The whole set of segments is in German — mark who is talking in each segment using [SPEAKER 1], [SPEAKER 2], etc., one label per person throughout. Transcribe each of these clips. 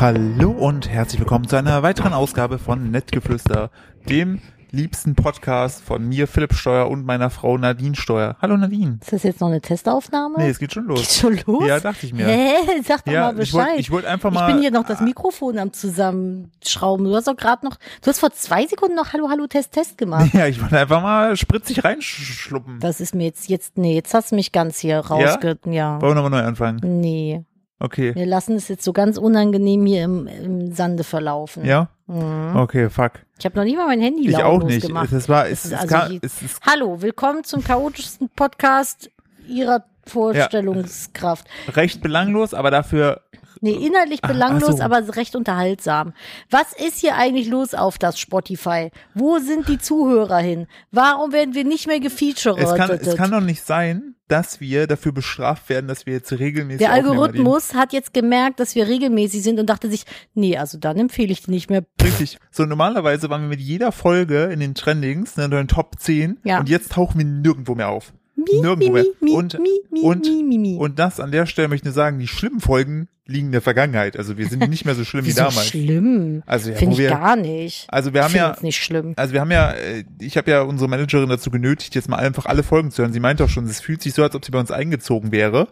[SPEAKER 1] Hallo und herzlich willkommen zu einer weiteren Ausgabe von Nettgeflüster, dem liebsten Podcast von mir, Philipp Steuer, und meiner Frau Nadine Steuer. Hallo Nadine.
[SPEAKER 2] Ist das jetzt noch eine Testaufnahme?
[SPEAKER 1] Nee, es geht schon los.
[SPEAKER 2] Geht schon los?
[SPEAKER 1] Ja, dachte ich mir.
[SPEAKER 2] Hä? Sag doch
[SPEAKER 1] ja,
[SPEAKER 2] mal
[SPEAKER 1] ich wollte
[SPEAKER 2] Bescheid.
[SPEAKER 1] ich wollt einfach mal. Ah.
[SPEAKER 2] bin hier noch das Mikrofon am Zusammenschrauben. Du hast doch gerade noch, du hast vor zwei Sekunden noch Hallo, Hallo, Test, Test gemacht.
[SPEAKER 1] Ja, ich wollte einfach mal spritzig reinschluppen.
[SPEAKER 2] Das ist mir jetzt, jetzt, nee, jetzt hast du mich ganz hier rausgeritten, ja.
[SPEAKER 1] Wollen wir nochmal neu anfangen?
[SPEAKER 2] Nee,
[SPEAKER 1] Okay.
[SPEAKER 2] wir lassen es jetzt so ganz unangenehm hier im, im Sande verlaufen.
[SPEAKER 1] Ja?
[SPEAKER 2] Mhm.
[SPEAKER 1] Okay, fuck.
[SPEAKER 2] Ich habe noch nie mal mein Handy
[SPEAKER 1] Ich auch
[SPEAKER 2] lautlos
[SPEAKER 1] nicht.
[SPEAKER 2] gemacht.
[SPEAKER 1] Es war, es, es,
[SPEAKER 2] Das ist also
[SPEAKER 1] kam,
[SPEAKER 2] je-
[SPEAKER 1] es, es
[SPEAKER 2] Hallo, willkommen zum chaotischsten Podcast Ihrer Vorstellungskraft.
[SPEAKER 1] recht belanglos, aber dafür
[SPEAKER 2] Nee, inhaltlich
[SPEAKER 1] Ah, ach
[SPEAKER 2] belanglos,
[SPEAKER 1] so.
[SPEAKER 2] aber recht unterhaltsam. Was ist hier eigentlich los auf das Spotify? Wo sind die Zuhörer hin? Warum werden wir nicht mehr gefeatured?
[SPEAKER 1] Es kann, es kann doch nicht sein, dass wir dafür bestraft werden, dass wir jetzt regelmäßig.
[SPEAKER 2] Der
[SPEAKER 1] aufnehmen,
[SPEAKER 2] Algorithmus hat jetzt gemerkt, dass wir regelmäßig sind und dachte sich, nee, also dann empfehle ich die nicht mehr.
[SPEAKER 1] Nadine. Richtig. So normalerweise waren wir mit jeder Folge in den Trendings, ne, in den Top 10.
[SPEAKER 2] Ja.
[SPEAKER 1] Und jetzt tauchen wir nirgendwo mehr auf. nirgendwo
[SPEAKER 2] mi,
[SPEAKER 1] mehr.
[SPEAKER 2] mi,
[SPEAKER 1] und,
[SPEAKER 2] mi, mi,
[SPEAKER 1] und,
[SPEAKER 2] mi, mi, mi.
[SPEAKER 1] und das an der Stelle möchte ich nur sagen, die schlimmen Folgen liegen in der Vergangenheit. Also wir sind nicht mehr so schlimm wie
[SPEAKER 2] Wieso
[SPEAKER 1] damals.
[SPEAKER 2] schlimm?
[SPEAKER 1] Also ja,
[SPEAKER 2] Finde
[SPEAKER 1] wo
[SPEAKER 2] ich
[SPEAKER 1] wir-
[SPEAKER 2] gar nicht.
[SPEAKER 1] Also wir haben
[SPEAKER 2] Finde
[SPEAKER 1] ja,
[SPEAKER 2] es nicht schlimm.
[SPEAKER 1] also wir haben ja, äh, ich habe ja unsere Managerin dazu genötigt, jetzt mal einfach alle Folgen zu hören. Sie meinte auch schon, es fühlt sich so, als ob sie bei uns eingezogen wäre.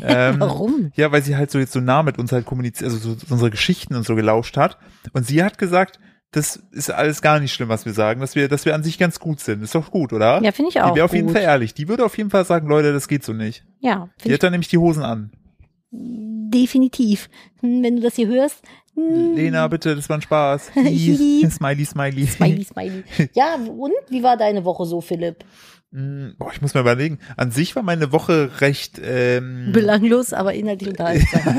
[SPEAKER 1] Ähm,
[SPEAKER 2] Warum?
[SPEAKER 1] Ja, weil sie halt so jetzt so nah mit uns halt kommuniziert, also so, so unsere Geschichten und so gelauscht hat. Und sie hat gesagt, das ist alles gar nicht schlimm, was wir sagen, dass wir, dass wir an sich ganz gut sind. Ist doch gut, oder?
[SPEAKER 2] Ja, finde ich
[SPEAKER 1] Die
[SPEAKER 2] auch.
[SPEAKER 1] wäre auf jeden
[SPEAKER 2] gut.
[SPEAKER 1] Fall ehrlich. Die würde auf jeden Fall sagen, Leute, das geht so nicht.
[SPEAKER 2] Ja,
[SPEAKER 1] die
[SPEAKER 2] finde ich
[SPEAKER 1] hat dann nämlich die Hosen an.
[SPEAKER 2] definitiv. Hm, Wenn du das hier hörst, hm,
[SPEAKER 1] Lena, bitte, das war ein Spaß.
[SPEAKER 2] Hihi.
[SPEAKER 1] smiley, smiley.
[SPEAKER 2] Smiley, smiley. Ja, und wie war deine Woche so, Philipp?
[SPEAKER 1] Hm, Boah, ich muss mir überlegen. An sich war meine Woche recht ähm,
[SPEAKER 2] Belanglos, aber inhaltlich
[SPEAKER 1] Äh,
[SPEAKER 2] unterhaltsam.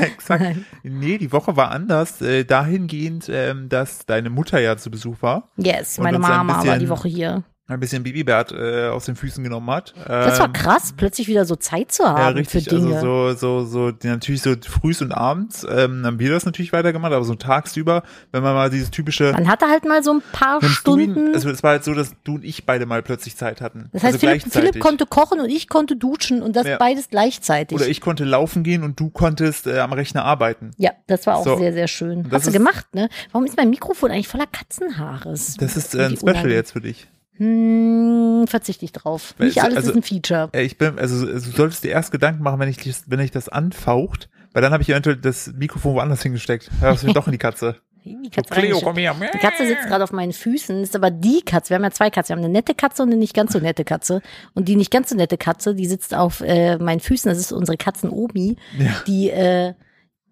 [SPEAKER 1] exakt.
[SPEAKER 2] Nein.
[SPEAKER 1] Nee, die Woche war anders. Äh, dahingehend, ähm, dass deine Mutter ja zu Besuch war.
[SPEAKER 2] Yes,
[SPEAKER 1] Und
[SPEAKER 2] meine
[SPEAKER 1] uns ein
[SPEAKER 2] Mama war die
[SPEAKER 1] bisschen-
[SPEAKER 2] Woche hier.
[SPEAKER 1] ein bisschen Babybert äh, aus den Füßen genommen hat. Ähm,
[SPEAKER 2] Das war krass, plötzlich wieder so Zeit zu haben
[SPEAKER 1] ja, richtig,
[SPEAKER 2] für Dinge.
[SPEAKER 1] also so, so, so, die- natürlich so frühs und abends ähm, haben wir das natürlich weitergemacht, aber so tagsüber, wenn man mal dieses typische
[SPEAKER 2] Man hatte halt mal so ein paar
[SPEAKER 1] Nimmst du ihn?
[SPEAKER 2] Stunden.
[SPEAKER 1] also es war halt so, dass du und ich beide mal plötzlich Zeit hatten.
[SPEAKER 2] das heißt,
[SPEAKER 1] also
[SPEAKER 2] Philipp,
[SPEAKER 1] gleichzeitig.
[SPEAKER 2] Philipp konnte kochen und ich konnte duschen und das
[SPEAKER 1] Ja.
[SPEAKER 2] beides gleichzeitig.
[SPEAKER 1] Oder ich konnte laufen gehen und du konntest äh, am Rechner arbeiten.
[SPEAKER 2] ja, das war auch
[SPEAKER 1] So.
[SPEAKER 2] sehr, sehr schön.
[SPEAKER 1] das
[SPEAKER 2] Hast du
[SPEAKER 1] ist-
[SPEAKER 2] gemacht, ne? Warum ist mein Mikrofon eigentlich voller Katzenhaares?
[SPEAKER 1] Das ist äh,
[SPEAKER 2] Wie
[SPEAKER 1] ein Special
[SPEAKER 2] unangenehm.
[SPEAKER 1] jetzt für dich.
[SPEAKER 2] Hm, verzichte ich drauf.
[SPEAKER 1] Weil
[SPEAKER 2] Nicht
[SPEAKER 1] es-
[SPEAKER 2] alles
[SPEAKER 1] also-
[SPEAKER 2] ist ein Feature.
[SPEAKER 1] Äh, Ich bin, also, also du solltest dir erst Gedanken machen, wenn ich, dies- wenn ich das anfaucht, weil dann habe ich eventuell das Mikrofon woanders hingesteckt. Hörst du doch in die Katze.
[SPEAKER 2] Die Katze
[SPEAKER 1] Cleo,
[SPEAKER 2] reingeschickt.
[SPEAKER 1] komm her.
[SPEAKER 2] Die Katze sitzt gerade auf meinen Füßen, ist aber die Katze. Wir haben ja zwei Katzen. Wir haben eine nette Katze und eine nicht ganz so nette Katze. Und die nicht ganz so nette Katze, die sitzt auf äh, meinen Füßen. Das ist unsere Katzen Omi.
[SPEAKER 1] Ja.
[SPEAKER 2] Die, äh,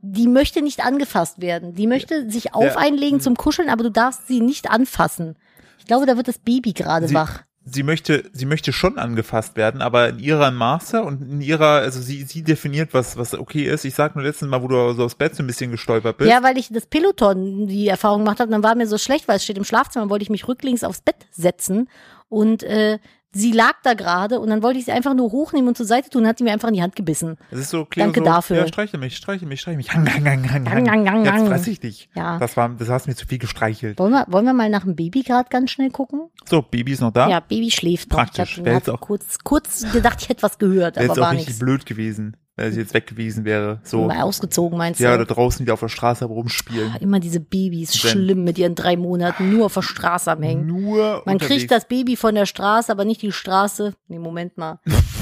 [SPEAKER 2] die möchte nicht angefasst werden. Die möchte sich auf
[SPEAKER 1] Ja. Mhm.
[SPEAKER 2] einlegen zum Kuscheln, aber du darfst sie nicht anfassen. Ich glaube, da wird das Baby gerade
[SPEAKER 1] Sie-
[SPEAKER 2] wach.
[SPEAKER 1] sie möchte, sie möchte schon angefasst werden, aber in ihrem Maße und in ihrer, also sie, sie definiert, was, was okay ist. Ich sag nur letztens Mal, wo du so aufs Bett so ein bisschen gestolpert bist.
[SPEAKER 2] Ja, weil ich das Peloton die Erfahrung gemacht habe, dann war mir so schlecht, weil es steht im Schlafzimmer, wollte ich mich rücklings aufs Bett setzen und äh, sie lag da gerade und dann wollte ich sie einfach nur hochnehmen und zur Seite tun, hat sie mir einfach in die Hand gebissen.
[SPEAKER 1] Es ist so Cleo
[SPEAKER 2] Danke
[SPEAKER 1] so,
[SPEAKER 2] dafür.
[SPEAKER 1] Ja, streichel mich, streichel mich, streichel mich. Hang, hang, hang, hang,
[SPEAKER 2] Hang, hang, hang,
[SPEAKER 1] Jetzt
[SPEAKER 2] hang.
[SPEAKER 1] fress ich dich.
[SPEAKER 2] Ja.
[SPEAKER 1] Das war, das hast mir zu viel gestreichelt.
[SPEAKER 2] Wollen wir, wollen wir mal nach dem Baby gerade ganz schnell gucken?
[SPEAKER 1] So, Baby ist noch da.
[SPEAKER 2] Ja, Baby schläft noch.
[SPEAKER 1] Ah. Praktisch.
[SPEAKER 2] Ich
[SPEAKER 1] Wäre
[SPEAKER 2] hab,
[SPEAKER 1] jetzt
[SPEAKER 2] hab
[SPEAKER 1] auch-
[SPEAKER 2] kurz, kurz gedacht, ich hätte was gehört,
[SPEAKER 1] Wäre
[SPEAKER 2] aber
[SPEAKER 1] jetzt auch
[SPEAKER 2] war
[SPEAKER 1] richtig
[SPEAKER 2] nichts.
[SPEAKER 1] blöd gewesen, wenn sie jetzt weg gewesen wäre. So,
[SPEAKER 2] Mal ausgezogen, meinst
[SPEAKER 1] ja, da
[SPEAKER 2] du?
[SPEAKER 1] draußen wieder auf der Straße rumspielen.
[SPEAKER 2] Immer diese Babys,
[SPEAKER 1] Wenn.
[SPEAKER 2] schlimm mit ihren drei Monaten, nur auf der Straße am Hängen.
[SPEAKER 1] Nur
[SPEAKER 2] Man
[SPEAKER 1] unterwegs.
[SPEAKER 2] kriegt das Baby von der Straße, aber nicht die Straße. Nee, Moment mal.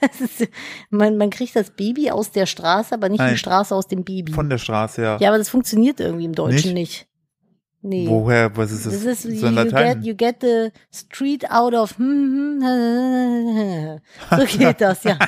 [SPEAKER 2] Das ist- man, man kriegt das Baby aus der Straße, aber nicht
[SPEAKER 1] Nein.
[SPEAKER 2] die Straße aus dem Baby.
[SPEAKER 1] von der Straße, ja.
[SPEAKER 2] ja, aber das funktioniert irgendwie im Deutschen nicht. Nee.
[SPEAKER 1] Woher, was ist das?
[SPEAKER 2] Das ist,
[SPEAKER 1] so ein
[SPEAKER 2] you,
[SPEAKER 1] Latein?
[SPEAKER 2] get, you get the street out of hm, hm, so geht das, ja.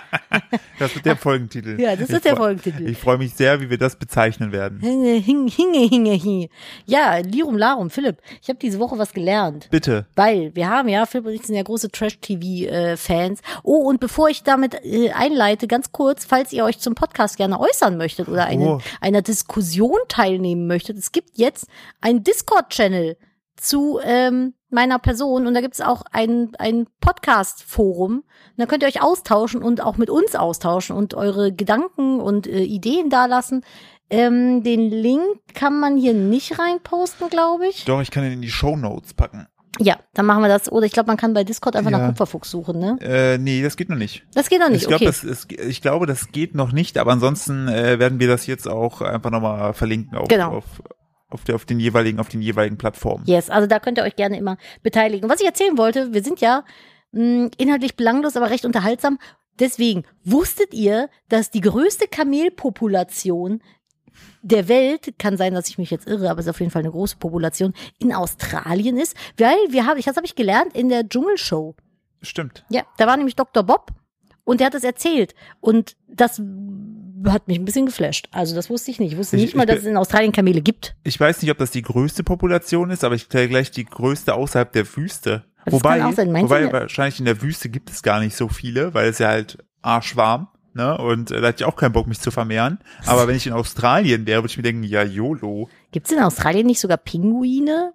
[SPEAKER 1] Das wird der Folgentitel.
[SPEAKER 2] Ja, das
[SPEAKER 1] Ich
[SPEAKER 2] ist der
[SPEAKER 1] freu-
[SPEAKER 2] Folgentitel.
[SPEAKER 1] Ich freue mich sehr, wie wir das bezeichnen werden.
[SPEAKER 2] Hinge, hinge, hinge, hinge, hinge. Ja, Lirum Larum, Philipp, ich habe diese Woche was gelernt.
[SPEAKER 1] Bitte.
[SPEAKER 2] Weil wir haben ja, Philipp und ich sind ja große Trash-TV-Fans. Oh, und bevor ich damit äh, einleite, ganz kurz, falls ihr euch zum Podcast gerne äußern möchtet oder einen,
[SPEAKER 1] Oh.
[SPEAKER 2] einer Diskussion teilnehmen möchtet, es gibt jetzt einen Discord-Channel zu ähm, meiner Person und da gibt es auch ein, ein Podcast-Forum. Und Da könnt ihr euch austauschen und auch mit uns austauschen und eure Gedanken und äh, Ideen dalassen. Ähm, den Link kann man hier nicht reinposten, glaube ich.
[SPEAKER 1] Doch, ich kann ihn in die Show Notes packen.
[SPEAKER 2] Ja, dann machen wir das. Oder ich glaube, man kann bei Discord einfach
[SPEAKER 1] Ja.
[SPEAKER 2] nach Kupferfuchs suchen, ne?
[SPEAKER 1] Äh, nee, das geht noch nicht.
[SPEAKER 2] Das geht noch nicht,
[SPEAKER 1] Ich, glaub,
[SPEAKER 2] okay.
[SPEAKER 1] das, ist, ich glaube, das geht noch nicht, aber ansonsten äh, werden wir das jetzt auch einfach nochmal verlinken auf,
[SPEAKER 2] Genau.
[SPEAKER 1] auf, auf, der, auf den jeweiligen, auf den jeweiligen Plattformen.
[SPEAKER 2] Yes, also da könnt ihr euch gerne immer beteiligen. Was ich erzählen wollte, wir sind ja mh, inhaltlich belanglos, aber recht unterhaltsam. Deswegen, wusstet ihr, dass die größte Kamelpopulation der Welt, kann sein, dass ich mich jetzt irre, aber es ist auf jeden Fall eine große Population, in Australien ist? Weil wir haben, ich- das habe ich gelernt in der Dschungelshow.
[SPEAKER 1] Stimmt.
[SPEAKER 2] Ja, da war nämlich Dr. Bob und der hat es erzählt. Und das hat mich ein bisschen geflasht. Also das wusste ich nicht. Ich wusste
[SPEAKER 1] Ich-
[SPEAKER 2] nicht mal,
[SPEAKER 1] ich bin-
[SPEAKER 2] dass es in Australien Kamele gibt.
[SPEAKER 1] Ich weiß nicht, ob das die größte Population ist, aber ich glaube gleich die größte außerhalb der Wüste.
[SPEAKER 2] Das
[SPEAKER 1] wobei
[SPEAKER 2] kann auch sein. Meinst du
[SPEAKER 1] wobei
[SPEAKER 2] nicht?
[SPEAKER 1] wahrscheinlich in der Wüste gibt es gar nicht so viele, weil es ja halt arschwarm. Ne? Und äh, da hatte ich auch keinen Bock, mich zu vermehren. Aber wenn ich in Australien wäre, würde ich mir denken, ja, YOLO.
[SPEAKER 2] Gibt es in Australien nicht sogar Pinguine?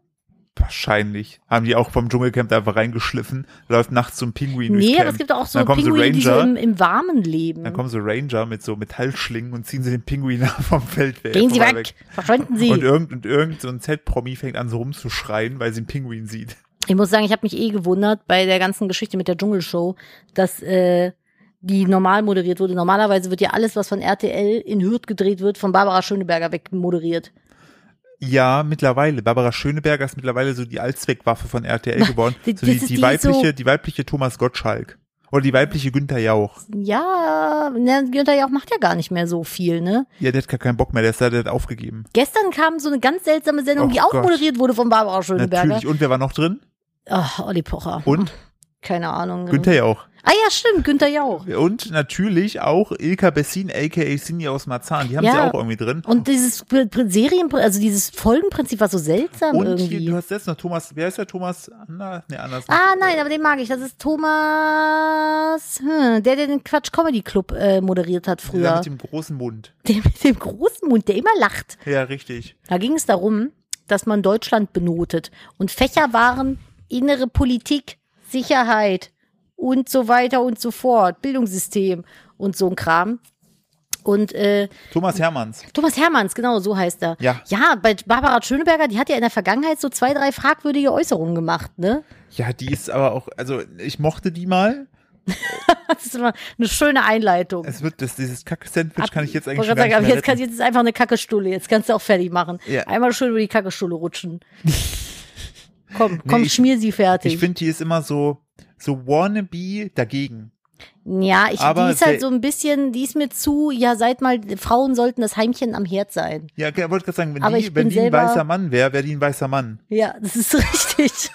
[SPEAKER 1] Wahrscheinlich. Haben die auch vom Dschungelcamp da einfach reingeschliffen. Läuft nachts so ein Pinguin durchs
[SPEAKER 2] Nee,
[SPEAKER 1] Camp.
[SPEAKER 2] aber es gibt auch so
[SPEAKER 1] dann kommen
[SPEAKER 2] Pinguine, die so
[SPEAKER 1] Ranger,
[SPEAKER 2] im, im Warmen leben.
[SPEAKER 1] Dann kommen so Ranger mit so Metallschlingen und ziehen sie den Pinguin vom Feld weg.
[SPEAKER 2] Gehen Sie
[SPEAKER 1] vorbei
[SPEAKER 2] weg, verschwinden Sie.
[SPEAKER 1] Und irgend, und irgend so ein Z-Promi fängt an so rumzuschreien, weil sie einen Pinguin sieht.
[SPEAKER 2] Ich muss sagen, ich habe mich eh gewundert bei der ganzen Geschichte mit der Dschungelshow, dass äh, die normal moderiert wurde. Normalerweise wird ja alles, was von RTL in Hürth gedreht wird, von Barbara Schöneberger weg moderiert.
[SPEAKER 1] Ja, mittlerweile. Barbara Schöneberger ist mittlerweile so die Allzweckwaffe von RTL geworden.
[SPEAKER 2] Die-
[SPEAKER 1] so die,
[SPEAKER 2] das ist-
[SPEAKER 1] die,
[SPEAKER 2] die ist
[SPEAKER 1] weibliche,
[SPEAKER 2] so-
[SPEAKER 1] die weibliche Thomas Gottschalk. Oder die weibliche Günther Jauch.
[SPEAKER 2] Ja, ne, Günther Jauch macht ja gar nicht mehr so viel, ne?
[SPEAKER 1] Ja, der hat gar keinen Bock mehr, der, ist, da, der hat aufgegeben.
[SPEAKER 2] Gestern kam so eine ganz seltsame Sendung,
[SPEAKER 1] Oh
[SPEAKER 2] die auch
[SPEAKER 1] Gott.
[SPEAKER 2] moderiert wurde von Barbara Schöneberger.
[SPEAKER 1] Natürlich. Und wer war noch drin?
[SPEAKER 2] Ach, Olli Pocher.
[SPEAKER 1] Und?
[SPEAKER 2] Keine Ahnung.
[SPEAKER 1] Günther Jauch.
[SPEAKER 2] Ah ja, stimmt, Günther Jauch.
[SPEAKER 1] Und natürlich auch Ilka Bessin, aka Cindy aus Marzahn. Die haben
[SPEAKER 2] Ja.
[SPEAKER 1] sie auch irgendwie drin.
[SPEAKER 2] Und dieses Pr- Pr- Serien, also dieses Folgenprinzip war so seltsam
[SPEAKER 1] Und hier,
[SPEAKER 2] irgendwie.
[SPEAKER 1] du hast jetzt noch Thomas, wer ist der Thomas? Anna? Nee, anders.
[SPEAKER 2] Ah, nein, aber den mag ich. Das ist Thomas, hm, der, der den Quatsch Comedy Club äh, moderiert hat
[SPEAKER 1] Dieser
[SPEAKER 2] früher.
[SPEAKER 1] mit dem großen Mund.
[SPEAKER 2] Der mit dem großen Mund, der immer lacht.
[SPEAKER 1] Ja, richtig.
[SPEAKER 2] Da ging es darum, dass man Deutschland benotet. Und Fächer waren innere Politik, Sicherheit und so weiter und so fort, Bildungssystem und so ein Kram. Und äh,
[SPEAKER 1] Thomas Hermanns.
[SPEAKER 2] Thomas Hermanns, genau, so heißt er.
[SPEAKER 1] Ja.
[SPEAKER 2] Ja, bei Barbara Schöneberger, die hat ja in der Vergangenheit so zwei, drei fragwürdige Äußerungen gemacht, ne?
[SPEAKER 1] Ja, die ist aber auch, also ich mochte die mal.
[SPEAKER 2] Das ist immer eine schöne Einleitung.
[SPEAKER 1] Es wird, das, dieses Kack-Sandwich Äh, kann ich jetzt eigentlich
[SPEAKER 2] Wollte
[SPEAKER 1] schon gar
[SPEAKER 2] gerade sagen,
[SPEAKER 1] nicht
[SPEAKER 2] aber
[SPEAKER 1] mehr
[SPEAKER 2] jetzt, kann,
[SPEAKER 1] retten.
[SPEAKER 2] jetzt ist einfach eine Kackestulle. Jetzt kannst du auch fertig machen.
[SPEAKER 1] Ja.
[SPEAKER 2] Einmal schön über die Kackestulle rutschen. komm, komm,
[SPEAKER 1] ich-
[SPEAKER 2] schmier sie fertig.
[SPEAKER 1] Ich finde, die ist immer so, so wannabe dagegen.
[SPEAKER 2] ja, ich,
[SPEAKER 1] aber
[SPEAKER 2] die ist halt
[SPEAKER 1] se-
[SPEAKER 2] so ein bisschen, die ist mir zu, ja, seid mal, Frauen sollten das Heimchen am Herd sein.
[SPEAKER 1] Ja, ich wollte gerade sagen, wenn
[SPEAKER 2] Aber
[SPEAKER 1] die,
[SPEAKER 2] ich
[SPEAKER 1] wenn
[SPEAKER 2] bin
[SPEAKER 1] die ein
[SPEAKER 2] selber-
[SPEAKER 1] weißer Mann wäre, wäre die ein weißer Mann.
[SPEAKER 2] Ja, das ist richtig.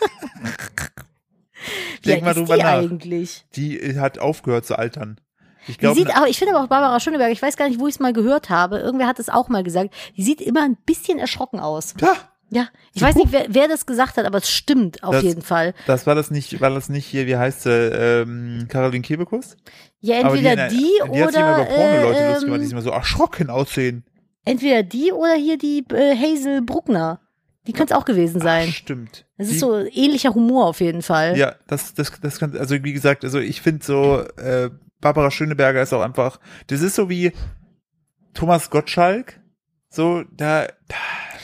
[SPEAKER 2] Wie
[SPEAKER 1] Denk
[SPEAKER 2] alt
[SPEAKER 1] mal
[SPEAKER 2] ist
[SPEAKER 1] drüber
[SPEAKER 2] die
[SPEAKER 1] nach.
[SPEAKER 2] eigentlich?
[SPEAKER 1] Die äh, hat aufgehört zu altern. Ich
[SPEAKER 2] Die
[SPEAKER 1] glaube,
[SPEAKER 2] sieht, aber ich finde aber auch Barbara Schöneberger, ich weiß gar nicht, wo ich es mal gehört habe, irgendwer hat es auch mal gesagt, die sieht immer ein bisschen erschrocken aus.
[SPEAKER 1] Ja,
[SPEAKER 2] Ja, ich weiß nicht, wer, wer das gesagt hat, aber es stimmt auf
[SPEAKER 1] Das-
[SPEAKER 2] jeden Fall.
[SPEAKER 1] das war das nicht, war das nicht hier, wie heißt sie, ähm, Caroline Kebekus?
[SPEAKER 2] Ja,
[SPEAKER 1] Aber
[SPEAKER 2] entweder die,
[SPEAKER 1] die, hat sich immer
[SPEAKER 2] oder
[SPEAKER 1] über porno Leute
[SPEAKER 2] äh,
[SPEAKER 1] lustig gemacht, die
[SPEAKER 2] ähm,
[SPEAKER 1] immer so erschrocken aussehen.
[SPEAKER 2] entweder die oder hier die äh, Hazel Bruckner. Die könnte es auch gewesen
[SPEAKER 1] Ach,
[SPEAKER 2] sein.
[SPEAKER 1] stimmt.
[SPEAKER 2] Es
[SPEAKER 1] Die-
[SPEAKER 2] ist so ähnlicher Humor auf jeden Fall.
[SPEAKER 1] Ja, das, das, das kann, also wie gesagt, also ich finde so, äh, Barbara Schöneberger ist auch einfach, das ist so wie Thomas Gottschalk, so, da, da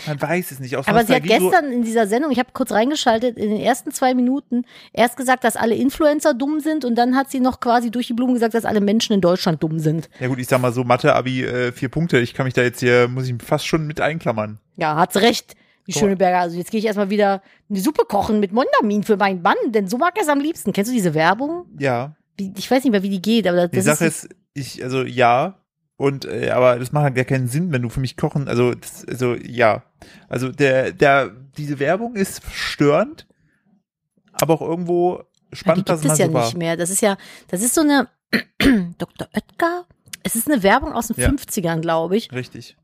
[SPEAKER 1] man weiß es nicht. Aus
[SPEAKER 2] Aber sie hat
[SPEAKER 1] Nostalgie so-
[SPEAKER 2] gestern in dieser Sendung, ich habe kurz reingeschaltet, in den ersten zwei Minuten erst gesagt, dass alle Influencer dumm sind und dann hat sie noch quasi durch die Blumen gesagt, dass alle Menschen in Deutschland dumm sind.
[SPEAKER 1] ja gut, ich sag mal so, Mathe, Abi, äh, vier Punkte, ich kann mich da jetzt hier, muss ich fast schon mit einklammern.
[SPEAKER 2] Ja, hat's recht. Die
[SPEAKER 1] So.
[SPEAKER 2] Schöneberger, also jetzt gehe ich erstmal wieder eine Suppe kochen mit Mondamin für meinen Mann, denn so mag er es am liebsten. Kennst du diese Werbung?
[SPEAKER 1] Ja,
[SPEAKER 2] Wie- Ich weiß nicht mehr, wie die geht, aber das,
[SPEAKER 1] die
[SPEAKER 2] das
[SPEAKER 1] Sache
[SPEAKER 2] ist,
[SPEAKER 1] ist, ich, also ja, und, äh, aber das macht halt gar keinen Sinn, wenn du für mich kochen, also, das, also, ja. Also, der, der, diese Werbung ist störend, aber auch irgendwo
[SPEAKER 2] ja, die
[SPEAKER 1] spannend, dass
[SPEAKER 2] gibt
[SPEAKER 1] man
[SPEAKER 2] es
[SPEAKER 1] so
[SPEAKER 2] ja
[SPEAKER 1] war.
[SPEAKER 2] nicht mehr. Das ist ja, das ist so eine Dr. Oetker. Es ist eine Werbung aus den
[SPEAKER 1] Ja.
[SPEAKER 2] 50ern, glaube ich.
[SPEAKER 1] Richtig.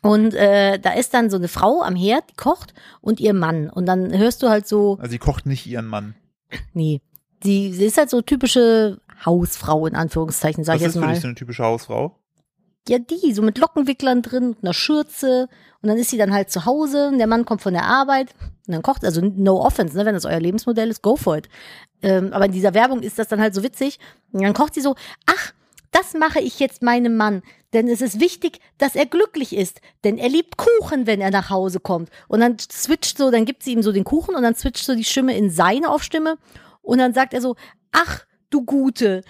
[SPEAKER 2] Und äh, da ist dann so eine Frau am Herd, die kocht und ihr Mann. Und dann hörst du halt so,
[SPEAKER 1] Also sie kocht nicht ihren Mann.
[SPEAKER 2] nee, die, sie ist halt so typische Hausfrau in Anführungszeichen, sag
[SPEAKER 1] Was
[SPEAKER 2] ich jetzt
[SPEAKER 1] ist für
[SPEAKER 2] mal.
[SPEAKER 1] dich so eine typische Hausfrau?
[SPEAKER 2] Ja, die, so mit Lockenwicklern drin, mit einer Schürze. Und dann ist sie dann halt zu Hause und der Mann kommt von der Arbeit und dann kocht, also no offense, ne, wenn das euer Lebensmodell ist, go for it. Ähm, aber in dieser Werbung ist das dann halt so witzig. Und dann kocht sie so, ach, das mache ich jetzt meinem Mann. Denn es ist wichtig, dass er glücklich ist. Denn er liebt Kuchen, wenn er nach Hause kommt. Und dann switcht so, dann gibt sie ihm so den Kuchen und dann switcht so die Stimme in seine auf Stimme. Und dann sagt er so, ach, du Gute,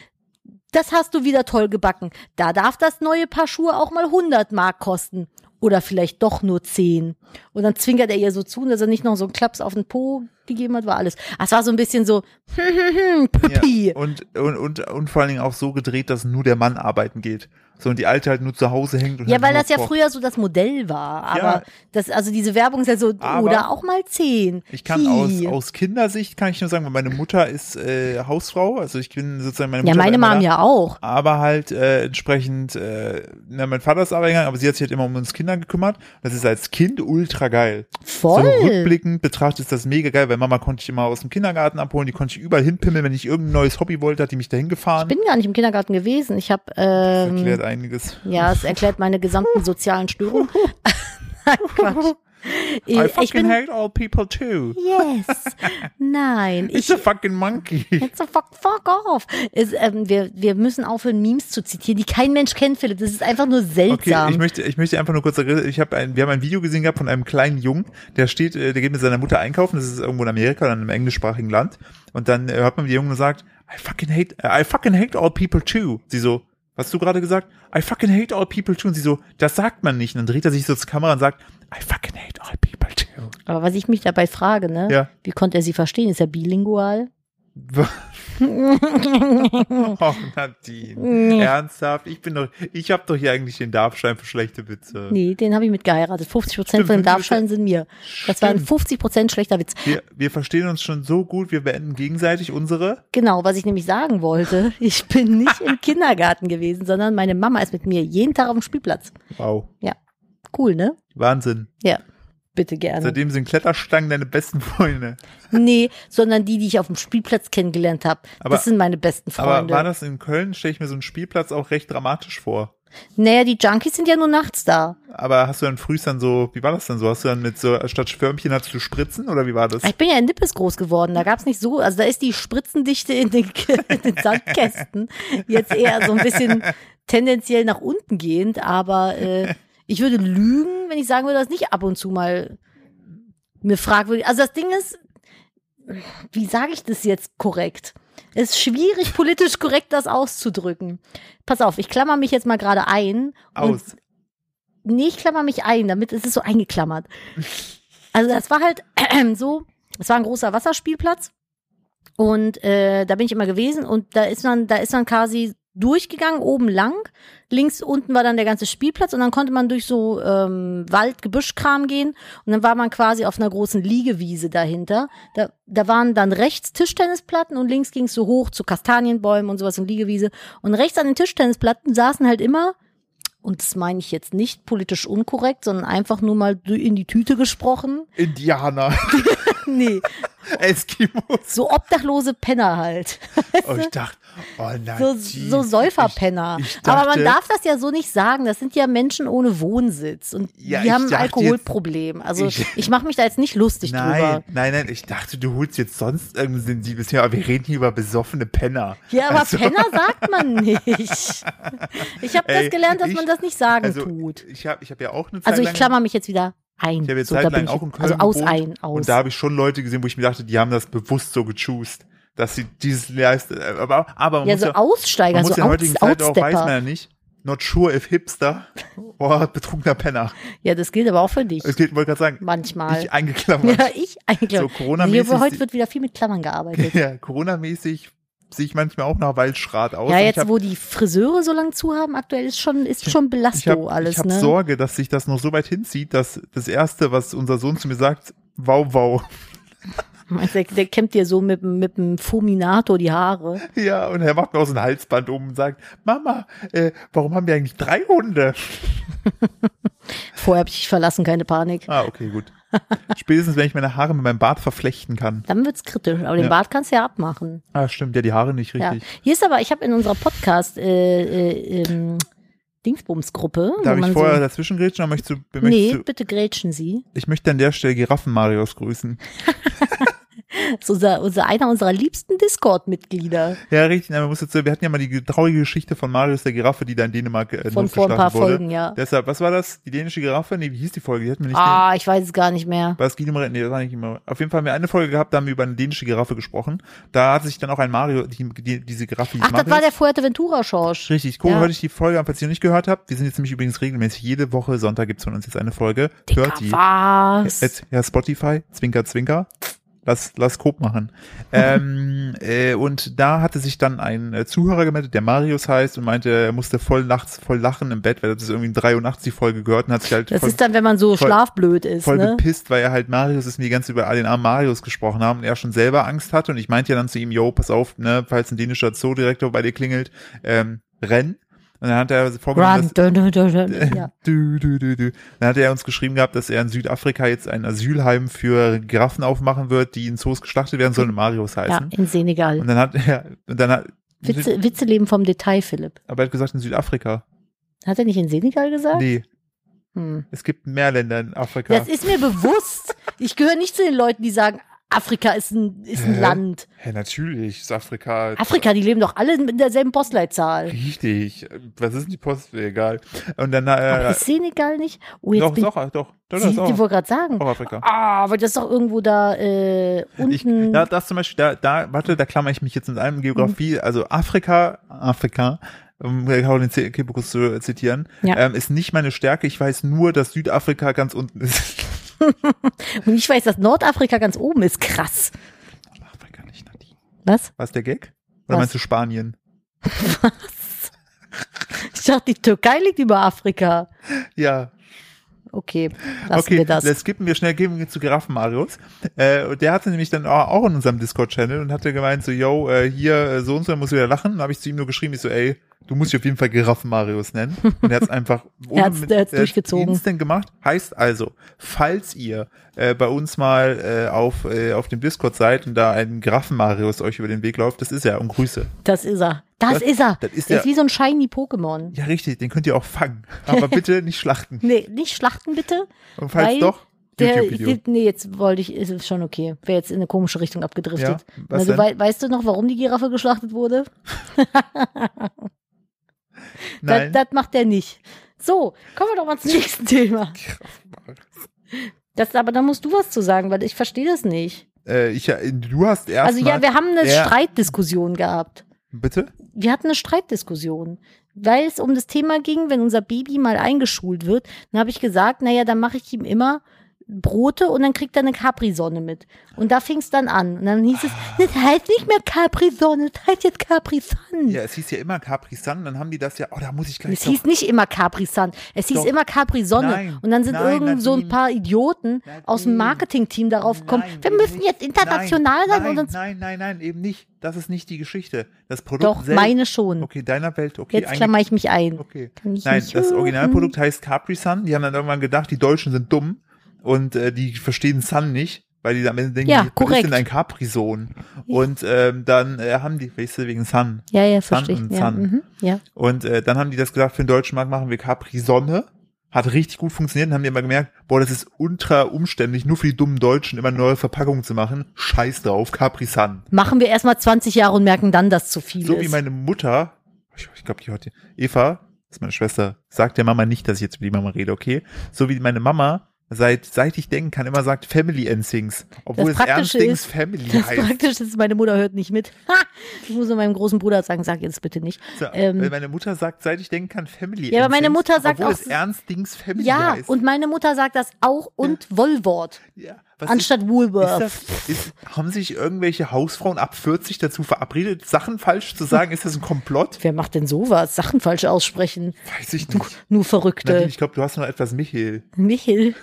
[SPEAKER 2] das hast du wieder toll gebacken. Da darf das neue Paar Schuhe auch mal 100 Mark kosten. Oder vielleicht doch nur 10. Und dann zwinkert er ihr so zu, dass er nicht noch so einen Klaps auf den Po gegeben hat, war alles. Ah, Es war so ein bisschen so, Püppi.
[SPEAKER 1] Ja, und, und, und, und vor allen Dingen auch so gedreht, dass nur der Mann arbeiten geht. So, und die Alte halt nur zu Hause hängt. Und
[SPEAKER 2] Ja,
[SPEAKER 1] halt
[SPEAKER 2] weil
[SPEAKER 1] nur
[SPEAKER 2] das ja
[SPEAKER 1] kocht.
[SPEAKER 2] früher so das Modell war. Aber
[SPEAKER 1] Ja.
[SPEAKER 2] das, also diese Werbung ist ja so,
[SPEAKER 1] Aber
[SPEAKER 2] oder auch mal zehn.
[SPEAKER 1] Ich kann aus,
[SPEAKER 2] Hi.
[SPEAKER 1] aus Kindersicht, kann ich nur sagen, weil meine Mutter ist äh, Hausfrau, also ich bin sozusagen meine Mutter.
[SPEAKER 2] ja,
[SPEAKER 1] war
[SPEAKER 2] meine
[SPEAKER 1] immer
[SPEAKER 2] Mom
[SPEAKER 1] da.
[SPEAKER 2] ja auch.
[SPEAKER 1] aber halt äh, entsprechend, äh, na, mein Vater ist arbeiten gegangen, aber sie hat sich halt immer um uns Kinder gekümmert. Das ist als Kind ultra geil.
[SPEAKER 2] Voll.
[SPEAKER 1] So rückblickend betrachtet ist das mega geil, weil Mama konnte ich immer aus dem Kindergarten abholen, die konnte ich überall hinpimmeln, wenn ich irgendein neues Hobby wollte, hat die mich dahin gefahren.
[SPEAKER 2] Bin gar nicht im Kindergarten gewesen. Ich habe,
[SPEAKER 1] das erklärt
[SPEAKER 2] ähm,
[SPEAKER 1] einiges.
[SPEAKER 2] ja, es erklärt meine gesamten sozialen Störungen. Nein, Quatsch. Ich,
[SPEAKER 1] I
[SPEAKER 2] ich
[SPEAKER 1] fucking
[SPEAKER 2] bin,
[SPEAKER 1] hate all people too.
[SPEAKER 2] yes. Nein,
[SPEAKER 1] It's
[SPEAKER 2] ich,
[SPEAKER 1] a fucking monkey.
[SPEAKER 2] Jetzt so fuck, fuck off. Es, ähm, wir, wir müssen aufhören, Memes zu zitieren, die kein Mensch kennt, Philipp. Das ist einfach nur
[SPEAKER 1] Okay,
[SPEAKER 2] seltsam.
[SPEAKER 1] ich möchte, ich möchte einfach nur kurz, erinnern, ich habe ein, wir haben ein Video gesehen gehabt von einem kleinen Jungen, der steht, äh, der geht mit seiner Mutter einkaufen, das ist irgendwo in Amerika oder in einem englischsprachigen Land, und dann äh, hört man den Jungen und sagt, I fucking hate, äh, I fucking hate all people too. Sie so, was hast du gerade gesagt? I fucking hate all people too. Und sie so, das sagt man nicht. Und dann dreht er sich so zur Kamera und sagt, I fucking hate all people too.
[SPEAKER 2] Aber was ich mich dabei frage, ne?
[SPEAKER 1] Ja.
[SPEAKER 2] Wie konnte er sie verstehen? Ist er bilingual?
[SPEAKER 1] oh, Nadine, ernsthaft? Ich bin doch, ich habe doch hier eigentlich den Darfstein für schlechte Witze.
[SPEAKER 2] Nee, den habe ich mitgeheiratet. 50 Prozent
[SPEAKER 1] Stimmt,
[SPEAKER 2] von den
[SPEAKER 1] 50%.
[SPEAKER 2] Darfscheinen sind mir. Das war ein
[SPEAKER 1] Stimmt.
[SPEAKER 2] 50 Prozent schlechter Witz.
[SPEAKER 1] Wir, wir verstehen uns schon so gut, wir beenden gegenseitig unsere.
[SPEAKER 2] Genau, was ich nämlich sagen wollte. Ich bin nicht im Kindergarten gewesen, sondern meine Mama ist mit mir jeden Tag auf dem Spielplatz.
[SPEAKER 1] Wow.
[SPEAKER 2] Cool, ne?
[SPEAKER 1] Wahnsinn.
[SPEAKER 2] Ja. Bitte gerne.
[SPEAKER 1] Seitdem sind Kletterstangen deine besten Freunde.
[SPEAKER 2] Nee, sondern die, die ich auf dem Spielplatz kennengelernt habe.
[SPEAKER 1] Aber-
[SPEAKER 2] Das sind meine besten
[SPEAKER 1] Aber
[SPEAKER 2] Freunde.
[SPEAKER 1] war das in Köln, stelle ich mir so einen Spielplatz auch recht dramatisch vor.
[SPEAKER 2] naja, die Junkies sind ja nur nachts da.
[SPEAKER 1] Aber hast du dann frühst dann so, wie war das denn so? Hast du dann mit so, statt Förmchen hattest du Spritzen oder wie war das?
[SPEAKER 2] Ich bin ja in Nippes groß geworden. Da gab's nicht so, also da ist die Spritzendichte in den, in den Sandkästen jetzt eher so ein bisschen tendenziell nach unten gehend. Aber äh, ich würde lügen, wenn ich sagen würde, dass nicht ab und zu mal mir fragwürdig. Also das Ding ist, wie sage ich das jetzt korrekt? Es ist schwierig, politisch korrekt das auszudrücken. Pass auf, ich klammer mich jetzt mal gerade ein. und
[SPEAKER 1] Aus.
[SPEAKER 2] Nee, ich klammer mich ein, damit ist es so eingeklammert. Also das war halt so, es war ein großer Wasserspielplatz und äh, da bin ich immer gewesen und da ist man, da ist man quasi durchgegangen, oben lang. Links unten war dann der ganze Spielplatz und dann konnte man durch so ähm, Wald, Gebüschkram gehen und dann war man quasi auf einer großen Liegewiese dahinter. Da, da waren dann rechts Tischtennisplatten und links ging es so hoch zu Kastanienbäumen und sowas und Liegewiese. Und rechts an den Tischtennisplatten saßen halt immer und das meine ich jetzt nicht politisch unkorrekt, sondern einfach nur mal du- in die Tüte gesprochen.
[SPEAKER 1] Indianer.
[SPEAKER 2] Nee,
[SPEAKER 1] Eskimos.
[SPEAKER 2] so obdachlose Penner halt.
[SPEAKER 1] Oh, ich dachte, oh nein.
[SPEAKER 2] So, so Säuferpenner.
[SPEAKER 1] Ich- ich dachte-
[SPEAKER 2] Aber man darf das ja so nicht sagen. Das sind ja Menschen ohne Wohnsitz und
[SPEAKER 1] Ja,
[SPEAKER 2] die
[SPEAKER 1] ich
[SPEAKER 2] haben ein
[SPEAKER 1] dachte
[SPEAKER 2] Alkoholproblem. also ich,
[SPEAKER 1] ich-
[SPEAKER 2] mache mich da jetzt nicht lustig
[SPEAKER 1] Nein,
[SPEAKER 2] drüber.
[SPEAKER 1] nein, nein, ich dachte, du holst jetzt sonst irgendein sensibles Thema, aber wir reden hier über besoffene Penner.
[SPEAKER 2] Ja, aber
[SPEAKER 1] Also-
[SPEAKER 2] Penner sagt man nicht. Ich habe das
[SPEAKER 1] Ey,
[SPEAKER 2] gelernt, dass
[SPEAKER 1] ich-
[SPEAKER 2] man das nicht sagen
[SPEAKER 1] also,
[SPEAKER 2] tut.
[SPEAKER 1] Ich habe ich hab ja auch eine Zeit
[SPEAKER 2] Also ich
[SPEAKER 1] lang-
[SPEAKER 2] klammer mich jetzt wieder ein.
[SPEAKER 1] Ich habe jetzt
[SPEAKER 2] so, da
[SPEAKER 1] zeitlang
[SPEAKER 2] bin ich
[SPEAKER 1] auch in
[SPEAKER 2] jetzt-
[SPEAKER 1] Köln
[SPEAKER 2] also aus,
[SPEAKER 1] gewohnt
[SPEAKER 2] ein, aus.
[SPEAKER 1] und da habe ich schon Leute gesehen, wo ich mir dachte, die haben das bewusst so gechoost, dass sie dieses leisten. Aber, aber man
[SPEAKER 2] ja,
[SPEAKER 1] muss
[SPEAKER 2] so
[SPEAKER 1] ja, man
[SPEAKER 2] Aussteiger,
[SPEAKER 1] muss
[SPEAKER 2] so
[SPEAKER 1] ja in heutigen
[SPEAKER 2] Outs-
[SPEAKER 1] Zeit auch, weiß
[SPEAKER 2] Outstepper.
[SPEAKER 1] man ja nicht, not sure if hipster or betrunkener Penner.
[SPEAKER 2] Ja, das gilt aber auch für dich.
[SPEAKER 1] Es geht, wollte gerade sagen,
[SPEAKER 2] Manchmal.
[SPEAKER 1] Also, ich eingeklammert.
[SPEAKER 2] ja, ich eigentlich.
[SPEAKER 1] So Corona-mäßig
[SPEAKER 2] Hier, heute
[SPEAKER 1] die-
[SPEAKER 2] wird wieder viel mit Klammern gearbeitet.
[SPEAKER 1] Ja, Corona-mäßig sehe ich manchmal auch nach Waldschrat aus.
[SPEAKER 2] Ja,
[SPEAKER 1] Und ich
[SPEAKER 2] jetzt
[SPEAKER 1] hab-
[SPEAKER 2] wo die Friseure so lang zu haben, aktuell ist schon ist schon
[SPEAKER 1] ich habe
[SPEAKER 2] Belasto alles,
[SPEAKER 1] hab
[SPEAKER 2] ne?
[SPEAKER 1] Sorge, dass sich das noch so weit hinzieht, dass das Erste, was unser Sohn zu mir sagt, wow, wow.
[SPEAKER 2] Meinst du, der, der kämmt dir so mit dem- mit dem Fuminato die Haare.
[SPEAKER 1] Ja, und er macht mir auch so ein Halsband um und sagt, Mama, äh, warum haben wir eigentlich drei Hunde?
[SPEAKER 2] Vorher hab ich dich verlassen, keine Panik.
[SPEAKER 1] Ah, okay, gut. Spätestens, wenn ich meine Haare mit meinem Bart verflechten kann.
[SPEAKER 2] Dann wird's kritisch, aber den
[SPEAKER 1] Ja.
[SPEAKER 2] Bart kannst du ja abmachen.
[SPEAKER 1] Ah, stimmt, ja, die Haare nicht
[SPEAKER 2] Ja.
[SPEAKER 1] richtig.
[SPEAKER 2] Hier ist aber, ich habe in unserer Podcast äh, äh, ähm, Dingsbums-Gruppe, wo
[SPEAKER 1] Darf ich
[SPEAKER 2] man
[SPEAKER 1] vorher
[SPEAKER 2] so,
[SPEAKER 1] dazwischen grätschen? Oder möchtest du, möchtest
[SPEAKER 2] nee,
[SPEAKER 1] du,
[SPEAKER 2] bitte grätschen Sie.
[SPEAKER 1] ich möchte an der Stelle Giraffen-Marius grüßen.
[SPEAKER 2] Das ist unser, unser, einer unserer liebsten Discord-Mitglieder.
[SPEAKER 1] Ja, richtig. Na, man muss jetzt, wir hatten ja mal die traurige Geschichte von Marius der Giraffe, die da in Dänemark äh,
[SPEAKER 2] Von vor ein
[SPEAKER 1] notgeschlagen
[SPEAKER 2] paar
[SPEAKER 1] wurde.
[SPEAKER 2] Folgen, ja.
[SPEAKER 1] Deshalb, was war das? Die dänische Giraffe? Nee, wie hieß die Folge? Die hatten wir nicht.
[SPEAKER 2] Ah, ich weiß es gar nicht mehr.
[SPEAKER 1] War es Guido Moretti? Nee, das war nicht immer. Auf jeden Fall haben wir eine Folge gehabt, da haben wir über eine dänische Giraffe gesprochen. Da hat sich dann auch ein Mario, die, die, diese Giraffe, die
[SPEAKER 2] Ach, das war der Fuerteventura-Schorsch.
[SPEAKER 1] Richtig, gucken,
[SPEAKER 2] Ja.
[SPEAKER 1] hört euch die Folge an, falls ihr noch nicht gehört habt. Wir sind jetzt nämlich übrigens regelmäßig. Jede Woche Sonntag gibt's von uns jetzt eine Folge.
[SPEAKER 2] Digga,
[SPEAKER 1] hört die.
[SPEAKER 2] was?
[SPEAKER 1] Jetzt, ja, Spotify, Zwinker, Zwinker. Lass, lass Coop machen. ähm, äh, und da hatte sich dann ein äh, Zuhörer gemeldet, der Marius heißt und meinte, er musste voll nachts voll lachen im Bett, weil er das irgendwie um 3 Uhr nachts die Folge gehört und hat sich halt
[SPEAKER 2] Das
[SPEAKER 1] voll,
[SPEAKER 2] ist dann, wenn man so
[SPEAKER 1] voll-
[SPEAKER 2] schlafblöd ist,
[SPEAKER 1] voll
[SPEAKER 2] ne?
[SPEAKER 1] gepisst, weil er halt Marius ist und die ganze über den armen Marius gesprochen haben und er schon selber Angst hatte und ich meinte ja dann zu ihm, yo, pass auf, ne, falls ein dänischer Zoodirektor bei dir klingelt, ähm, renn. Und dann hat er vorgenommen, dass, Äh,
[SPEAKER 2] Run, dun, dun, dun, dun. Ja.
[SPEAKER 1] Du, du, du, du. Dann hat er uns geschrieben gehabt, dass er in Südafrika jetzt ein Asylheim für Giraffen aufmachen wird, die in Zoos geschlachtet werden sollen, und Marius
[SPEAKER 2] ja,
[SPEAKER 1] heißen.
[SPEAKER 2] in Senegal.
[SPEAKER 1] Und dann hat er, und dann hat,
[SPEAKER 2] Witze, Witze leben vom Detail, Philipp.
[SPEAKER 1] aber er hat gesagt in Südafrika.
[SPEAKER 2] Hat er nicht in Senegal gesagt?
[SPEAKER 1] Nee,
[SPEAKER 2] Hm.
[SPEAKER 1] es gibt mehr Länder in Afrika.
[SPEAKER 2] Das ist mir bewusst. Ich gehöre nicht zu den Leuten, die sagen, Afrika ist ein, ist ein
[SPEAKER 1] Hä?
[SPEAKER 2] Land.
[SPEAKER 1] Hä, natürlich, ist Afrika.
[SPEAKER 2] Afrika, die leben doch alle mit derselben Postleitzahl.
[SPEAKER 1] Richtig. Was ist denn die Post? Egal. Und dann,
[SPEAKER 2] Aber
[SPEAKER 1] äh,
[SPEAKER 2] ist Senegal nicht? Oh, jetzt
[SPEAKER 1] doch,
[SPEAKER 2] bin
[SPEAKER 1] doch, doch, doch, das
[SPEAKER 2] ich,
[SPEAKER 1] ist
[SPEAKER 2] ich
[SPEAKER 1] auch,
[SPEAKER 2] wollte gerade sagen.
[SPEAKER 1] auch Afrika.
[SPEAKER 2] Ah, aber das ist doch irgendwo da äh,
[SPEAKER 1] Ich,
[SPEAKER 2] unten.
[SPEAKER 1] da, das zum Beispiel, da, da, warte, da klammer ich mich jetzt in allem
[SPEAKER 2] Mhm.
[SPEAKER 1] Geografie, also Afrika, Afrika, um Caroline Z- Kebekus zu äh, zitieren,
[SPEAKER 2] Ja.
[SPEAKER 1] ähm, ist nicht meine Stärke. Ich weiß nur, dass Südafrika ganz unten ist.
[SPEAKER 2] Und ich weiß, dass Nordafrika ganz oben ist. Krass.
[SPEAKER 1] Afrika nicht, Nadine.
[SPEAKER 2] Was?
[SPEAKER 1] War es der Gag? Oder
[SPEAKER 2] Was?
[SPEAKER 1] meinst du Spanien?
[SPEAKER 2] Ich dachte, die Türkei liegt über Afrika.
[SPEAKER 1] Ja,
[SPEAKER 2] Okay, lassen
[SPEAKER 1] okay,
[SPEAKER 2] wir das.
[SPEAKER 1] Das skippen wir schnell, gehen wir zu Giraffen Marius. Äh, und der hatte nämlich dann auch auch in unserem Discord-Channel und hatte gemeint so, yo, äh, hier, äh, so und so, er muss wieder lachen. Dann habe ich zu ihm nur geschrieben, ich so, ey, du musst dich auf jeden Fall Giraffen Marius nennen. Und er hat es einfach ohne
[SPEAKER 2] hat's-
[SPEAKER 1] mit-
[SPEAKER 2] er hat's
[SPEAKER 1] er hat's
[SPEAKER 2] durchgezogen.
[SPEAKER 1] Instant gemacht. Heißt also, falls ihr äh, bei uns mal äh, auf, äh, auf dem Discord seid und da ein Giraffen Marius euch über den Weg läuft, das ist er und Grüße.
[SPEAKER 2] Das ist er. Das,
[SPEAKER 1] Das-
[SPEAKER 2] ist er.
[SPEAKER 1] das ist
[SPEAKER 2] der
[SPEAKER 1] der-
[SPEAKER 2] ist wie so ein shiny Pokémon.
[SPEAKER 1] Ja, richtig, den könnt ihr auch fangen. Aber bitte nicht schlachten.
[SPEAKER 2] Nee, nicht schlachten bitte.
[SPEAKER 1] Und falls
[SPEAKER 2] Weil
[SPEAKER 1] doch,
[SPEAKER 2] Der,
[SPEAKER 1] YouTube-Video.
[SPEAKER 2] nee, jetzt wollte ich, ist es schon okay. Wäre jetzt in eine komische Richtung abgedriftet.
[SPEAKER 1] Ja, was
[SPEAKER 2] also,
[SPEAKER 1] denn?
[SPEAKER 2] wei weißt du noch, warum die Giraffe geschlachtet wurde? Das,
[SPEAKER 1] Nein.
[SPEAKER 2] das macht er nicht. So, kommen wir doch mal zum nächsten Thema. Das, aber da musst du was zu sagen, weil ich verstehe das nicht.
[SPEAKER 1] Äh, ich, äh, du hast erst
[SPEAKER 2] Also ja,
[SPEAKER 1] mal-
[SPEAKER 2] wir haben eine
[SPEAKER 1] Ja.
[SPEAKER 2] Streitdiskussion gehabt.
[SPEAKER 1] Bitte?
[SPEAKER 2] Wir hatten eine Streitdiskussion, weil es um das Thema ging, wenn unser Baby mal eingeschult wird, dann habe ich gesagt, naja, dann mache ich ihm immer Brote und dann kriegt er eine Capri-Sonne mit. Und da fing es dann an. Und dann hieß es,
[SPEAKER 1] Ah.
[SPEAKER 2] das heißt nicht mehr Capri-Sonne, das heißt jetzt Capri-Sun.
[SPEAKER 1] Ja, es hieß ja immer Capri Sun, dann haben die das ja, oh, da muss ich gleich
[SPEAKER 2] Es hieß nicht immer Capri-Sun, es hieß
[SPEAKER 1] Doch.
[SPEAKER 2] immer Capri-Sonne.
[SPEAKER 1] Nein.
[SPEAKER 2] Und dann sind
[SPEAKER 1] Nein,
[SPEAKER 2] irgend so ein
[SPEAKER 1] Nadine.
[SPEAKER 2] paar Idioten aus dem
[SPEAKER 1] Nadine.
[SPEAKER 2] Marketing-Team darauf gekommen,
[SPEAKER 1] Nein,
[SPEAKER 2] wir
[SPEAKER 1] eben
[SPEAKER 2] müssen
[SPEAKER 1] nicht.
[SPEAKER 2] jetzt international
[SPEAKER 1] nein,
[SPEAKER 2] sein
[SPEAKER 1] nein,
[SPEAKER 2] und uns...
[SPEAKER 1] Nein, nein, nein, eben nicht. Das ist nicht die Geschichte. Das Produkt
[SPEAKER 2] Doch,
[SPEAKER 1] selbst.
[SPEAKER 2] meine schon.
[SPEAKER 1] Okay, deiner Welt, okay.
[SPEAKER 2] Jetzt
[SPEAKER 1] einge-
[SPEAKER 2] klammer ich mich ein.
[SPEAKER 1] okay.
[SPEAKER 2] Kann ich
[SPEAKER 1] Nein,
[SPEAKER 2] nicht
[SPEAKER 1] das
[SPEAKER 2] hören.
[SPEAKER 1] Originalprodukt heißt Capri Sun. Die haben dann irgendwann gedacht, die Deutschen sind dumm und äh, die verstehen Sun nicht. Weil die am Ende denken,
[SPEAKER 2] Ja,
[SPEAKER 1] die- was
[SPEAKER 2] korrekt.
[SPEAKER 1] ist denn ein Capri-Sohn? Und ähm, dann äh, haben die, weißt du, wegen Sun.
[SPEAKER 2] Ja, ja,
[SPEAKER 1] Sun
[SPEAKER 2] verstehe.
[SPEAKER 1] und
[SPEAKER 2] Ja,
[SPEAKER 1] Sun.
[SPEAKER 2] mhm, ja.
[SPEAKER 1] Und äh, dann haben die das gesagt, für den deutschen Markt machen wir Capri-Sonne. Hat richtig gut funktioniert und haben die immer gemerkt, boah, das ist ultra umständlich, nur für die dummen Deutschen immer neue Verpackungen zu machen. Scheiß drauf, Capri-Sun.
[SPEAKER 2] Machen wir erstmal 20 Jahre und merken dann, dass zu viel
[SPEAKER 1] So
[SPEAKER 2] ist.
[SPEAKER 1] wie meine Mutter, ich, ich glaube, die heute, Eva, das ist meine Schwester, sagt der Mama nicht, dass ich jetzt über die Mama rede, okay? So wie meine Mama, seit, seit ich denken kann, immer sagt Family and Things. Obwohl
[SPEAKER 2] Das
[SPEAKER 1] es ernst
[SPEAKER 2] Praktische
[SPEAKER 1] Things
[SPEAKER 2] ist,
[SPEAKER 1] Family
[SPEAKER 2] das
[SPEAKER 1] heißt.
[SPEAKER 2] praktisch ist, meine Mutter hört nicht mit. Ha! Ich muss nur meinem großen Bruder sagen, sag jetzt bitte nicht.
[SPEAKER 1] So,
[SPEAKER 2] ähm,
[SPEAKER 1] weil meine Mutter sagt, seit ich denken kann, Family
[SPEAKER 2] Ja, aber
[SPEAKER 1] and
[SPEAKER 2] meine
[SPEAKER 1] Things,
[SPEAKER 2] Mutter sagt
[SPEAKER 1] obwohl
[SPEAKER 2] auch-
[SPEAKER 1] es ernst Dings Family
[SPEAKER 2] Ja,
[SPEAKER 1] heißt.
[SPEAKER 2] und meine Mutter sagt das auch und Wollwort
[SPEAKER 1] ja, was ist-
[SPEAKER 2] anstatt
[SPEAKER 1] Ist
[SPEAKER 2] Woolworth.
[SPEAKER 1] das, ist, haben sich irgendwelche Hausfrauen ab 40 dazu verabredet, Sachen falsch zu sagen? Ist das ein Komplott?
[SPEAKER 2] Wer macht denn sowas? Sachen falsch aussprechen.
[SPEAKER 1] Weiß ich nicht.
[SPEAKER 2] Nur
[SPEAKER 1] Nadine,
[SPEAKER 2] Verrückte.
[SPEAKER 1] ich glaube, du hast noch etwas Michel
[SPEAKER 2] Michel,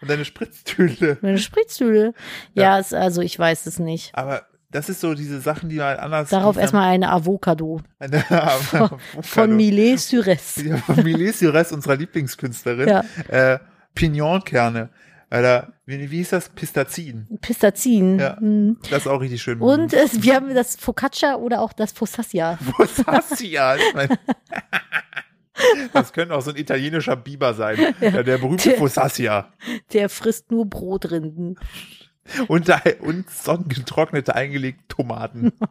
[SPEAKER 1] und deine Spritztüte.
[SPEAKER 2] meine Spritzhülle. Ja, ist, also ich weiß es nicht.
[SPEAKER 1] Aber das ist so diese Sachen, die mal anders.
[SPEAKER 2] Darauf erstmal eine Avocado
[SPEAKER 1] von,
[SPEAKER 2] von Millet Sures.
[SPEAKER 1] Von Millet Sires, unserer Lieblingskünstlerin.
[SPEAKER 2] Ja.
[SPEAKER 1] Äh, Pignonkerne. Alter, wie, wie hieß das? Pistazin.
[SPEAKER 2] Pistazin.
[SPEAKER 1] Ja.
[SPEAKER 2] Hm.
[SPEAKER 1] Das ist auch richtig schön.
[SPEAKER 2] Und es, wir haben das Focaccia oder auch das Focaccia.
[SPEAKER 1] Was hast du ja? Ich mein, das könnte auch so ein italienischer Biber sein. Der, der berühmte
[SPEAKER 2] Der-
[SPEAKER 1] Fossassia.
[SPEAKER 2] Der frisst nur Brotrinden.
[SPEAKER 1] Und, und sonnengetrocknete eingelegte Tomaten.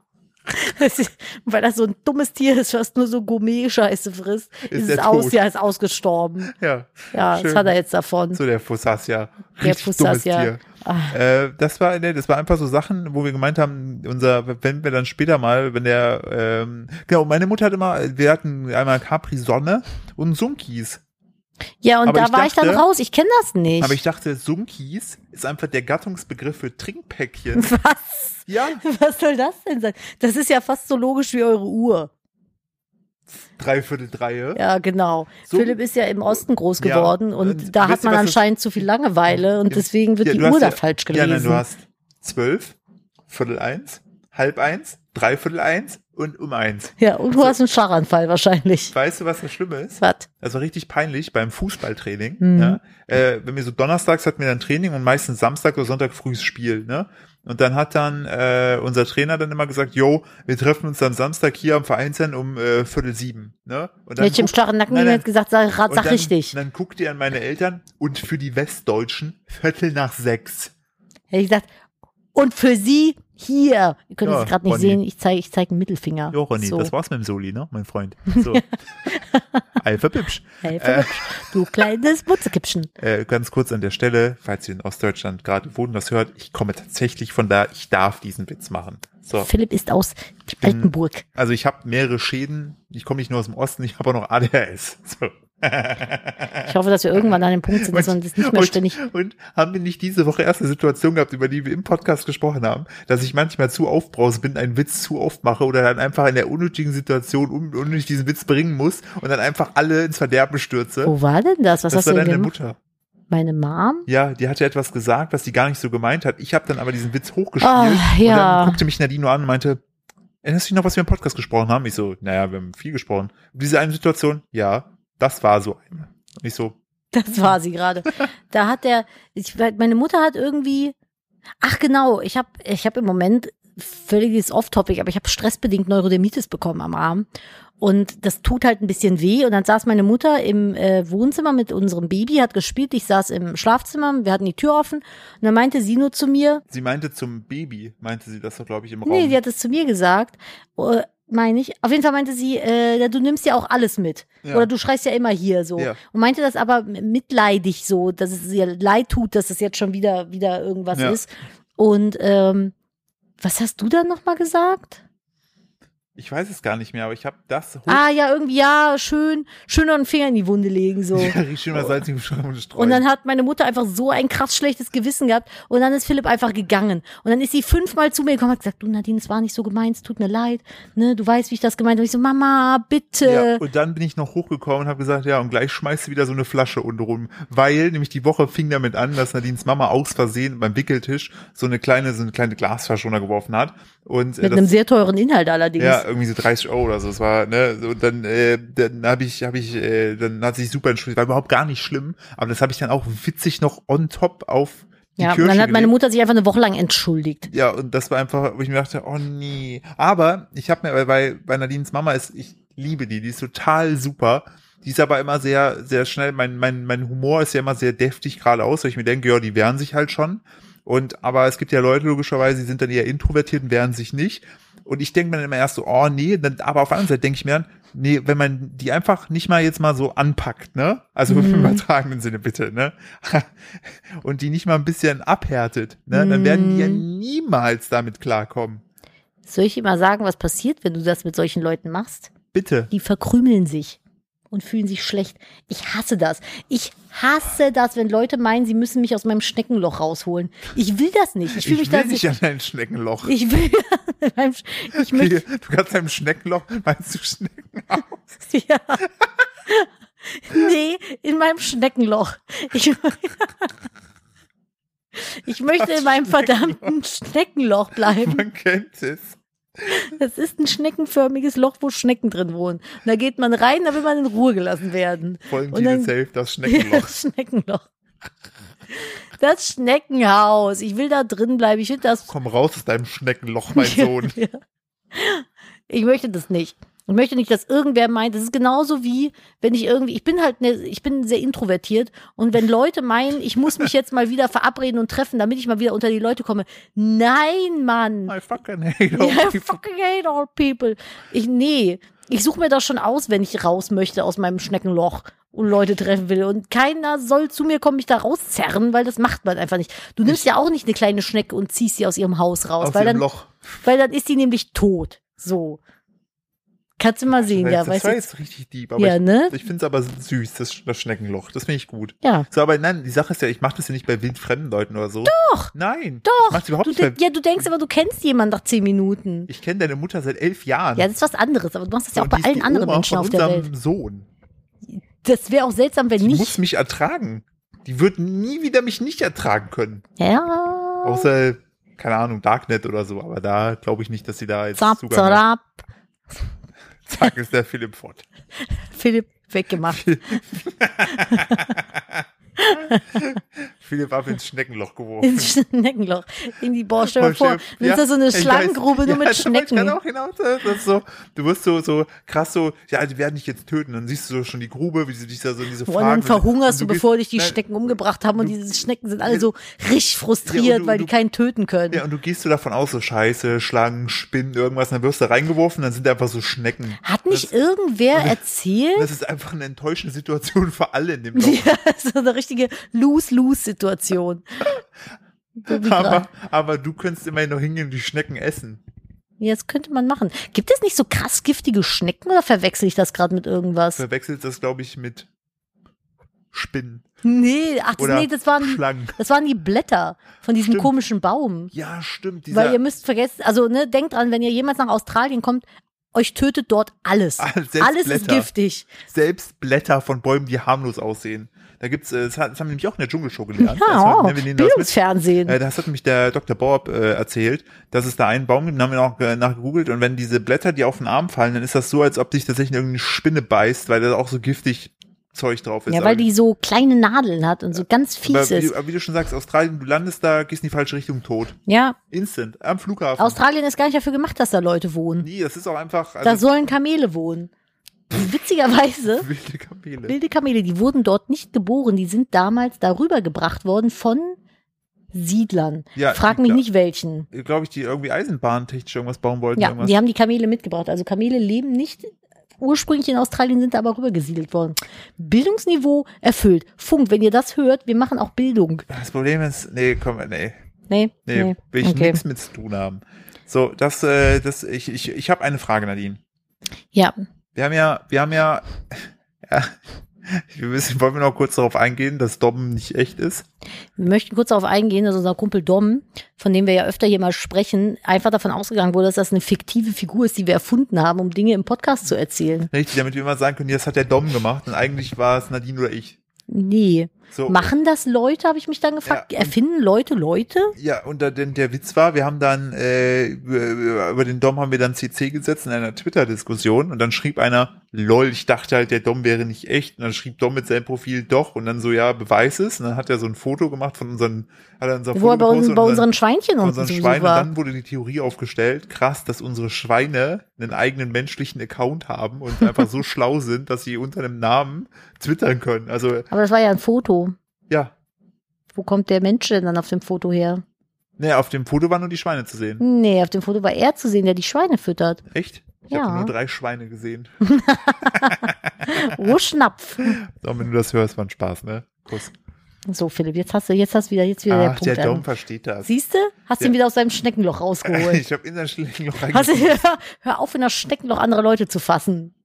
[SPEAKER 2] Das ist, weil das so ein dummes Tier ist, was nur so Gourmet-Scheiße frisst, ist, es
[SPEAKER 1] der
[SPEAKER 2] aus,
[SPEAKER 1] tot.
[SPEAKER 2] ja, ist ausgestorben.
[SPEAKER 1] Ja,
[SPEAKER 2] Ja,
[SPEAKER 1] Schön.
[SPEAKER 2] das hat er jetzt davon.
[SPEAKER 1] so der Fussasia.
[SPEAKER 2] Der
[SPEAKER 1] Richtig dummes
[SPEAKER 2] Fussasia.
[SPEAKER 1] Tier.
[SPEAKER 2] Ah,
[SPEAKER 1] Äh, das war, ne, das war einfach so Sachen, wo wir gemeint haben, unser, wenn wir dann später mal, wenn der, ähm, genau, meine Mutter hat immer, wir hatten einmal Capri Sonne und Sunkis.
[SPEAKER 2] ja, und
[SPEAKER 1] aber
[SPEAKER 2] da
[SPEAKER 1] ich
[SPEAKER 2] war ich dann
[SPEAKER 1] dachte-
[SPEAKER 2] raus. Ich kenne das nicht.
[SPEAKER 1] Aber ich dachte, Sunkis ist einfach der Gattungsbegriff für Trinkpäckchen.
[SPEAKER 2] was?
[SPEAKER 1] ja,
[SPEAKER 2] Was soll das denn sein? Das ist ja fast so logisch wie eure Uhr.
[SPEAKER 1] dreiviertel Dreie.
[SPEAKER 2] Ja, genau.
[SPEAKER 1] So-
[SPEAKER 2] Philipp ist ja im Osten groß
[SPEAKER 1] Ja,
[SPEAKER 2] geworden und
[SPEAKER 1] und
[SPEAKER 2] da
[SPEAKER 1] wisst ihr,
[SPEAKER 2] hat man
[SPEAKER 1] was das-
[SPEAKER 2] anscheinend zu viel Langeweile und
[SPEAKER 1] Ja,
[SPEAKER 2] deswegen wird
[SPEAKER 1] ja,
[SPEAKER 2] die
[SPEAKER 1] du hast
[SPEAKER 2] Uhr da
[SPEAKER 1] ja-
[SPEAKER 2] falsch
[SPEAKER 1] Ja, nein,
[SPEAKER 2] gelesen.
[SPEAKER 1] du hast zwölf, Viertel eins, halb eins, dreiviertel eins und um eins.
[SPEAKER 2] Ja, und du hast einen Scharranfall wahrscheinlich.
[SPEAKER 1] Weißt du, was das Schlimme ist?
[SPEAKER 2] Was?
[SPEAKER 1] Das war richtig peinlich beim Fußballtraining.
[SPEAKER 2] Mhm.
[SPEAKER 1] Ja. Äh, wenn wir so donnerstags hatten wir dann Training und meistens Samstag oder Sonntag frühes Spiel, ne? Und dann hat dann äh, unser Trainer dann immer gesagt, yo, wir treffen uns dann Samstag hier am Vereinsheim um äh, Viertel sieben, ne? Und dann
[SPEAKER 2] Hätte ich im
[SPEAKER 1] guckt-
[SPEAKER 2] starren Nacken
[SPEAKER 1] Nein,
[SPEAKER 2] nein,
[SPEAKER 1] nein.
[SPEAKER 2] jetzt gesagt, sag, rat,
[SPEAKER 1] und
[SPEAKER 2] sag
[SPEAKER 1] dann,
[SPEAKER 2] richtig.
[SPEAKER 1] Dann guckt ihr an meine Eltern und für die Westdeutschen Viertel nach sechs.
[SPEAKER 2] Hätte ich gesagt, und für sie hier. Ihr könnt es
[SPEAKER 1] Ja,
[SPEAKER 2] jetzt gerade nicht
[SPEAKER 1] Ronny.
[SPEAKER 2] sehen, ich zeige ich zeig einen Mittelfinger.
[SPEAKER 1] Jo, Ronny,
[SPEAKER 2] so.
[SPEAKER 1] das war's mit dem Soli, ne? Mein Freund. So. Alpha Bipsch.
[SPEAKER 2] Helfe, Du kleines Butzekippchen.
[SPEAKER 1] Äh, ganz kurz an der Stelle, falls ihr in Ostdeutschland gerade wohnt und das hört, ich komme tatsächlich von da, ich darf diesen Witz machen. So,
[SPEAKER 2] Philipp ist aus
[SPEAKER 1] bin-
[SPEAKER 2] Altenburg.
[SPEAKER 1] also ich habe mehrere Schäden, ich komme nicht nur aus dem Osten, ich habe auch noch ADHS. So.
[SPEAKER 2] Ich hoffe, dass wir irgendwann an dem Punkt sind, dass man das nicht mehr
[SPEAKER 1] und,
[SPEAKER 2] ständig.
[SPEAKER 1] und haben wir nicht diese Woche erst eine Situation gehabt, über die wir im Podcast gesprochen haben, dass ich manchmal zu aufbrausend bin, einen Witz zu oft mache oder dann einfach in der unnötigen Situation un unnötig diesen Witz bringen muss und dann einfach alle ins Verderben stürze?
[SPEAKER 2] Wo war denn das? Oh, Was
[SPEAKER 1] das
[SPEAKER 2] hast du
[SPEAKER 1] war
[SPEAKER 2] denn
[SPEAKER 1] deine
[SPEAKER 2] gemacht?
[SPEAKER 1] Mutter.
[SPEAKER 2] Meine Mom?
[SPEAKER 1] Ja, die hatte etwas gesagt, was sie gar nicht so gemeint hat. Ich habe dann aber diesen Witz hochgespielt
[SPEAKER 2] Ah,
[SPEAKER 1] und
[SPEAKER 2] ja.
[SPEAKER 1] dann guckte mich Nadine nur an und meinte, erinnerst du dich noch, was wir im Podcast gesprochen haben? Ich so, naja, wir haben viel gesprochen. Und diese eine Situation, ja, das war so eine. Und ich so,
[SPEAKER 2] Das war sie gerade. Da hat der, ich, weiß, meine Mutter hat irgendwie, ach genau, ich habe ich hab im Moment völliges Off-Topic, aber ich habe stressbedingt Neurodermitis bekommen am Arm. Und das tut halt ein bisschen weh. Und dann saß meine Mutter im äh, Wohnzimmer mit unserem Baby, hat gespielt. Ich saß im Schlafzimmer, wir hatten die Tür offen. Und dann meinte sie nur zu mir,
[SPEAKER 1] sie meinte zum Baby, meinte sie das doch, glaube ich, im Raum.
[SPEAKER 2] nee, die hat es zu mir gesagt, äh, meine ich. Auf jeden Fall meinte sie, äh, du nimmst ja auch alles mit.
[SPEAKER 1] Ja.
[SPEAKER 2] Oder du schreist ja immer hier so.
[SPEAKER 1] Ja.
[SPEAKER 2] Und meinte das aber mitleidig so, dass es ihr leid tut, dass es jetzt schon wieder, wieder irgendwas
[SPEAKER 1] Ja.
[SPEAKER 2] ist. Und ähm, was hast du dann nochmal gesagt?
[SPEAKER 1] ich weiß es gar nicht mehr, aber ich habe das hoch.
[SPEAKER 2] Ah ja, irgendwie, ja, schön, schön noch einen Finger in die Wunde legen so.
[SPEAKER 1] Ja, riecht schon mal salzig und streuen.
[SPEAKER 2] Und dann hat meine Mutter einfach so ein krass schlechtes Gewissen gehabt. Und dann ist Philipp einfach gegangen. Und dann ist sie fünfmal zu mir gekommen und hat gesagt, du Nadine, es war nicht so gemeint, es tut mir leid. Ne, du weißt, wie ich das gemeint habe. Ich so, Mama,
[SPEAKER 1] ja,
[SPEAKER 2] bitte.
[SPEAKER 1] und dann bin ich noch hochgekommen und habe gesagt, ja, und gleich schmeißt du wieder so eine Flasche unten rum. Weil nämlich die Woche fing damit an, dass Nadines Mama aus Versehen beim Wickeltisch so eine kleine, so eine kleine Glasflasche runtergeworfen hat. Und äh,
[SPEAKER 2] Mit
[SPEAKER 1] das,
[SPEAKER 2] einem sehr teuren Inhalt allerdings.
[SPEAKER 1] ja, irgendwie so 30 Euro oder so. Das war, ne, so, und dann, äh, dann habe ich, habe ich, äh, dann hat sich super entschuldigt. War überhaupt gar nicht schlimm, aber das habe ich dann auch witzig noch on top auf die
[SPEAKER 2] Ja, und
[SPEAKER 1] Kirsche
[SPEAKER 2] dann hat meine
[SPEAKER 1] gelegt.
[SPEAKER 2] Mutter sich einfach eine Woche lang entschuldigt.
[SPEAKER 1] Ja, und das war einfach, wo ich mir dachte, oh nee. Aber ich habe mir, weil bei, bei Nadines Mama ist, ich liebe die, die ist total super. Die ist aber immer sehr, sehr schnell, mein, mein, mein Humor ist ja immer sehr deftig geradeaus, weil ich mir denke, ja, die wehren sich halt schon. Und, aber es gibt ja Leute, logischerweise, die sind dann eher introvertiert und wehren sich nicht. Und ich denke mir dann immer erst so, oh nee, dann, aber auf der anderen Seite denke ich mir dann, nee, wenn man die einfach nicht mal jetzt mal so anpackt, ne? Also im übertragenen Sinne bitte, ne? Und die nicht mal ein bisschen abhärtet, ne? Dann werden die ja
[SPEAKER 2] Mm.
[SPEAKER 1] niemals damit klarkommen.
[SPEAKER 2] Soll ich dir mal sagen, was passiert, wenn du das mit solchen Leuten machst?
[SPEAKER 1] Bitte.
[SPEAKER 2] Die verkrümeln sich und fühlen sich schlecht. Ich hasse das. Ich hasse das, wenn Leute meinen, sie müssen mich aus meinem Schneckenloch rausholen. Ich will das nicht. Ich fühle mich
[SPEAKER 1] ich will
[SPEAKER 2] da
[SPEAKER 1] nicht an dein Schneckenloch.
[SPEAKER 2] Ich will. ich möchte.
[SPEAKER 1] du kannst deinem Schneckenloch, meinst du Schnecken?
[SPEAKER 2] Ja. Nee, in meinem Schneckenloch. Ich, ich möchte in meinem verdammten Schneckenloch bleiben.
[SPEAKER 1] Man kennt es.
[SPEAKER 2] Das ist ein schneckenförmiges Loch, wo Schnecken drin wohnen. Und da geht man rein, da will man in Ruhe gelassen werden.
[SPEAKER 1] Folgen
[SPEAKER 2] Und dann-
[SPEAKER 1] Tine Safe, das Schneckenloch.
[SPEAKER 2] Das Schneckenloch. Das Schneckenhaus. Ich will da drin bleiben. Ich finde das.
[SPEAKER 1] Komm raus aus deinem Schneckenloch, mein Sohn.
[SPEAKER 2] Ich möchte das nicht. Und möchte nicht, dass irgendwer meint, das ist genauso wie, wenn ich irgendwie, ich bin halt, ne, ich bin sehr introvertiert und wenn Leute meinen, ich muss mich jetzt mal wieder verabreden und treffen, damit ich mal wieder unter die Leute komme. Nein, Mann.
[SPEAKER 1] I fucking hate all
[SPEAKER 2] I
[SPEAKER 1] people.
[SPEAKER 2] fucking hate all people. Ich, nee, ich suche mir das schon aus, wenn ich raus möchte aus meinem Schneckenloch und Leute treffen will. Und keiner soll zu mir kommen, mich da rauszerren, weil das macht man einfach nicht. Du nimmst ja auch nicht eine kleine Schnecke und ziehst sie aus ihrem Haus raus,
[SPEAKER 1] Aus
[SPEAKER 2] weil,
[SPEAKER 1] dem
[SPEAKER 2] dann,
[SPEAKER 1] Loch.
[SPEAKER 2] weil dann ist die nämlich tot. So. Kannst du mal sehen, ja,
[SPEAKER 1] das
[SPEAKER 2] weißt
[SPEAKER 1] war
[SPEAKER 2] du?
[SPEAKER 1] jetzt richtig deep, aber
[SPEAKER 2] Ja,
[SPEAKER 1] ich,
[SPEAKER 2] ne?
[SPEAKER 1] ich finde es aber süß, das, das Schneckenloch. Das finde ich gut.
[SPEAKER 2] Ja.
[SPEAKER 1] So, aber nein, die Sache ist ja, ich mache das ja nicht bei wildfremden Leuten oder so.
[SPEAKER 2] Doch!
[SPEAKER 1] Nein. Ich
[SPEAKER 2] Doch!
[SPEAKER 1] mach's überhaupt
[SPEAKER 2] du,
[SPEAKER 1] nicht bei,
[SPEAKER 2] de- ja, du denkst aber, du kennst jemanden nach zehn Minuten.
[SPEAKER 1] Ich kenne deine Mutter seit elf Jahren.
[SPEAKER 2] Ja, das ist was anderes, aber du machst das ja auch
[SPEAKER 1] Und
[SPEAKER 2] bei
[SPEAKER 1] die ist
[SPEAKER 2] allen
[SPEAKER 1] die
[SPEAKER 2] anderen
[SPEAKER 1] Oma
[SPEAKER 2] Menschen
[SPEAKER 1] von
[SPEAKER 2] auf der
[SPEAKER 1] unserem
[SPEAKER 2] Welt.
[SPEAKER 1] Sohn.
[SPEAKER 2] Das wäre auch seltsam, wenn
[SPEAKER 1] Die muss
[SPEAKER 2] nicht.
[SPEAKER 1] mich ertragen. Die wird nie wieder mich nicht ertragen können.
[SPEAKER 2] Ja.
[SPEAKER 1] Außer, keine Ahnung, Darknet oder so. Aber da glaube ich nicht, dass sie da jetzt
[SPEAKER 2] Zap,
[SPEAKER 1] Zugang hat.
[SPEAKER 2] zarab.
[SPEAKER 1] Zack, ist der Philipp fort.
[SPEAKER 2] Philipp weggemacht.
[SPEAKER 1] Philipp ab ins Schneckenloch geworfen.
[SPEAKER 2] Ins Schneckenloch. In die Boah, stell dir
[SPEAKER 1] Voll schön.
[SPEAKER 2] vor, nimmst da so
[SPEAKER 1] Ja,
[SPEAKER 2] eine
[SPEAKER 1] ich weiß.
[SPEAKER 2] Schlangengrube nur
[SPEAKER 1] ja,
[SPEAKER 2] mit
[SPEAKER 1] das wollte ich
[SPEAKER 2] Schnecken.
[SPEAKER 1] gerade Auch hinaus, das ist so, du wirst so, so krass so, ja, die werden dich jetzt töten. Dann siehst du so schon die Grube, wie sie dich da so in diese
[SPEAKER 2] Boah, und dann
[SPEAKER 1] Fragen...
[SPEAKER 2] verhungerst
[SPEAKER 1] und
[SPEAKER 2] du, bevor dich die
[SPEAKER 1] nein,
[SPEAKER 2] Schnecken umgebracht haben und
[SPEAKER 1] du-
[SPEAKER 2] diese Schnecken sind alle so richtig frustriert,
[SPEAKER 1] Ja, und du-
[SPEAKER 2] weil die
[SPEAKER 1] du-
[SPEAKER 2] keinen töten können.
[SPEAKER 1] Ja, und du gehst so davon aus, so Scheiße, Schlangen, Spinnen, irgendwas, und dann wirst du reingeworfen, dann sind da einfach so Schnecken.
[SPEAKER 2] Hat nicht irgendwer erzählt?
[SPEAKER 1] Das ist einfach eine enttäuschende Situation für alle in dem Dorf.
[SPEAKER 2] Ja, so eine richtige Lose-Lose-Situation. So wie grad.
[SPEAKER 1] Aber, aber du könntest immerhin noch hingehen und die Schnecken essen.
[SPEAKER 2] Ja, das könnte man machen. Gibt es nicht so krass giftige Schnecken oder verwechsel ich das gerade mit irgendwas?
[SPEAKER 1] Verwechselst das, glaube ich, mit Spinnen
[SPEAKER 2] Nee, ach, das,
[SPEAKER 1] oder
[SPEAKER 2] nee, das waren,
[SPEAKER 1] Schlangen.
[SPEAKER 2] das waren die Blätter von diesem
[SPEAKER 1] Stimmt.
[SPEAKER 2] komischen Baum.
[SPEAKER 1] Ja, stimmt.
[SPEAKER 2] Weil ihr
[SPEAKER 1] Dieser,
[SPEAKER 2] müsst vergessen, also ne, denkt dran, wenn ihr jemals nach Australien kommt, euch tötet dort alles.
[SPEAKER 1] Ah,
[SPEAKER 2] Alles,
[SPEAKER 1] selbst
[SPEAKER 2] ist
[SPEAKER 1] Blätter.
[SPEAKER 2] giftig.
[SPEAKER 1] selbst Blätter von Bäumen, die harmlos aussehen. Da gibt's, äh, das, hat, das haben wir nämlich auch in der Dschungelshow gelernt. Das
[SPEAKER 2] Ja,
[SPEAKER 1] war-
[SPEAKER 2] oh,
[SPEAKER 1] ne, wir nehmen das mit.
[SPEAKER 2] Bildungsfernsehen.
[SPEAKER 1] Äh, Das hat nämlich der Dr. Borb äh, erzählt, dass es da einen Baum gibt, den haben wir noch äh, nachgegoogelt und wenn diese Blätter dir auf den Arm fallen, dann ist das so, als ob dich tatsächlich irgendeine Spinne beißt, weil da auch so giftig Zeug drauf ist.
[SPEAKER 2] ja, weil
[SPEAKER 1] Aber-
[SPEAKER 2] die so kleine Nadeln hat und so ganz
[SPEAKER 1] aber
[SPEAKER 2] fies
[SPEAKER 1] wie,
[SPEAKER 2] ist.
[SPEAKER 1] du- aber wie du schon sagst, Australien, du landest da, gehst in die falsche Richtung tot.
[SPEAKER 2] Ja,
[SPEAKER 1] Instant, am Flughafen.
[SPEAKER 2] Australien ist gar nicht dafür gemacht, dass da Leute wohnen.
[SPEAKER 1] nee, das ist auch einfach
[SPEAKER 2] Da
[SPEAKER 1] also,
[SPEAKER 2] sollen Kamele wohnen. Und witzigerweise,
[SPEAKER 1] wilde Kamele.
[SPEAKER 2] wilde Kamele, die wurden dort nicht geboren, die sind damals darüber gebracht worden von Siedlern.
[SPEAKER 1] Ja,
[SPEAKER 2] Frag mich
[SPEAKER 1] Siedler.
[SPEAKER 2] nicht welchen.
[SPEAKER 1] Glaube ich, die irgendwie eisenbahntechnisch irgendwas bauen wollten.
[SPEAKER 2] Ja,
[SPEAKER 1] irgendwas.
[SPEAKER 2] die haben die Kamele mitgebracht. Also Kamele leben nicht ursprünglich in Australien, sind da aber rübergesiedelt worden. Bildungsniveau erfüllt. Funk, wenn ihr das hört, wir machen auch Bildung.
[SPEAKER 1] Das Problem ist, nee, komm, nee.
[SPEAKER 2] Nee,
[SPEAKER 1] Nee,
[SPEAKER 2] nee.
[SPEAKER 1] will ich
[SPEAKER 2] okay.
[SPEAKER 1] nichts mit zu tun haben. So, das, äh, das, ich, ich, ich habe eine Frage, Nadine.
[SPEAKER 2] Ja,
[SPEAKER 1] Wir haben ja, wir haben ja, ja wir müssen, wollen wir noch kurz darauf eingehen, dass Dobben nicht echt ist.
[SPEAKER 2] wir möchten kurz darauf eingehen, dass unser Kumpel Dom, von dem wir ja öfter hier mal sprechen, einfach davon ausgegangen wurde, dass das eine fiktive Figur ist, die wir erfunden haben, um Dinge im Podcast zu erzählen.
[SPEAKER 1] Richtig, damit wir immer sagen können, ja, das hat der Dom gemacht und eigentlich war es Nadine oder ich.
[SPEAKER 2] Nee.
[SPEAKER 1] So,
[SPEAKER 2] Machen das Leute, habe ich mich dann gefragt.
[SPEAKER 1] Ja.
[SPEAKER 2] Erfinden Leute Leute?
[SPEAKER 1] ja, und da, denn der Witz war, wir haben dann, äh, über über den Dom haben wir dann CC gesetzt in einer Twitter-Diskussion und dann schrieb einer, lol, ich dachte halt, der Dom wäre nicht echt und dann schrieb Dom mit seinem Profil doch und dann so, ja, beweis es und dann hat er so ein Foto gemacht von unseren, hat er unser
[SPEAKER 2] Wo er bei,
[SPEAKER 1] gepostet
[SPEAKER 2] uns,
[SPEAKER 1] und
[SPEAKER 2] bei
[SPEAKER 1] dann-
[SPEAKER 2] unseren Schweinchen
[SPEAKER 1] Von
[SPEAKER 2] unten
[SPEAKER 1] unseren
[SPEAKER 2] zu Besuch
[SPEAKER 1] Schweinen. Und
[SPEAKER 2] war.
[SPEAKER 1] dann wurde die Theorie aufgestellt, krass, dass unsere Schweine einen eigenen menschlichen Account haben und einfach so schlau sind, dass sie unter einem Namen twittern können. Also,
[SPEAKER 2] Aber das war ja ein Foto.
[SPEAKER 1] ja.
[SPEAKER 2] Wo kommt der Mensch denn dann auf dem Foto her?
[SPEAKER 1] Naja, auf dem Foto waren nur die Schweine zu sehen.
[SPEAKER 2] Nee, auf dem Foto war er zu sehen, der die Schweine füttert.
[SPEAKER 1] Echt? Ich
[SPEAKER 2] Ja.
[SPEAKER 1] habe nur drei Schweine gesehen.
[SPEAKER 2] Oh, Schnapf.
[SPEAKER 1] So, wenn du das hörst, war ein Spaß, ne? Kuss.
[SPEAKER 2] So, Philipp, jetzt hast du, jetzt hast du wieder, jetzt wieder
[SPEAKER 1] Ach,
[SPEAKER 2] der
[SPEAKER 1] der Dom
[SPEAKER 2] Punkt.
[SPEAKER 1] versteht das.
[SPEAKER 2] Siehst du? Hast
[SPEAKER 1] Ja.
[SPEAKER 2] ihn wieder aus seinem Schneckenloch rausgeholt.
[SPEAKER 1] Ich habe in sein Schlingloch
[SPEAKER 2] Hast du,
[SPEAKER 1] reingeguckt.
[SPEAKER 2] hör, hör auf, in das Schneckenloch andere Leute zu fassen.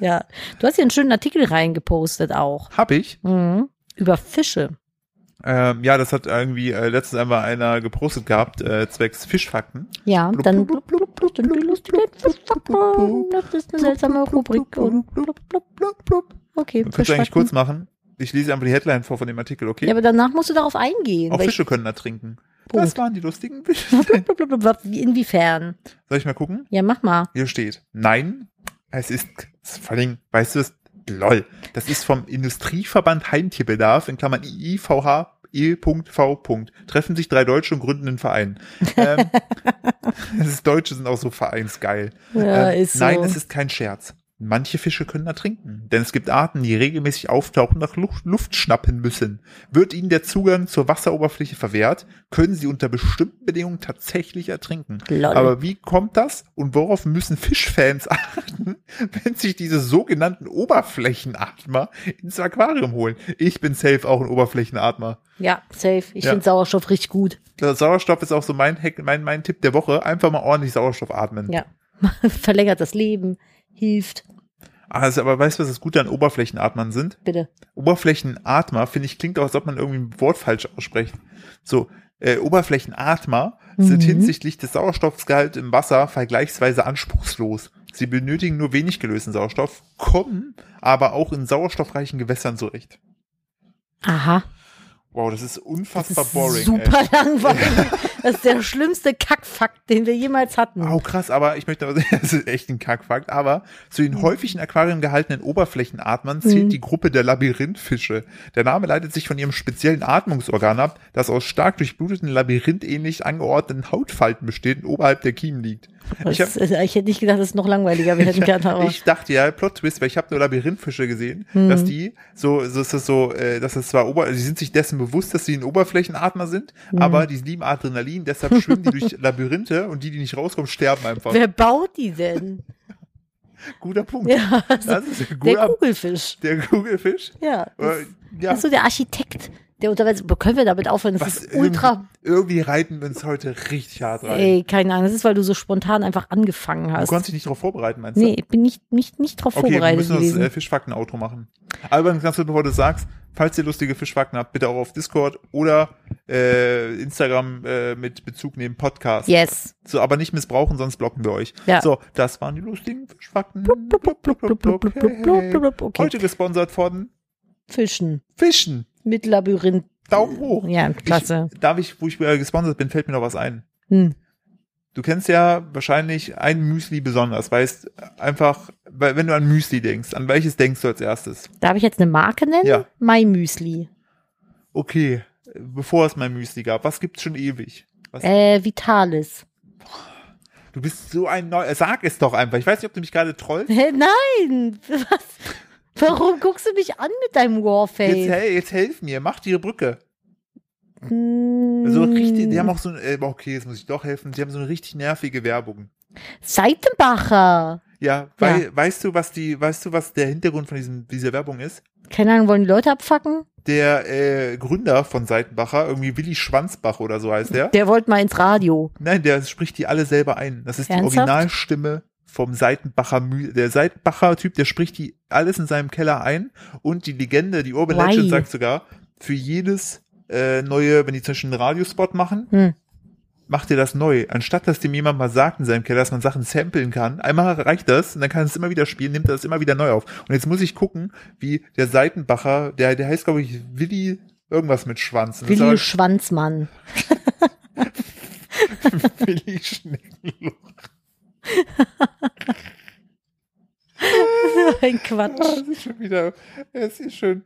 [SPEAKER 2] ja. Du hast hier einen schönen Artikel reingepostet auch.
[SPEAKER 1] Hab ich.
[SPEAKER 2] Mhm. Über Fische.
[SPEAKER 1] Ähm, ja, das hat irgendwie äh, letztens einmal einer gepostet gehabt, äh, zwecks Fischfakten.
[SPEAKER 2] Ja,
[SPEAKER 1] Blub,
[SPEAKER 2] dann.
[SPEAKER 1] blub,
[SPEAKER 2] Sind die lustigen Fischfakten. Das ist eine seltsame Rubrik. Und okay,
[SPEAKER 1] Kannst du eigentlich
[SPEAKER 2] Fischfakten.
[SPEAKER 1] kurz machen? Ich lese einfach die Headline vor von dem Artikel, okay?
[SPEAKER 2] Ja, aber danach musst du darauf eingehen.
[SPEAKER 1] Auch
[SPEAKER 2] Welch-
[SPEAKER 1] Fische können ertrinken.
[SPEAKER 2] Punkt.
[SPEAKER 1] Das waren die lustigen Fische.
[SPEAKER 2] Blablabla. Wie- Inwiefern?
[SPEAKER 1] Soll ich mal gucken?
[SPEAKER 2] Ja, mach mal.
[SPEAKER 1] Hier steht, nein, es ist, es- vor allem, weißt du es, lol, das ist vom Industrieverband Heimtierbedarf, in Klammern IIVH, E.V. Treffen sich drei Deutsche und gründen einen Verein. Ähm, das Deutsche sind auch so vereinsgeil.
[SPEAKER 2] Ja,
[SPEAKER 1] Ähm,
[SPEAKER 2] ist so.
[SPEAKER 1] Nein, es ist kein Scherz. Manche Fische können ertrinken, denn es gibt Arten, die regelmäßig auftauchen und nach Luft, Luft schnappen müssen. Wird ihnen der Zugang zur Wasseroberfläche verwehrt, können sie unter bestimmten Bedingungen tatsächlich ertrinken.
[SPEAKER 2] Lol.
[SPEAKER 1] Aber wie kommt das und worauf müssen Fischfans achten, wenn sich diese sogenannten Oberflächenatmer ins Aquarium holen? Ich bin safe auch ein Oberflächenatmer.
[SPEAKER 2] ja, safe. Ich
[SPEAKER 1] Ja.
[SPEAKER 2] finde Sauerstoff richtig gut.
[SPEAKER 1] Der Sauerstoff ist auch so mein, Hack- mein, mein Tipp der Woche. Einfach mal ordentlich Sauerstoff atmen.
[SPEAKER 2] Ja. Verlängert das Leben, hilft,
[SPEAKER 1] Also, aber weißt du, was das Gute an Oberflächenatmern sind?
[SPEAKER 2] bitte.
[SPEAKER 1] Oberflächenatmer, finde ich, klingt auch, als ob man irgendwie ein Wort falsch ausspricht. So, äh, Oberflächenatmer sind
[SPEAKER 2] Mhm.
[SPEAKER 1] hinsichtlich des Sauerstoffgehalts im Wasser vergleichsweise anspruchslos. Sie benötigen nur wenig gelösten Sauerstoff, kommen aber auch in sauerstoffreichen Gewässern zurecht.
[SPEAKER 2] Aha.
[SPEAKER 1] Wow, das ist
[SPEAKER 2] Das
[SPEAKER 1] unfassbar
[SPEAKER 2] ist
[SPEAKER 1] boring.
[SPEAKER 2] super langweilig. Das ist der schlimmste Kackfakt, den wir jemals hatten.
[SPEAKER 1] Ey. Oh, krass, aber ich möchte, das ist echt ein Kackfakt, aber zu den häufig in Aquarien gehaltenen Oberflächenatmern zählt
[SPEAKER 2] Mhm.
[SPEAKER 1] die Gruppe der Labyrinthfische. Der Name leitet sich von ihrem speziellen Atmungsorgan ab, das aus stark durchbluteten, labyrinthähnlich angeordneten Hautfalten besteht und oberhalb der Kiemen liegt.
[SPEAKER 2] Das
[SPEAKER 1] Ich hab,
[SPEAKER 2] ist- äh, ich, hätte nicht gedacht, dass es noch langweiliger werden kann, aber Mhm.
[SPEAKER 1] Ich dachte ja, Plot-Twist, weil ich habe nur Labyrinthfische gesehen, dass die so, so ist das so, äh, dass es zwar Ober, sie sind sich dessen bewusst, dass sie ein Oberflächenatmer sind,
[SPEAKER 2] Mhm.
[SPEAKER 1] aber die lieben Adrenalin, deshalb schwimmen die durch Labyrinthe und die, die nicht rauskommen, sterben einfach.
[SPEAKER 2] wer baut die denn?
[SPEAKER 1] Guter Punkt.
[SPEAKER 2] Ja, also
[SPEAKER 1] Das ist ein
[SPEAKER 2] der
[SPEAKER 1] guter,
[SPEAKER 2] Kugelfisch.
[SPEAKER 1] der Kugelfisch.
[SPEAKER 2] Ja. Das,
[SPEAKER 1] Äh,
[SPEAKER 2] das
[SPEAKER 1] ja,
[SPEAKER 2] ist so der Architekt, der unterwegs. Können wir damit aufhören? Das
[SPEAKER 1] was,
[SPEAKER 2] ist ultra.
[SPEAKER 1] Irgendwie reiten wir uns heute richtig hart rein.
[SPEAKER 2] Ey, keine Ahnung. Das ist, weil du so spontan einfach angefangen
[SPEAKER 1] du
[SPEAKER 2] hast.
[SPEAKER 1] konntest dich nicht darauf vorbereiten, meinst
[SPEAKER 2] Nee, ich bin nicht, nicht, nicht drauf
[SPEAKER 1] du? Okay, wir
[SPEAKER 2] vorbereitet
[SPEAKER 1] müssen das
[SPEAKER 2] gewesen.
[SPEAKER 1] äh, Fischfakten-Auto machen. Aber übrigens, ganz kurz, bevor du das sagst, falls ihr lustige Fischfakten habt, bitte auch auf Discord oder äh, Instagram äh, mit Bezug nehmen Podcast.
[SPEAKER 2] yes.
[SPEAKER 1] So, aber nicht missbrauchen, sonst blocken wir euch.
[SPEAKER 2] Ja.
[SPEAKER 1] So, das waren die lustigen Fischfakten.
[SPEAKER 2] blub, blub, blub, blub, blub, blub, blub, blub,
[SPEAKER 1] Hey.
[SPEAKER 2] blub, Okay.
[SPEAKER 1] Heute gesponsert von
[SPEAKER 2] Fischen
[SPEAKER 1] Fischen.
[SPEAKER 2] mit Labyrinth.
[SPEAKER 1] Daumen hoch.
[SPEAKER 2] Äh, Ja, klasse.
[SPEAKER 1] Ich, darf ich, wo ich äh, gesponsert bin, fällt mir noch was ein.
[SPEAKER 2] Hm.
[SPEAKER 1] Du kennst ja wahrscheinlich ein Müsli besonders, weißt einfach, weil wenn du an Müsli denkst, an welches denkst du als erstes?
[SPEAKER 2] Darf ich jetzt eine Marke nennen?
[SPEAKER 1] Ja.
[SPEAKER 2] My Müsli.
[SPEAKER 1] Okay, bevor es mein Müsli gab, was gibt's schon ewig? Was,
[SPEAKER 2] Äh, Vitalis.
[SPEAKER 1] du bist so ein neu, äh, sag es doch einfach. Ich weiß nicht, ob du mich gerade trollst.
[SPEAKER 2] Hä, nein! Was? Warum guckst du mich an mit deinem
[SPEAKER 1] Jetzt,
[SPEAKER 2] Warface?
[SPEAKER 1] hey, jetzt helf mir, mach die Brücke.
[SPEAKER 2] Hm.
[SPEAKER 1] So richtig, die haben auch so ein, äh, okay, jetzt muss ich doch helfen. Die haben so eine richtig nervige Werbung.
[SPEAKER 2] Seitenbacher.
[SPEAKER 1] Ja, weil, weißt du, was die, weißt du, was der Hintergrund von diesem, dieser Werbung ist?
[SPEAKER 2] Keine Ahnung, wollen die Leute abfacken?
[SPEAKER 1] Der äh, Gründer von Seitenbacher, irgendwie Willi Schwanzbach oder so heißt der.
[SPEAKER 2] Der wollte mal ins Radio.
[SPEAKER 1] Nein, der spricht die alle selber ein. Das ist
[SPEAKER 2] Ernsthaft?
[SPEAKER 1] die Originalstimme vom Seitenbacher Mü Der Seitenbacher Typ, der spricht die alles in seinem Keller ein. Und die Legende, die Urban
[SPEAKER 2] Why?
[SPEAKER 1] Legend sagt sogar, für jedes äh, neue, wenn die zum Beispiel einen Radiospot machen,
[SPEAKER 2] Hm.
[SPEAKER 1] macht ihr das neu. Anstatt, dass dem jemand mal sagt in seinem Keller, dass man Sachen samplen kann, einmal reicht das und dann kann er es immer wieder spielen, nimmt er das immer wieder neu auf. Und jetzt muss ich gucken, wie der Seitenbacher, der, der heißt, glaube ich, Willi irgendwas mit Schwanz. Das ist
[SPEAKER 2] Willi
[SPEAKER 1] aber-
[SPEAKER 2] Schwanzmann.
[SPEAKER 1] Willi Schneckenloch.
[SPEAKER 2] Ein
[SPEAKER 1] Ah,
[SPEAKER 2] Quatsch.
[SPEAKER 1] Es ist schon wieder, es ist schon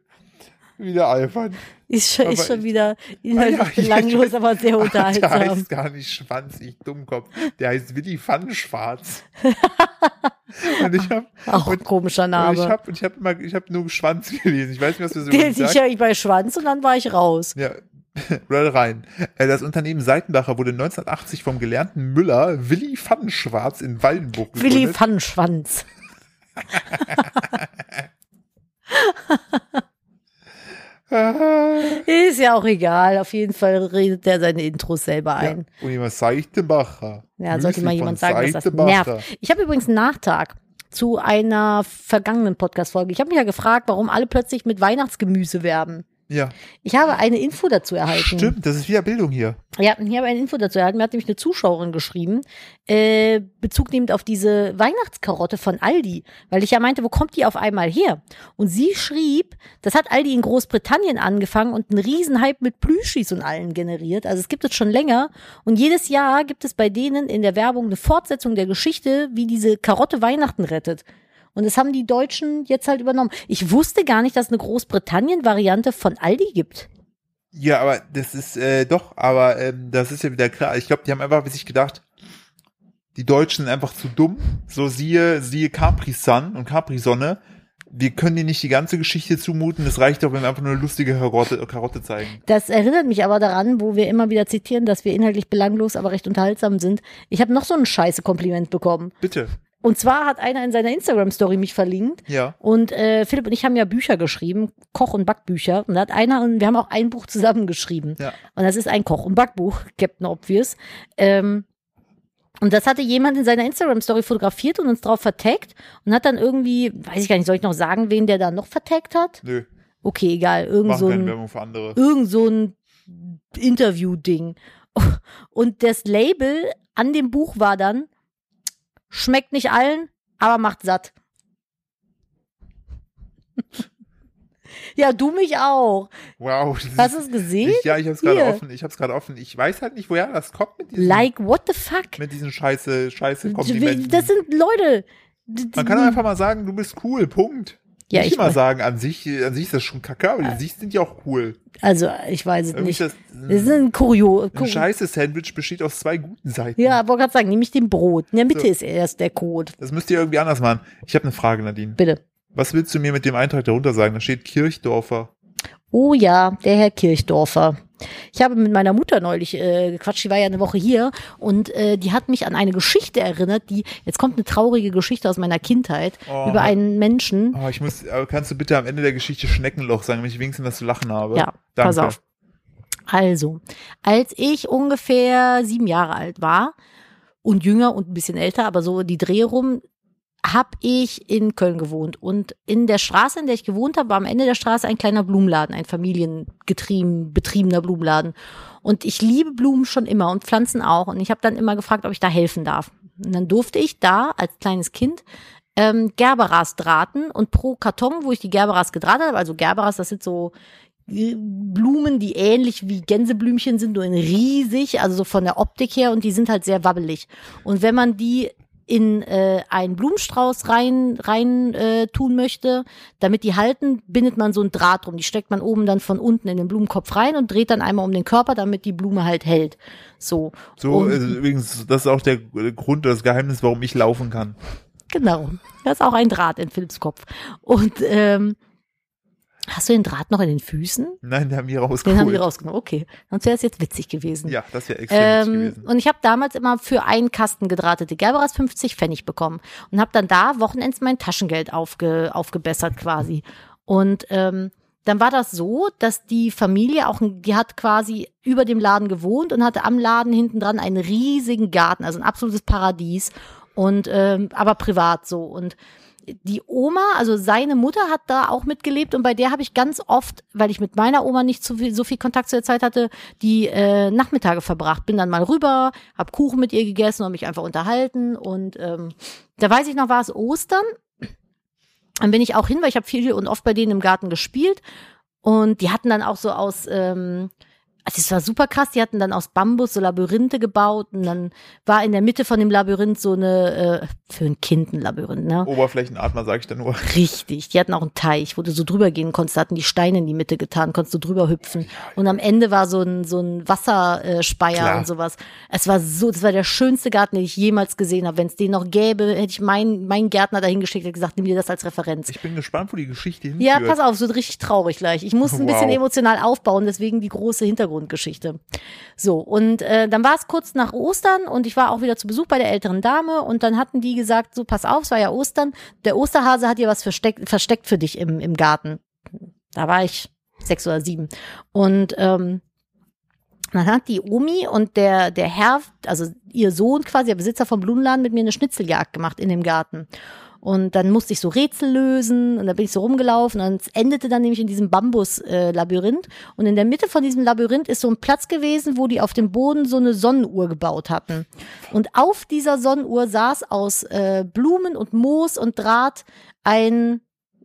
[SPEAKER 1] wieder albern.
[SPEAKER 2] Ist schon,
[SPEAKER 1] Aber
[SPEAKER 2] ist schon
[SPEAKER 1] ich-
[SPEAKER 2] wieder inhaltlich
[SPEAKER 1] Ah, ja, ich-
[SPEAKER 2] belanglos, aber sehr
[SPEAKER 1] Ach, der
[SPEAKER 2] unterhaltsam.
[SPEAKER 1] heißt gar nicht Schwanz, ich Dummkopf. Der heißt Willi Pfannenschwarz. und ich habe
[SPEAKER 2] Auch
[SPEAKER 1] und,
[SPEAKER 2] komischer
[SPEAKER 1] und Also ich
[SPEAKER 2] Name.
[SPEAKER 1] hab, und ich hab immer, ich habe nur Schwanz gelesen. Ich weiß nicht, was wir so
[SPEAKER 2] Den ich
[SPEAKER 1] gesagt
[SPEAKER 2] ja bei Schwanz und dann war ich raus.
[SPEAKER 1] Ja. Roll rein. Äh, Das Unternehmen Seitenbacher wurde 1980 vom gelernten Müller Willi Pfannenschwarz in Waldenburg gegründet.
[SPEAKER 2] Willi Pfannenschwanz.
[SPEAKER 1] Ah.
[SPEAKER 2] Ist ja auch egal. Auf jeden Fall redet der seine Intros selber ein.
[SPEAKER 1] Ja. Und jemand Seitenbacher.
[SPEAKER 2] Ja, sollte
[SPEAKER 1] Müsli
[SPEAKER 2] mal
[SPEAKER 1] von
[SPEAKER 2] jemand sagen, dass das
[SPEAKER 1] Seitenbacher.
[SPEAKER 2] nervt. Ich habe übrigens einen Nachtrag zu einer vergangenen Podcast-Folge. Ich habe mich ja gefragt, warum alle plötzlich mit Weihnachtsgemüse werben.
[SPEAKER 1] Ja,
[SPEAKER 2] Ich habe eine Info dazu erhalten.
[SPEAKER 1] stimmt, das ist wieder Bildung hier.
[SPEAKER 2] Ja, ich habe eine Info dazu erhalten. Mir hat nämlich eine Zuschauerin geschrieben, äh, bezugnehmend auf diese Weihnachtskarotte von Aldi, weil ich ja meinte, wo kommt die auf einmal her? Und sie schrieb, das hat Aldi in Großbritannien angefangen und einen Riesenhype mit Plüschis und allen generiert. Also es gibt es schon länger. Und jedes Jahr gibt es bei denen in der Werbung eine Fortsetzung der Geschichte, wie diese Karotte Weihnachten rettet. Und das haben die Deutschen jetzt halt übernommen. Ich wusste gar nicht, dass es eine Großbritannien-Variante von Aldi gibt.
[SPEAKER 1] Ja, aber das ist äh, doch, aber ähm, das ist ja wieder klar. Ich glaube, die haben einfach sich gedacht, die Deutschen sind einfach zu dumm. So siehe, siehe Capri-Sun und Capri-Sonne. Wir können dir nicht die ganze Geschichte zumuten. Das reicht doch, wenn wir einfach nur eine lustige Karotte, Karotte zeigen.
[SPEAKER 2] Das erinnert mich aber daran, wo wir immer wieder zitieren, dass wir inhaltlich belanglos, aber recht unterhaltsam sind. Ich habe noch so ein scheiße Kompliment bekommen.
[SPEAKER 1] Bitte.
[SPEAKER 2] Und zwar hat einer in seiner Instagram-Story mich verlinkt.
[SPEAKER 1] Ja.
[SPEAKER 2] Und äh, Philipp und ich haben ja Bücher geschrieben, Koch- und Backbücher. Und da hat einer, und wir haben auch ein Buch zusammengeschrieben.
[SPEAKER 1] Ja.
[SPEAKER 2] Und das ist ein Koch- und Backbuch, Captain Obvious. Ähm, und das hatte jemand in seiner Instagram-Story fotografiert und uns drauf vertaggt und hat dann irgendwie, weiß ich gar nicht, soll ich noch sagen, wen der da noch vertaggt hat?
[SPEAKER 1] Nö,
[SPEAKER 2] Okay, egal, irgend
[SPEAKER 1] machen
[SPEAKER 2] so
[SPEAKER 1] keine
[SPEAKER 2] ein,
[SPEAKER 1] Werbung für andere.
[SPEAKER 2] irgend so ein Interview-Ding. Und das Label an dem Buch war dann, schmeckt nicht allen, aber macht satt. ja, du mich auch.
[SPEAKER 1] Wow. das
[SPEAKER 2] Hast
[SPEAKER 1] ist-
[SPEAKER 2] du es gesehen?
[SPEAKER 1] ich, ja, ich hab's gerade
[SPEAKER 2] Hier.
[SPEAKER 1] offen. Ich hab's gerade offen. Ich weiß halt nicht, woher das kommt mit diesem,
[SPEAKER 2] Like, what the fuck?
[SPEAKER 1] mit diesen scheiße, scheiße Komplimenten.
[SPEAKER 2] Das sind Leute.
[SPEAKER 1] Man kann doch einfach mal sagen, du bist cool, Punkt.
[SPEAKER 2] Ja,
[SPEAKER 1] nicht
[SPEAKER 2] ich
[SPEAKER 1] immer
[SPEAKER 2] weiß-
[SPEAKER 1] sagen, an sich, an sich ist das schon kacke, aber an sich sind die auch cool.
[SPEAKER 2] Also, ich weiß es
[SPEAKER 1] Irgendwie
[SPEAKER 2] nicht.
[SPEAKER 1] ist das,
[SPEAKER 2] Das ist ein Kurio.
[SPEAKER 1] ein scheiße Sandwich besteht aus zwei guten Seiten.
[SPEAKER 2] Ja, wollte gerade sagen, nämlich dem Brot. In der Mitte
[SPEAKER 1] So.
[SPEAKER 2] ist erst der Code.
[SPEAKER 1] Das müsst ihr irgendwie anders machen. Ich habe eine Frage, Nadine.
[SPEAKER 2] Bitte.
[SPEAKER 1] Was willst du mir mit dem Eintrag darunter sagen? Da steht Kirchdorfer.
[SPEAKER 2] Oh ja, der Herr Kirchdorfer. Ich habe mit meiner Mutter neulich äh, gequatscht, die war ja eine Woche hier und äh, die hat mich an eine Geschichte erinnert, die, jetzt kommt eine traurige Geschichte aus meiner Kindheit
[SPEAKER 1] Oh.
[SPEAKER 2] über einen Menschen.
[SPEAKER 1] Oh, ich muss, aber kannst du bitte am Ende der Geschichte Schneckenloch sagen, damit ich wenigstens was zu lachen habe?
[SPEAKER 2] Ja, pass auf. Also, als ich ungefähr sieben Jahre alt war und jünger und ein bisschen älter, aber so die Dreh rum, habe ich in Köln gewohnt. Und in der Straße, in der ich gewohnt habe, war am Ende der Straße ein kleiner Blumenladen, ein familiengetrieben, betriebener Blumenladen. Und ich liebe Blumen schon immer und Pflanzen auch. Und ich habe dann immer gefragt, ob ich da helfen darf. Und dann durfte ich da als kleines Kind ähm, Gerberas drahten und pro Karton, wo ich die Gerberas gedrahtet habe, also Gerberas, das sind so äh, Blumen, die ähnlich wie Gänseblümchen sind, nur in riesig, also so von der Optik her und die sind halt sehr wabbelig. Und wenn man die in äh, einen Blumenstrauß rein rein äh, tun möchte, damit die halten, bindet man so ein Draht drum. Die steckt man oben dann von unten in den Blumenkopf rein und dreht dann einmal um den Körper, damit die Blume halt hält. So.
[SPEAKER 1] So,
[SPEAKER 2] Und-
[SPEAKER 1] also übrigens, das ist auch der Grund oder das Geheimnis, warum ich laufen kann.
[SPEAKER 2] Genau. Da ist auch ein Draht in Philipps Kopf. Und ähm, hast du den Draht noch in den Füßen?
[SPEAKER 1] Nein, der haben wir
[SPEAKER 2] Den
[SPEAKER 1] rausgeholt.
[SPEAKER 2] haben wir rausgenommen. Okay. Sonst wäre es jetzt witzig gewesen.
[SPEAKER 1] Ja, das wäre extrem witzig
[SPEAKER 2] Ähm,
[SPEAKER 1] gewesen.
[SPEAKER 2] und ich habe damals immer für einen Kasten gedrahtete Gerberas 50 Pfennig bekommen und habe dann da wochenends mein Taschengeld aufge, aufgebessert quasi. Und ähm, dann war das so, dass die Familie auch, ein- die hat quasi über dem Laden gewohnt und hatte am Laden hinten dran einen riesigen Garten, also ein absolutes Paradies und ähm, aber privat so und die Oma, also seine Mutter hat da auch mitgelebt und bei der habe ich ganz oft, weil ich mit meiner Oma nicht so viel, so viel Kontakt zu der Zeit hatte, die äh, Nachmittage verbracht. Bin dann mal rüber, hab Kuchen mit ihr gegessen und mich einfach unterhalten und ähm, da weiß ich noch, war es Ostern. Dann bin ich auch hin, weil ich habe viel und oft bei denen im Garten gespielt und die hatten dann auch so aus ähm, also es war super krass, die hatten dann aus Bambus so Labyrinthe gebaut und dann war in der Mitte von dem Labyrinth so eine, äh, für ein Kind ein Labyrinth, ne?
[SPEAKER 1] Oberflächenatmer, sage ich dann nur.
[SPEAKER 2] Richtig, die hatten auch einen Teich, wo du so drüber gehen konntest, da hatten die Steine in die Mitte getan, konntest du drüber hüpfen. Und am Ende war so ein, so ein Wasserspeier
[SPEAKER 1] Klar.
[SPEAKER 2] und sowas. Es war so, das war der schönste Garten, den ich jemals gesehen habe. Wenn es den noch gäbe, hätte ich meinen meinen Gärtner dahin geschickt und gesagt, nimm dir das als Referenz.
[SPEAKER 1] Ich bin gespannt, wo die Geschichte hinführt.
[SPEAKER 2] Ja, pass auf, so richtig traurig gleich. Ich muss ein
[SPEAKER 1] Wow.
[SPEAKER 2] bisschen emotional aufbauen, deswegen die große Hintergrundgeschichte. So, und äh, dann war es kurz nach Ostern und ich war auch wieder zu Besuch bei der älteren Dame und dann hatten die gesagt, so pass auf, es war ja Ostern, der Osterhase hat dir was versteckt, versteckt für dich im, im Garten. Da war ich sechs oder sieben. Und ähm, dann hat die Omi und der, der Herr, also ihr Sohn quasi, der Besitzer vom Blumenladen, mit mir eine Schnitzeljagd gemacht in dem Garten. Und dann musste ich so Rätsel lösen und dann bin ich so rumgelaufen und es endete dann nämlich in diesem Bambus-Labyrinth. und in der Mitte von diesem Labyrinth ist so ein Platz gewesen, wo die auf dem Boden so eine Sonnenuhr gebaut hatten. Und auf dieser Sonnenuhr saß aus äh, Blumen und Moos und Draht ein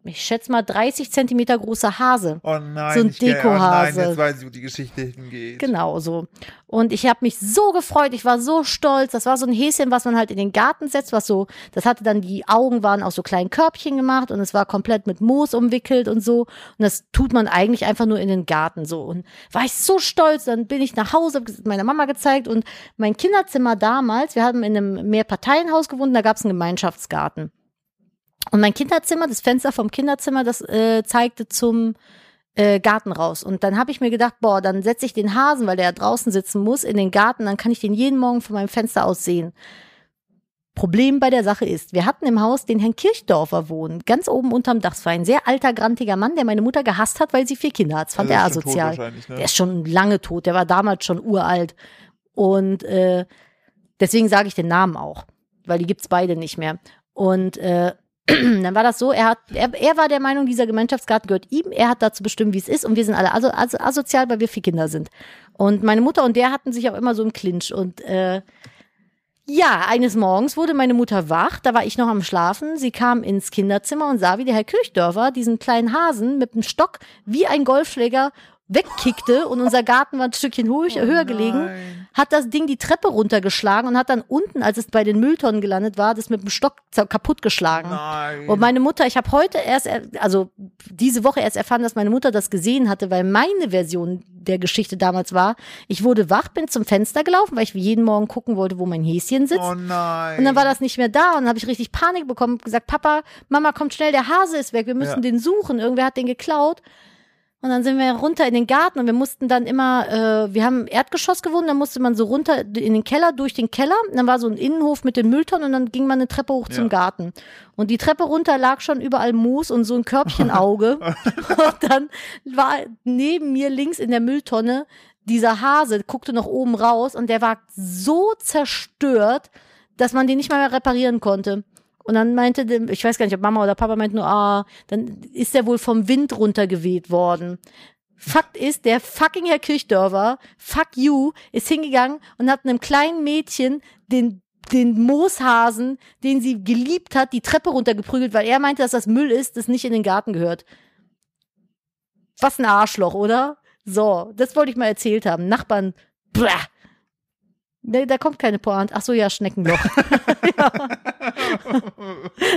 [SPEAKER 2] ich schätze mal 30 Zentimeter großer Hase.
[SPEAKER 1] Oh nein,
[SPEAKER 2] So ein
[SPEAKER 1] ich gell- oh nein,
[SPEAKER 2] Dekohase.
[SPEAKER 1] jetzt weiß ich, wo die Geschichte hingeht.
[SPEAKER 2] Genau so. Und ich habe mich so gefreut, ich war so stolz. Das war so ein Häschen, was man halt in den Garten setzt, was so, das hatte dann die Augen waren aus so kleinen Körbchen gemacht und es war komplett mit Moos umwickelt und so. Und das tut man eigentlich einfach nur in den Garten so. Und war ich so stolz, dann bin ich nach Hause, hab ges- meiner Mama gezeigt und mein Kinderzimmer damals, wir haben in einem Mehrparteienhaus gewohnt, und da gab es einen Gemeinschaftsgarten. Und mein Kinderzimmer, das Fenster vom Kinderzimmer, das äh, zeigte zum äh, Garten raus. Und dann habe ich mir gedacht, boah, dann setze ich den Hasen, weil der ja draußen sitzen muss, in den Garten, dann kann ich den jeden Morgen von meinem Fenster aus sehen. Problem bei der Sache ist, wir hatten im Haus den Herrn Kirchdorfer wohnen, ganz oben unterm Dach. Es war ein sehr alter, grantiger Mann, der meine Mutter gehasst hat, weil sie vier Kinder hat. Das fand
[SPEAKER 1] Also
[SPEAKER 2] er
[SPEAKER 1] ist schon tot
[SPEAKER 2] asozial.
[SPEAKER 1] wahrscheinlich, ne?
[SPEAKER 2] Der ist schon lange tot, der war damals schon uralt. Und äh, deswegen sage ich den Namen auch, weil die gibt's beide nicht mehr. Und äh, dann war das so, er, hat, er, er war der Meinung, dieser Gemeinschaftsgarten gehört ihm, er hat dazu bestimmt, wie es ist und wir sind alle aso, aso, asozial, weil wir vier Kinder sind. Und meine Mutter und der hatten sich auch immer so im Clinch und äh, ja, eines Morgens wurde meine Mutter wach, da war ich noch am Schlafen. Sie kam ins Kinderzimmer und sah, wie der Herr Kirchdörfer diesen kleinen Hasen mit einem Stock wie ein Golfschläger wegkickte und unser Garten war ein Stückchen hoch,
[SPEAKER 1] Oh
[SPEAKER 2] höher gelegen
[SPEAKER 1] nein.
[SPEAKER 2] hat das Ding die Treppe runtergeschlagen und hat dann unten, als es bei den Mülltonnen gelandet war, das mit dem Stock zer- kaputtgeschlagen.
[SPEAKER 1] Nein.
[SPEAKER 2] Und meine Mutter, ich habe heute erst, er- also diese Woche erst erfahren, dass meine Mutter das gesehen hatte, weil meine Version der Geschichte damals war, ich wurde wach, bin zum Fenster gelaufen, weil ich jeden Morgen gucken wollte, wo mein Häschen sitzt.
[SPEAKER 1] oh nein.
[SPEAKER 2] Und dann war das nicht mehr da und dann habe ich richtig Panik bekommen, hab gesagt, Papa, Mama, kommt schnell, der Hase ist weg, wir müssen
[SPEAKER 1] Ja.
[SPEAKER 2] den suchen, irgendwer hat den geklaut. Und dann sind wir runter in den Garten und wir mussten dann immer, äh, wir haben im Erdgeschoss gewohnt, dann musste man so runter in den Keller, durch den Keller. Und dann war so ein Innenhof mit den Mülltonnen und dann ging man eine Treppe hoch zum
[SPEAKER 1] Ja.
[SPEAKER 2] Garten. Und die Treppe runter lag schon überall Moos und so ein Körbchenauge. und dann war neben mir links in der Mülltonne dieser Hase, guckte noch oben raus und der war so zerstört, dass man den nicht mal mehr reparieren konnte. Und dann meinte, dem- ich weiß gar nicht, ob Mama oder Papa meint nur, ah, dann ist der wohl vom Wind runtergeweht worden. Fakt ist, der fucking Herr Kirchdörfer, fuck you, ist hingegangen und hat einem kleinen Mädchen den, den Mooshasen, den sie geliebt hat, die Treppe runtergeprügelt, weil er meinte, dass das Müll ist, das nicht in den Garten gehört. Was ein Arschloch, oder? So, das wollte ich mal erzählt haben. Nachbarn, bläh. Da, da kommt keine Pointe. Ach so, ja, Schneckenloch. ja.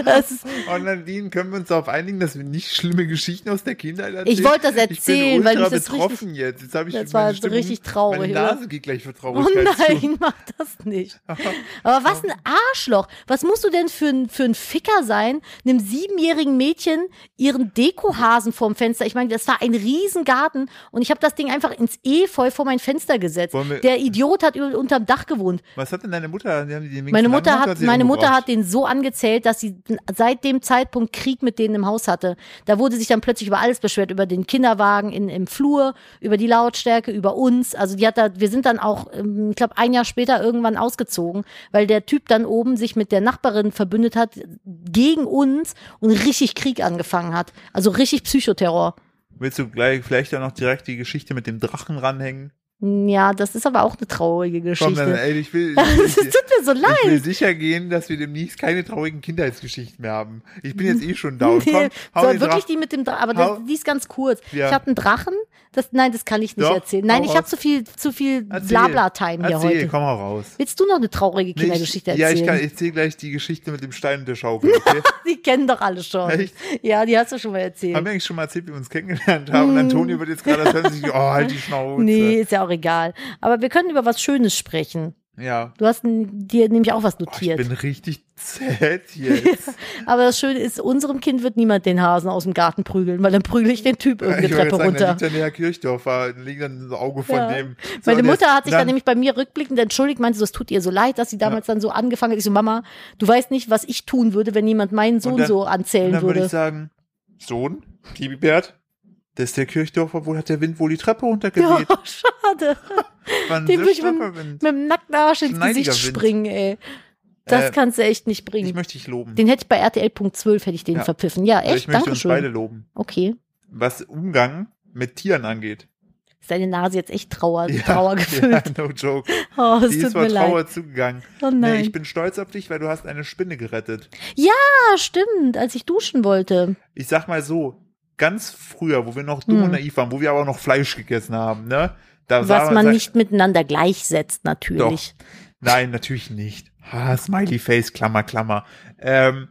[SPEAKER 2] Das ist,
[SPEAKER 1] Und Oh, Nadine, können wir uns darauf einigen, dass wir nicht schlimme Geschichten aus der Kindheit erzählen?
[SPEAKER 2] ich wollte das
[SPEAKER 1] ich
[SPEAKER 2] erzählen,
[SPEAKER 1] bin
[SPEAKER 2] weil
[SPEAKER 1] ultra
[SPEAKER 2] mich das richtig
[SPEAKER 1] betroffen jetzt. Jetzt habe ich
[SPEAKER 2] Das war
[SPEAKER 1] meine
[SPEAKER 2] jetzt richtig traurig,
[SPEAKER 1] Meine
[SPEAKER 2] oder?
[SPEAKER 1] Nase geht gleich für
[SPEAKER 2] Oh
[SPEAKER 1] Traurigkeit halt zu.
[SPEAKER 2] nein, mach das nicht. Aber was ein Arschloch. Was musst du denn für ein, für ein Ficker sein, einem siebenjährigen Mädchen ihren Dekohasen vorm Fenster? Ich meine, das war ein Riesengarten und ich habe das Ding einfach ins Efeu vor mein Fenster gesetzt.
[SPEAKER 1] Wollen wir-
[SPEAKER 2] Der Idiot hat über- unterm Dach gewohnt.
[SPEAKER 1] Was hat denn deine Mutter? Die haben die den Wink
[SPEAKER 2] Meine
[SPEAKER 1] zusammen
[SPEAKER 2] Mutter
[SPEAKER 1] gemacht, oder
[SPEAKER 2] hat,
[SPEAKER 1] sie
[SPEAKER 2] meine Mutter
[SPEAKER 1] umgebracht?
[SPEAKER 2] hat den so angezählt, dass sie seit dem Zeitpunkt Krieg mit denen im Haus hatte. Da wurde sich dann plötzlich über alles beschwert, über den Kinderwagen in, im Flur, über die Lautstärke, über uns. Also die hat da, wir sind dann auch, ähm, ich glaube, ein Jahr später irgendwann ausgezogen, weil der Typ dann oben sich mit der Nachbarin verbündet hat gegen uns und richtig Krieg angefangen hat. Also richtig Psychoterror.
[SPEAKER 1] Willst du gleich vielleicht auch noch direkt die Geschichte mit dem Drachen ranhängen?
[SPEAKER 2] Ja, das ist aber auch eine traurige
[SPEAKER 1] Komm, dann,
[SPEAKER 2] Geschichte.
[SPEAKER 1] ey, ich will.
[SPEAKER 2] Es
[SPEAKER 1] Ich,
[SPEAKER 2] tut mir so leid.
[SPEAKER 1] ich will sicher gehen, dass wir demnächst keine traurigen Kindheitsgeschichten mehr haben. Ich bin jetzt eh schon down. Komm,
[SPEAKER 2] Nee,
[SPEAKER 1] hau
[SPEAKER 2] so,
[SPEAKER 1] den
[SPEAKER 2] wirklich
[SPEAKER 1] Drachen.
[SPEAKER 2] die mit dem Drachen, aber
[SPEAKER 1] Hau-
[SPEAKER 2] das, die ist ganz kurz.
[SPEAKER 1] Ja.
[SPEAKER 2] Ich habe einen Drachen. Das, nein, das kann ich nicht
[SPEAKER 1] Doch,
[SPEAKER 2] erzählen. Nein,
[SPEAKER 1] hau
[SPEAKER 2] ich habe
[SPEAKER 1] raus.
[SPEAKER 2] zu viel, zu viel
[SPEAKER 1] Erzähl.
[SPEAKER 2] Blabla-Time hier
[SPEAKER 1] Erzähl,
[SPEAKER 2] heute.
[SPEAKER 1] komm mal raus.
[SPEAKER 2] Willst du noch eine
[SPEAKER 1] Nee,
[SPEAKER 2] traurige
[SPEAKER 1] ich-
[SPEAKER 2] Kindergeschichte
[SPEAKER 1] ja,
[SPEAKER 2] erzählen?
[SPEAKER 1] ich, kann, ich erzähl gleich die Geschichte mit dem Stein und der Schaukel. Okay?
[SPEAKER 2] Die kennen doch alle schon.
[SPEAKER 1] Echt?
[SPEAKER 2] Ja, die hast du schon mal
[SPEAKER 1] haben
[SPEAKER 2] erzählt.
[SPEAKER 1] wir eigentlich schon mal erzählt, wie wir uns kennengelernt haben? Und Antonio wird jetzt gerade das hören und sich, oh, halt die Schnauze.
[SPEAKER 2] Hm. Nee, ist ja auch egal. Aber wir können über was Schönes sprechen.
[SPEAKER 1] Ja.
[SPEAKER 2] Du hast n- dir nämlich auch was
[SPEAKER 1] Oh, ich
[SPEAKER 2] notiert.
[SPEAKER 1] bin richtig zäh jetzt.
[SPEAKER 2] aber das Schöne ist, unserem Kind wird niemand den Hasen aus dem Garten prügeln, weil dann prügel ich den Typ irgendeine
[SPEAKER 1] Ich wollte
[SPEAKER 2] Treppe
[SPEAKER 1] sagen, Da
[SPEAKER 2] runter.
[SPEAKER 1] liegt ja näher Kirchdorfer, da liegt dann das Auge von
[SPEAKER 2] Ja.
[SPEAKER 1] dem. So,
[SPEAKER 2] Meine
[SPEAKER 1] und
[SPEAKER 2] Mutter
[SPEAKER 1] jetzt-
[SPEAKER 2] hat sich dann, nämlich bei mir rückblickend entschuldigt, meinte so, es tut ihr so leid, dass sie damals dann so angefangen hat. Ich so, Mama, du weißt nicht, was ich tun würde, wenn jemand meinen Sohn
[SPEAKER 1] Und dann-
[SPEAKER 2] so
[SPEAKER 1] Und
[SPEAKER 2] anzählen
[SPEAKER 1] dann würde ich
[SPEAKER 2] würde.
[SPEAKER 1] sagen, Sohn, Bibibert, das ist der Kirchdorfer, wo hat der Wind wohl die Treppe runtergeweht?
[SPEAKER 2] Oh, schade.
[SPEAKER 1] Wann
[SPEAKER 2] Den
[SPEAKER 1] ist
[SPEAKER 2] will ich mit,
[SPEAKER 1] Stoffer
[SPEAKER 2] mit
[SPEAKER 1] Wind?
[SPEAKER 2] dem nackten Arsch ins
[SPEAKER 1] Schneidiger
[SPEAKER 2] Gesicht
[SPEAKER 1] Wind.
[SPEAKER 2] springen, ey. Das
[SPEAKER 1] Äh,
[SPEAKER 2] kannst du echt nicht
[SPEAKER 1] Ich
[SPEAKER 2] bringen.
[SPEAKER 1] möchte dich loben.
[SPEAKER 2] Den hätte ich bei RTL.12 hätte ich den
[SPEAKER 1] Ja.
[SPEAKER 2] verpfiffen. Ja,
[SPEAKER 1] Also
[SPEAKER 2] echt,
[SPEAKER 1] ich möchte uns beide
[SPEAKER 2] Dankeschön.
[SPEAKER 1] loben.
[SPEAKER 2] Okay.
[SPEAKER 1] Was Umgang mit Tieren angeht.
[SPEAKER 2] ist deine Nase jetzt echt Trauer,
[SPEAKER 1] Ja,
[SPEAKER 2] Also Trauer gefüllt.
[SPEAKER 1] Ja, no joke.
[SPEAKER 2] Oh, es
[SPEAKER 1] Die ist
[SPEAKER 2] tut
[SPEAKER 1] vor
[SPEAKER 2] mir leid.
[SPEAKER 1] Trauer zugegangen.
[SPEAKER 2] Oh
[SPEAKER 1] Nee,
[SPEAKER 2] nein.
[SPEAKER 1] ich bin stolz auf dich, weil du hast eine Spinne gerettet.
[SPEAKER 2] Ah, stimmt, als ich duschen wollte.
[SPEAKER 1] Ich sag mal so, ganz früher, wo wir noch dumm
[SPEAKER 2] Hm.
[SPEAKER 1] und naiv waren, wo wir aber auch noch Fleisch gegessen haben, ne? Da sah
[SPEAKER 2] Was man
[SPEAKER 1] sag-
[SPEAKER 2] nicht miteinander gleichsetzt, natürlich.
[SPEAKER 1] Nein, natürlich nicht. Ha, Smiley Face, Klammer, Klammer. Ähm,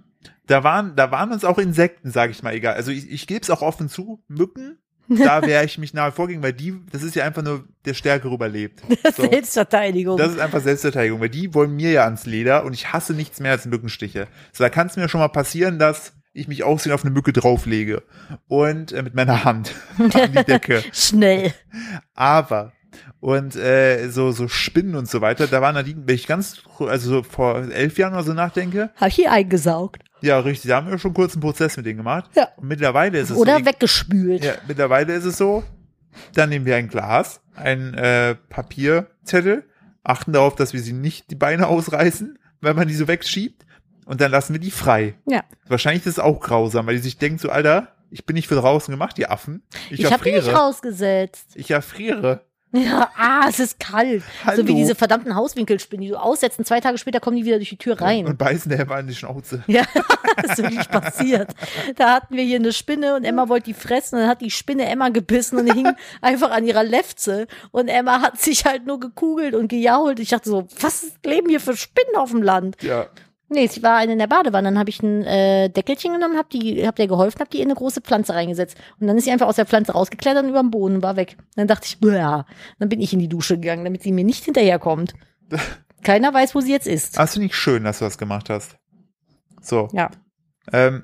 [SPEAKER 1] da waren, da waren uns auch Insekten, sage ich mal, egal. Also ich, ich gebe es auch offen zu, Mücken, da wäre ich mich nahe vorgehen, weil die, das ist ja einfach nur der Stärkere überlebt. So.
[SPEAKER 2] Selbstverteidigung.
[SPEAKER 1] Das ist einfach Selbstverteidigung, weil die wollen mir ja ans Leder und ich hasse nichts mehr als Mückenstiche. So, da kann es mir schon mal passieren, dass ich mich aussehen auf eine Mücke drauflege und äh, mit meiner Hand an die Decke.
[SPEAKER 2] Schnell.
[SPEAKER 1] Aber und äh, so so Spinnen und so weiter, da waren da die, wenn ich ganz also so vor elf Jahren oder so nachdenke,
[SPEAKER 2] Hab ich hier eingesaugt.
[SPEAKER 1] ja richtig, da haben wir schon kurz einen Prozess mit denen gemacht.
[SPEAKER 2] Ja.
[SPEAKER 1] Und mittlerweile ist es
[SPEAKER 2] Oder
[SPEAKER 1] so,
[SPEAKER 2] weggespült.
[SPEAKER 1] ja, mittlerweile ist es so, dann nehmen wir ein Glas, ein äh, Papierzettel, achten darauf, dass wir sie nicht die Beine ausreißen, wenn man die so wegschiebt, und dann lassen wir die frei.
[SPEAKER 2] Ja.
[SPEAKER 1] Wahrscheinlich ist es auch grausam, weil die sich denken so, Alter, ich bin nicht für draußen gemacht, ihr Affen. Ich,
[SPEAKER 2] Ich, hab die nicht
[SPEAKER 1] erfriere.
[SPEAKER 2] rausgesetzt.
[SPEAKER 1] Ich erfriere.
[SPEAKER 2] Ja, ah, es ist kalt. So
[SPEAKER 1] Hallo.
[SPEAKER 2] wie diese verdammten Hauswinkelspinnen, die du aussetzt und zwei Tage später kommen die wieder durch die Tür rein.
[SPEAKER 1] Und beißen der Hammer in die Schnauze.
[SPEAKER 2] Ja, das ist wirklich passiert. Da hatten wir hier eine Spinne und Emma wollte die fressen und dann hat die Spinne Emma gebissen und hing einfach an ihrer Lefze und Emma hat sich halt nur gekugelt und gejault. Ich dachte so, was leben hier für Spinnen auf dem Land?
[SPEAKER 1] Ja.
[SPEAKER 2] Nee, ich war eine in der Badewanne, dann habe ich ein äh, Deckelchen genommen, hab die hab der geholfen, hab die in eine große Pflanze reingesetzt und dann ist sie einfach aus der Pflanze rausgeklettert und über den Boden und war weg. Und dann dachte ich, ja, dann bin ich in die Dusche gegangen, damit sie mir nicht hinterherkommt. Keiner weiß, wo sie jetzt ist.
[SPEAKER 1] Aber das finde ich schön, dass du das gemacht hast. So.
[SPEAKER 2] Ja.
[SPEAKER 1] Ähm,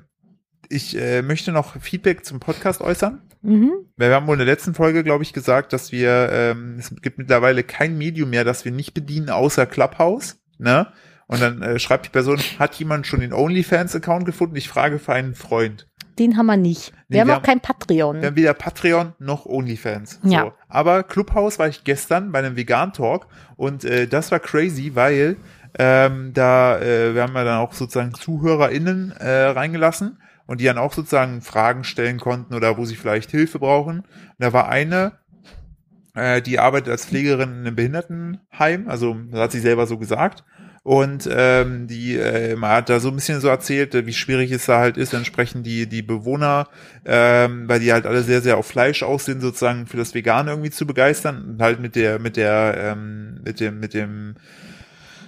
[SPEAKER 1] ich äh, möchte noch Feedback zum Podcast äußern.
[SPEAKER 2] Mhm.
[SPEAKER 1] Weil Wir haben wohl in der letzten Folge, glaube ich, gesagt, dass wir, ähm, es gibt mittlerweile kein Medium mehr, das wir nicht bedienen, außer Clubhouse. Ne? Und dann äh, schreibt die Person, hat jemand schon den OnlyFans-Account gefunden? Ich frage für einen Freund.
[SPEAKER 2] Den haben wir nicht.
[SPEAKER 1] Nee,
[SPEAKER 2] Wir haben
[SPEAKER 1] wir
[SPEAKER 2] auch
[SPEAKER 1] haben-
[SPEAKER 2] kein Patreon.
[SPEAKER 1] Wir haben weder Patreon noch OnlyFans.
[SPEAKER 2] Ja.
[SPEAKER 1] So. Aber Clubhouse war ich gestern bei einem Vegan-Talk und äh, das war crazy, weil ähm, da, äh, wir haben ja dann auch sozusagen ZuhörerInnen äh, reingelassen und die dann auch sozusagen Fragen stellen konnten oder wo sie vielleicht Hilfe brauchen. Und da war eine, äh, die arbeitet als Pflegerin in einem Behindertenheim, also das hat sie selber so gesagt. Und ähm, die äh, man hat da so ein bisschen so erzählt, äh, wie schwierig es da halt ist, entsprechend die, die Bewohner, ähm, weil die halt alle sehr, sehr auf Fleisch aus sind, sozusagen für das Vegane irgendwie zu begeistern. Und halt mit der, mit der, ähm, mit dem, mit dem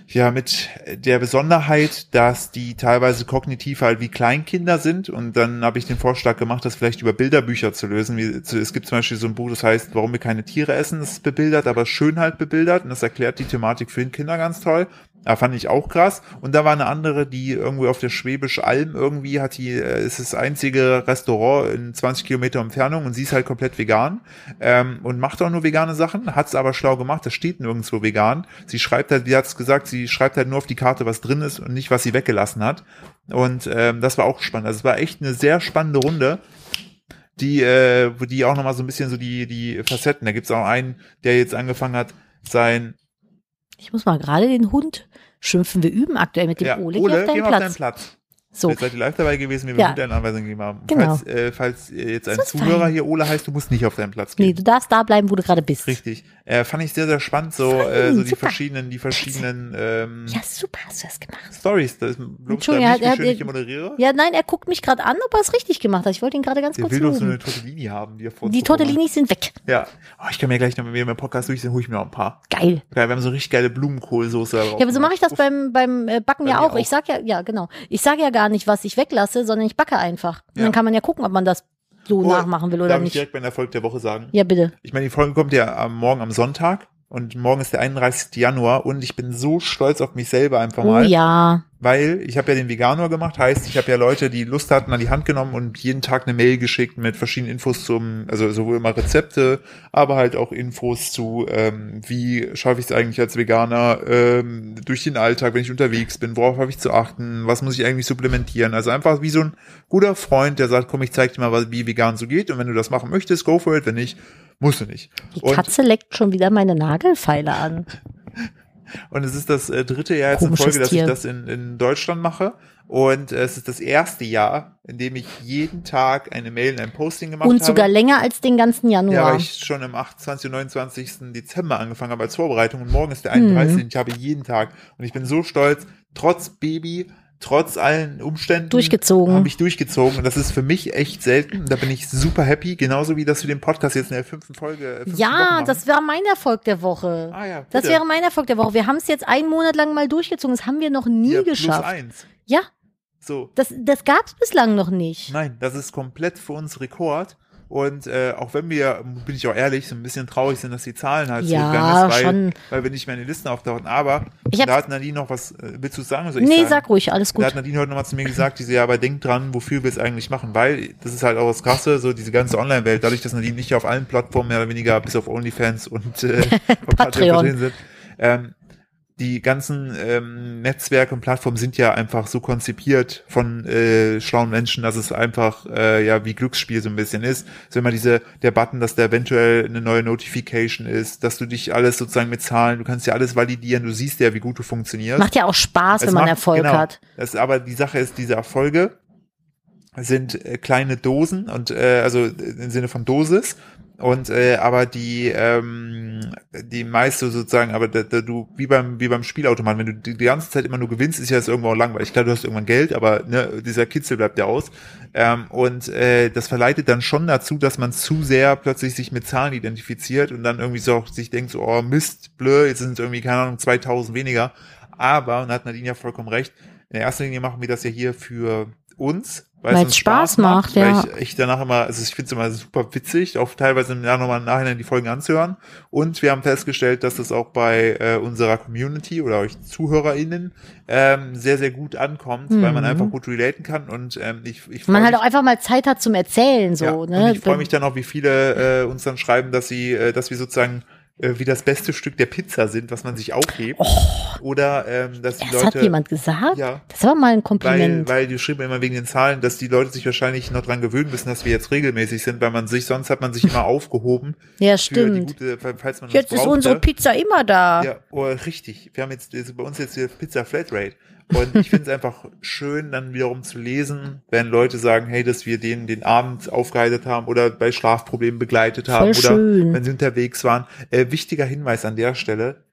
[SPEAKER 1] ja, mit der Besonderheit, dass die teilweise kognitiv halt wie Kleinkinder sind. Und dann habe ich den Vorschlag gemacht, das vielleicht über Bilderbücher zu lösen. Wie, zu, es gibt zum Beispiel so ein Buch, das heißt, warum wir keine Tiere essen, das ist bebildert, aber Schönheit bebildert. Und das erklärt die Thematik für den Kinder ganz toll. Da Ah, fand ich auch krass. Und da war eine andere, die irgendwie auf der Schwäbisch Alm irgendwie hat die, äh, ist das einzige Restaurant in 20 Kilometer Entfernung und sie ist halt komplett vegan ähm, und macht auch nur vegane Sachen, hat es aber schlau gemacht, das steht nirgendwo vegan. Sie schreibt halt, wie hat's gesagt, sie schreibt halt nur auf die Karte, was drin ist und nicht, was sie weggelassen hat. Und ähm, das war auch spannend. Also es war echt eine sehr spannende Runde die, äh, wo die auch nochmal so ein bisschen so die, die Facetten. Da gibt's auch einen, der jetzt angefangen hat, sein
[SPEAKER 2] Ich muss mal gerade den Hund schimpfen. Wir üben aktuell mit dem
[SPEAKER 1] ja,
[SPEAKER 2] Ole, geh auf
[SPEAKER 1] geh
[SPEAKER 2] deinen
[SPEAKER 1] mal auf deinen
[SPEAKER 2] Platz.
[SPEAKER 1] Platz.
[SPEAKER 2] So,
[SPEAKER 1] Jetzt seid ihr live dabei gewesen, wie wir
[SPEAKER 2] Ja.
[SPEAKER 1] mit deinen Anweisungen gegeben haben.
[SPEAKER 2] Genau.
[SPEAKER 1] Falls, äh, falls äh, jetzt ein
[SPEAKER 2] Das ist
[SPEAKER 1] Zuhörer
[SPEAKER 2] fein.
[SPEAKER 1] hier Ole heißt, du musst nicht auf deinen Platz gehen.
[SPEAKER 2] nee, du darfst da bleiben, wo du gerade bist.
[SPEAKER 1] Richtig. Äh, fand ich sehr, sehr spannend, so,
[SPEAKER 2] Fein,
[SPEAKER 1] äh, so die
[SPEAKER 2] super.
[SPEAKER 1] verschiedenen, die verschiedenen ähm,
[SPEAKER 2] Ja, super hast du das gemacht.
[SPEAKER 1] Stories. Das lobst du
[SPEAKER 2] Entschuldigung,
[SPEAKER 1] an mich,
[SPEAKER 2] er hat-
[SPEAKER 1] wie
[SPEAKER 2] er hat-
[SPEAKER 1] schön ich hier moderiere.
[SPEAKER 2] Ja, nein, er guckt mich gerade an, ob er es richtig gemacht hat. Ich wollte ihn gerade ganz
[SPEAKER 1] Der
[SPEAKER 2] kurz
[SPEAKER 1] will doch so eine
[SPEAKER 2] loben.
[SPEAKER 1] Tortellini haben, die er vor
[SPEAKER 2] Die Tortellinis sind weg.
[SPEAKER 1] Ja. Oh, ich kann mir gleich noch, wenn wir im Podcast durch sind, hole ich mir noch ein paar.
[SPEAKER 2] Geil.
[SPEAKER 1] Geil, wir haben so richtig geile Blumenkohlsoße da drauf.
[SPEAKER 2] Ja, aber so mache ich das beim, beim äh, Backen
[SPEAKER 1] Bei
[SPEAKER 2] ja
[SPEAKER 1] mir
[SPEAKER 2] auch. Ich
[SPEAKER 1] auch.
[SPEAKER 2] sag ja, ja, genau. Ich sage ja gar nicht, was ich weglasse, sondern ich backe einfach. Und
[SPEAKER 1] Ja.
[SPEAKER 2] dann kann man ja gucken, ob man das so
[SPEAKER 1] Oh,
[SPEAKER 2] nachmachen will oder
[SPEAKER 1] Darf ich
[SPEAKER 2] nicht.
[SPEAKER 1] direkt meinen Erfolg der Woche sagen?
[SPEAKER 2] Ja, bitte.
[SPEAKER 1] Ich meine, die Folge kommt ja am Morgen am Sonntag und morgen ist der 31. Januar und ich bin so stolz auf mich selber einfach
[SPEAKER 2] Oh
[SPEAKER 1] mal,
[SPEAKER 2] ja.
[SPEAKER 1] weil ich habe ja den Veganor gemacht, heißt, ich habe ja Leute, die Lust hatten, an die Hand genommen und jeden Tag eine Mail geschickt mit verschiedenen Infos zum, also sowohl immer Rezepte, aber halt auch Infos zu, ähm, wie schaffe ich es eigentlich als Veganer ähm, durch den Alltag, wenn ich unterwegs bin, worauf habe ich zu achten, was muss ich eigentlich supplementieren, also einfach wie so ein guter Freund, der sagt, komm, ich zeig dir mal, was- wie vegan so geht und wenn du das machen möchtest, go for it, wenn nicht, musst du nicht.
[SPEAKER 2] Die
[SPEAKER 1] Und-
[SPEAKER 2] Katze leckt schon wieder meine Nagelfeile an.
[SPEAKER 1] Und es ist das äh, dritte Jahr jetzt in
[SPEAKER 2] Komisches
[SPEAKER 1] Folge, dass ich
[SPEAKER 2] Tier.
[SPEAKER 1] das in, in Deutschland mache. Und äh, es ist das erste Jahr, in dem ich jeden Tag eine Mail und ein Posting gemacht
[SPEAKER 2] Und
[SPEAKER 1] habe.
[SPEAKER 2] sogar länger als den ganzen
[SPEAKER 1] Ja,
[SPEAKER 2] Januar.
[SPEAKER 1] weil ich schon am 28. und 29. Dezember angefangen habe als Vorbereitung und morgen
[SPEAKER 2] Hm.
[SPEAKER 1] ist der 31. Ich habe jeden Tag und ich bin so stolz, trotz Baby, trotz allen Umständen.
[SPEAKER 2] Durchgezogen.
[SPEAKER 1] Habe ich durchgezogen und das ist für mich echt selten. Und Da bin ich super happy, genauso wie, dass wir den Podcast jetzt in der fünften Folge. äh, fünften Woche
[SPEAKER 2] ja,
[SPEAKER 1] machen.
[SPEAKER 2] das war mein Erfolg der Woche.
[SPEAKER 1] Ah ja,
[SPEAKER 2] das
[SPEAKER 1] bitte.
[SPEAKER 2] wäre mein Erfolg der Woche. Wir haben es jetzt einen Monat lang mal durchgezogen. Das haben wir noch nie
[SPEAKER 1] Ja,
[SPEAKER 2] geschafft.
[SPEAKER 1] Plus eins.
[SPEAKER 2] Ja,
[SPEAKER 1] So,
[SPEAKER 2] das, das gab es bislang noch nicht.
[SPEAKER 1] Nein, das ist komplett für uns Rekord. Und äh, auch wenn wir, bin ich auch ehrlich, so ein bisschen traurig sind, dass die Zahlen halt
[SPEAKER 2] Ja,
[SPEAKER 1] zurückgegangen ist, weil,
[SPEAKER 2] schon.
[SPEAKER 1] weil wir nicht mehr in den Listen auftauchen. Aber
[SPEAKER 2] Ich hab-
[SPEAKER 1] da hat Nadine noch was, äh, willst du sagen? Soll ich
[SPEAKER 2] nee,
[SPEAKER 1] sagen?
[SPEAKER 2] sag ruhig, alles
[SPEAKER 1] Da hat
[SPEAKER 2] gut.
[SPEAKER 1] Nadine heute nochmal zu mir gesagt, diese, ja, aber denk dran, wofür wir es eigentlich machen, weil das ist halt auch das Krasse, so diese ganze Online-Welt, dadurch, dass Nadine nicht auf allen Plattformen mehr oder weniger, bis auf OnlyFans und äh, und
[SPEAKER 2] Patreon.
[SPEAKER 1] vertreten sind, ähm, die ganzen ähm, Netzwerke und Plattformen sind ja einfach so konzipiert von äh, schlauen Menschen, dass es einfach äh, ja wie Glücksspiel so ein bisschen ist. Also immer diese der Button, dass da eventuell eine neue Notification ist, dass du dich alles sozusagen mit Zahlen, du kannst ja alles validieren, du siehst ja, wie gut du funktionierst.
[SPEAKER 2] Macht ja auch Spaß,
[SPEAKER 1] Es
[SPEAKER 2] wenn man
[SPEAKER 1] macht-
[SPEAKER 2] Erfolg
[SPEAKER 1] genau.
[SPEAKER 2] hat.
[SPEAKER 1] Das, aber die Sache ist, diese Erfolge sind äh, kleine Dosen und äh, also im Sinne von Dosis. Und äh, aber die ähm, die meiste sozusagen, aber da, da du wie beim wie beim Spielautomaten, wenn du die, die ganze Zeit immer nur gewinnst, ist ja das irgendwo auch langweilig. Klar, du hast irgendwann Geld, aber ne, dieser Kitzel bleibt ja aus. Ähm, und äh, das verleitet dann schon dazu, dass man zu sehr plötzlich sich mit Zahlen identifiziert und dann irgendwie so auch sich denkt, so, oh Mist, blö, jetzt sind es irgendwie, keine Ahnung, 2000 weniger. Aber, und da hat Nadine ja vollkommen recht, in erster Linie machen wir das ja hier für uns, weil
[SPEAKER 2] Weil's
[SPEAKER 1] es uns
[SPEAKER 2] Spaß
[SPEAKER 1] Spaß, macht,
[SPEAKER 2] macht, ja.
[SPEAKER 1] weil ich, ich danach immer, also ich finde es immer super witzig, auch teilweise im Jahr nochmal im Nachhinein die Folgen anzuhören. Und wir haben festgestellt, dass das auch bei äh, unserer Community oder euch ZuhörerInnen ähm, sehr, sehr gut ankommt, weil man
[SPEAKER 2] Mhm.
[SPEAKER 1] einfach gut relaten kann und ähm, ich, ich
[SPEAKER 2] Man
[SPEAKER 1] freu
[SPEAKER 2] halt
[SPEAKER 1] mich-
[SPEAKER 2] auch einfach mal Zeit hat zum Erzählen, so,
[SPEAKER 1] ja,
[SPEAKER 2] ne?
[SPEAKER 1] Und ich freue mich dann auch, wie viele äh, uns dann schreiben, dass sie, äh, dass wir sozusagen äh, wie das beste Stück der Pizza sind, was man sich aufhebt. Oder ähm, dass die
[SPEAKER 2] Oh. das
[SPEAKER 1] Leute.
[SPEAKER 2] hat jemand gesagt?
[SPEAKER 1] Ja.
[SPEAKER 2] Das war mal ein
[SPEAKER 1] Weil,
[SPEAKER 2] Kompliment.
[SPEAKER 1] weil du schrieben immer wegen den Zahlen, dass die Leute sich wahrscheinlich noch dran gewöhnen müssen, dass wir jetzt regelmäßig sind, weil man sich, sonst hat man sich immer aufgehoben. Für
[SPEAKER 2] ja,
[SPEAKER 1] die
[SPEAKER 2] stimmt.
[SPEAKER 1] gute, falls man uns
[SPEAKER 2] Jetzt ist
[SPEAKER 1] brauchte.
[SPEAKER 2] unsere Pizza immer da.
[SPEAKER 1] ne? Ja, oh, richtig. Wir haben jetzt jetzt bei uns jetzt hier Pizza Flatrate. Und ich finde es einfach schön, dann wiederum zu lesen, wenn Leute sagen, hey, dass wir denen den Abend aufgeheitert haben oder bei Schlafproblemen begleitet haben
[SPEAKER 2] Voll
[SPEAKER 1] oder
[SPEAKER 2] schön.
[SPEAKER 1] wenn sie unterwegs waren. Äh, wichtiger Hinweis an der Stelle.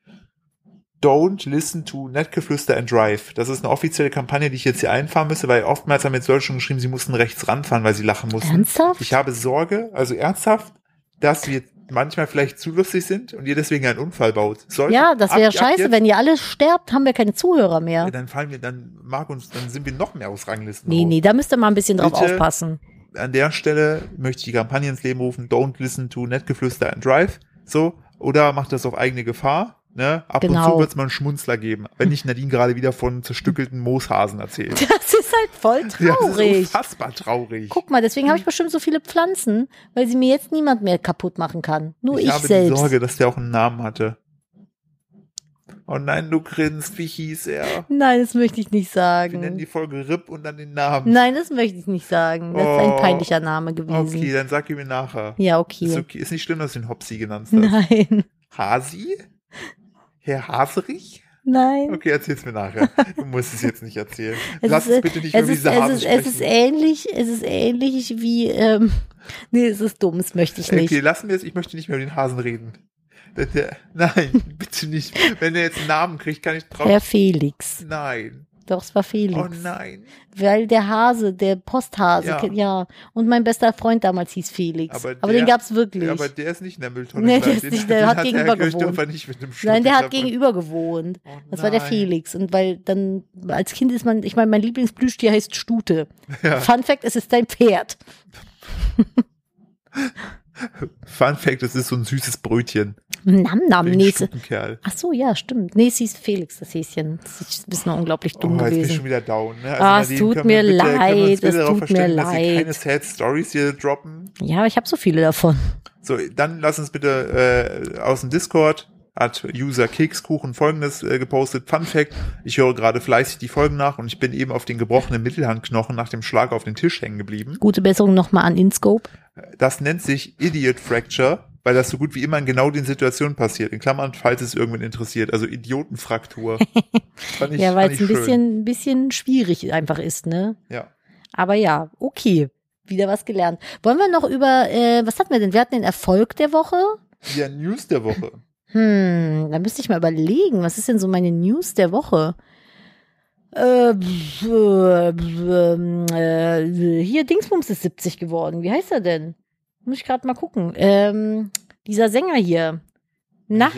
[SPEAKER 1] Don't listen to Nettgeflüster and Drive. Das ist eine offizielle Kampagne, die ich jetzt hier einfahren müsste, weil oftmals haben jetzt Leute schon geschrieben, sie mussten rechts ranfahren, weil sie lachen mussten.
[SPEAKER 2] Ernsthaft?
[SPEAKER 1] Ich habe Sorge, also ernsthaft, dass wir manchmal vielleicht zu lustig sind und ihr deswegen einen Unfall baut. Soll-
[SPEAKER 2] ja, das
[SPEAKER 1] ab-
[SPEAKER 2] wäre
[SPEAKER 1] ab
[SPEAKER 2] scheiße.
[SPEAKER 1] jetzt-
[SPEAKER 2] Wenn ihr alle sterbt, haben wir keine Zuhörer mehr.
[SPEAKER 1] Ja, dann fallen wir, dann mag uns, dann sind wir noch mehr aus Ranglisten.
[SPEAKER 2] nee,
[SPEAKER 1] raus.
[SPEAKER 2] nee, da müsst ihr mal ein bisschen drauf
[SPEAKER 1] Bitte.
[SPEAKER 2] aufpassen.
[SPEAKER 1] An der Stelle möchte ich die Kampagne ins Leben rufen, don't listen to Nettgeflüster and Drive. So, oder macht das auf eigene Gefahr. Ne? Ab und
[SPEAKER 2] Genau.
[SPEAKER 1] zu wird es mal einen Schmunzler geben, wenn nicht Nadine gerade wieder von zerstückelten Mooshasen erzählt.
[SPEAKER 2] Das ist halt voll
[SPEAKER 1] Ja, das
[SPEAKER 2] traurig.
[SPEAKER 1] ist unfassbar traurig.
[SPEAKER 2] Guck mal, deswegen habe ich bestimmt so viele Pflanzen, weil sie mir jetzt niemand mehr kaputt machen kann. Nur ich,
[SPEAKER 1] ich habe
[SPEAKER 2] selbst.
[SPEAKER 1] die Sorge, dass der auch einen Namen hatte. Oh nein, du grinst, wie hieß er?
[SPEAKER 2] Nein, das möchte ich nicht
[SPEAKER 1] Wir nennen
[SPEAKER 2] sagen.
[SPEAKER 1] die Folge RIP und dann den Namen.
[SPEAKER 2] Nein, das möchte ich nicht sagen. Das ist ein
[SPEAKER 1] Oh.
[SPEAKER 2] peinlicher Name gewesen.
[SPEAKER 1] Okay, dann sag ihn mir nachher.
[SPEAKER 2] Ja, okay.
[SPEAKER 1] Ist, okay. ist nicht schlimm, dass du ihn Hopsi genannt hast.
[SPEAKER 2] Nein,
[SPEAKER 1] Hasi? Herr Haserich?
[SPEAKER 2] nein.
[SPEAKER 1] Okay, erzähl's mir nachher. Du musst es jetzt nicht erzählen.
[SPEAKER 2] Es
[SPEAKER 1] Lass
[SPEAKER 2] ist,
[SPEAKER 1] es bitte nicht
[SPEAKER 2] es
[SPEAKER 1] über
[SPEAKER 2] ist,
[SPEAKER 1] diese
[SPEAKER 2] es
[SPEAKER 1] Hasen
[SPEAKER 2] ist, es ist
[SPEAKER 1] sprechen.
[SPEAKER 2] ähnlich, es ist ähnlich wie, ähm, nee, es ist dumm, das möchte ich nicht.
[SPEAKER 1] Okay, lassen wir es. Ich möchte nicht mehr über den Hasen reden. Der, der, nein, bitte nicht. Wenn er jetzt einen Namen kriegt, kann ich drauf.
[SPEAKER 2] Herr Felix.
[SPEAKER 1] Nein.
[SPEAKER 2] Doch, es war Felix.
[SPEAKER 1] Oh nein.
[SPEAKER 2] Weil der Hase, der Posthase,
[SPEAKER 1] Ja.
[SPEAKER 2] ja. Und mein bester Freund damals hieß Felix. Aber,
[SPEAKER 1] Aber
[SPEAKER 2] den
[SPEAKER 1] der-
[SPEAKER 2] gab's wirklich.
[SPEAKER 1] Ja, aber der ist nicht in der Mülltonne.
[SPEAKER 2] Nee, der
[SPEAKER 1] gelandet.
[SPEAKER 2] ist
[SPEAKER 1] Den-
[SPEAKER 2] nicht- der
[SPEAKER 1] den
[SPEAKER 2] hat gegenüber
[SPEAKER 1] Herr Kirchdorfer
[SPEAKER 2] gewohnt.
[SPEAKER 1] nicht mit dem Schuh
[SPEAKER 2] Nein, der hat
[SPEAKER 1] getroffen.
[SPEAKER 2] gegenüber gewohnt.
[SPEAKER 1] Oh
[SPEAKER 2] Das war der
[SPEAKER 1] nein.
[SPEAKER 2] Felix. Und weil dann, als Kind ist man, ich meine, mein Lieblingsblüschtier heißt Stute.
[SPEAKER 1] Ja.
[SPEAKER 2] Fun Fact, es ist dein Pferd.
[SPEAKER 1] Fun Fact, das ist so ein süßes Brötchen.
[SPEAKER 2] Nam, nam,
[SPEAKER 1] Wegen
[SPEAKER 2] nächste.
[SPEAKER 1] Stutenkerl.
[SPEAKER 2] Ach so, ja, stimmt. Nee, es hieß Felix, das Häschen. Das ist ein bisschen unglaublich dumm
[SPEAKER 1] Oh, jetzt bin ich schon
[SPEAKER 2] gewesen.
[SPEAKER 1] wieder down. Ne?
[SPEAKER 2] Ah, es
[SPEAKER 1] Nadine,
[SPEAKER 2] tut
[SPEAKER 1] können wir
[SPEAKER 2] mir
[SPEAKER 1] bitte- können wir uns
[SPEAKER 2] leid,
[SPEAKER 1] bitte
[SPEAKER 2] es
[SPEAKER 1] darauf
[SPEAKER 2] tut mir
[SPEAKER 1] verständigen, Dass
[SPEAKER 2] leid.
[SPEAKER 1] wir keine Sad Stories hier droppen.
[SPEAKER 2] Ja, aber ich habe so viele davon.
[SPEAKER 1] So, dann lass uns bitte äh, aus dem Discord hat User Kekskuchen folgendes äh, gepostet. Fun Fact, ich höre gerade fleißig die Folgen nach und ich bin eben auf den gebrochenen Mittelhandknochen nach dem Schlag auf den Tisch hängen geblieben.
[SPEAKER 2] Gute Besserung nochmal an Inscope.
[SPEAKER 1] Das nennt sich Idiot Fracture weil das so gut wie immer in genau den Situationen passiert. In Klammern, falls es irgendwen interessiert. Also Idiotenfraktur. Fand ich-
[SPEAKER 2] ja, weil
[SPEAKER 1] fand ich
[SPEAKER 2] es ein
[SPEAKER 1] schön.
[SPEAKER 2] bisschen, ein bisschen schwierig einfach ist, ne?
[SPEAKER 1] Ja.
[SPEAKER 2] Aber ja, okay. Wieder was gelernt. Wollen wir noch über, äh, was hatten wir denn? Wir hatten den Erfolg der Woche.
[SPEAKER 1] Ja, News der Woche.
[SPEAKER 2] Hm, da müsste ich mal überlegen, was ist denn so meine News der Woche? Äh, pf, äh, pf, ähm, äh, hier, Dingsbums ist 70 geworden. Wie heißt er denn? Muss ich gerade mal gucken. Ähm, dieser Sänger hier. Na,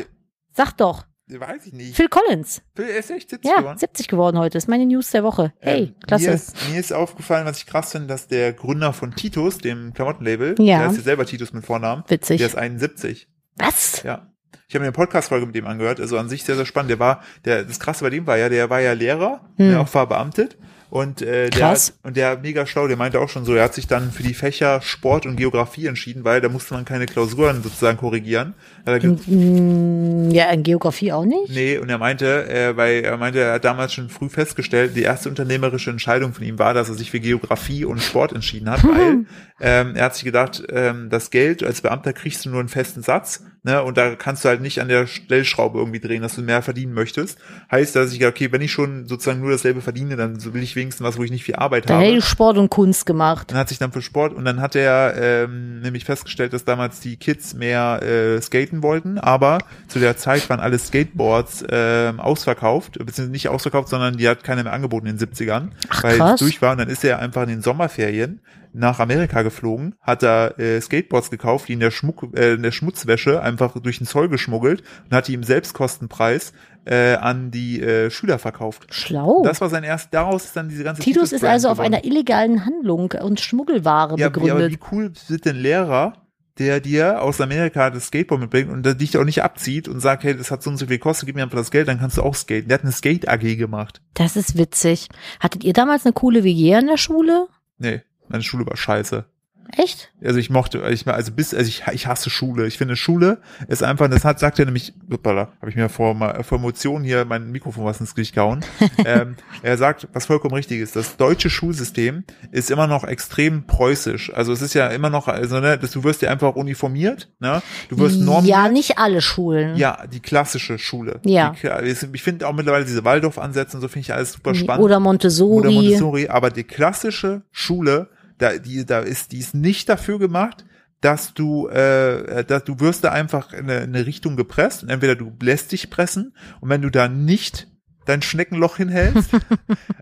[SPEAKER 2] sag doch.
[SPEAKER 1] Ich, weiß ich nicht.
[SPEAKER 2] Phil Collins.
[SPEAKER 1] Phil ist echt 70
[SPEAKER 2] Ja,
[SPEAKER 1] geworden.
[SPEAKER 2] 70 geworden heute. Ist meine News der Woche. Hey,
[SPEAKER 1] Ähm,
[SPEAKER 2] klasse.
[SPEAKER 1] Mir ist, mir ist aufgefallen, was ich krass finde, dass der Gründer von Titus, dem Klamottenlabel,
[SPEAKER 2] Ja.
[SPEAKER 1] der heißt ja selber Titus mit Vornamen,
[SPEAKER 2] Witzig.
[SPEAKER 1] der ist 71.
[SPEAKER 2] was?
[SPEAKER 1] Ja. Ich habe mir eine Podcast-Folge mit dem angehört, also an sich sehr, sehr spannend. Der war, der, das Krasse bei dem war ja, der war ja Lehrer,
[SPEAKER 2] Hm.
[SPEAKER 1] der auch war beamtet. Und, äh, der,
[SPEAKER 2] Krass.
[SPEAKER 1] und der mega schlau, der meinte auch schon so, er hat sich dann für die Fächer Sport und Geografie entschieden, weil da musste man keine Klausuren sozusagen korrigieren. Hat er ge-
[SPEAKER 2] Mm, Ja, in Geografie auch nicht.
[SPEAKER 1] Nee, und er meinte, äh, weil er meinte, er hat damals schon früh festgestellt, die erste unternehmerische Entscheidung von ihm war, dass er sich für Geografie und Sport entschieden hat, weil ähm, er hat sich gedacht, ähm, das Geld als Beamter kriegst du nur einen festen Satz, ne, und da kannst du halt nicht an der Stellschraube irgendwie drehen, dass du mehr verdienen möchtest. Heißt, dass ich gedacht, okay, wenn ich schon sozusagen nur dasselbe verdiene, dann so will ich wenigstens was, wo ich nicht viel Arbeit
[SPEAKER 2] Dann
[SPEAKER 1] habe.
[SPEAKER 2] hätte ich Sport und Kunst gemacht.
[SPEAKER 1] Und hat sich dann für Sport und dann hat er ähm, nämlich festgestellt, dass damals die Kids mehr äh, skaten wollten, aber zu der Zeit waren alle Skateboards ähm, ausverkauft, beziehungsweise nicht ausverkauft, sondern die hat keiner mehr angeboten in den 70ern,
[SPEAKER 2] Ach,
[SPEAKER 1] weil
[SPEAKER 2] krass.
[SPEAKER 1] es durch war und dann ist er einfach in den Sommerferien nach Amerika geflogen, hat da äh, Skateboards gekauft, die in der, Schmuck, äh, in der Schmutzwäsche einfach durch den Zoll geschmuggelt und hat die im Selbstkostenpreis äh, an die äh, Schüler verkauft.
[SPEAKER 2] Schlau.
[SPEAKER 1] Das war sein erst, daraus ist dann diese ganze
[SPEAKER 2] Oh. Titus ist
[SPEAKER 1] Titus-Brand
[SPEAKER 2] also auf
[SPEAKER 1] geworden.
[SPEAKER 2] einer illegalen Handlung und Schmuggelware
[SPEAKER 1] Ja, wie, aber
[SPEAKER 2] begründet.
[SPEAKER 1] wie cool sind denn Lehrer, der dir aus Amerika das Skateboard mitbringt und der dich auch nicht abzieht und sagt, hey, das hat so und so viel Kosten, gib mir einfach das Geld, dann kannst du auch skaten. Der hat eine Skate AG gemacht.
[SPEAKER 2] Das ist witzig. Hattet ihr damals eine coole WG an der Schule?
[SPEAKER 1] Nee, meine Schule war scheiße.
[SPEAKER 2] Echt?
[SPEAKER 1] Also ich mochte, ich also bis, also ich, ich hasse Schule. Ich finde Schule ist einfach, das hat, sagt er nämlich, hoppala, habe ich mir vor, mal- vor Emotionen hier mein Mikrofon was ins Gesicht gehauen. ähm, er sagt, was vollkommen richtig ist, das deutsche Schulsystem ist immer noch extrem preußisch. Also es ist ja immer noch, also ne, das, du wirst ja einfach uniformiert, ne? Du wirst normiert.
[SPEAKER 2] ja, nicht alle Schulen.
[SPEAKER 1] Ja, die klassische Schule.
[SPEAKER 2] Ja.
[SPEAKER 1] Die, Kla- ich finde auch mittlerweile diese Waldorf-Ansätze und so finde ich alles super spannend.
[SPEAKER 2] Oder Montessori.
[SPEAKER 1] Oder Montessori. Aber die klassische Schule, da, die, da ist, die ist nicht dafür gemacht, dass du, äh, dass du wirst da einfach in eine, in eine Richtung gepresst und entweder du lässt dich pressen und wenn du da nicht dein Schneckenloch hinhältst,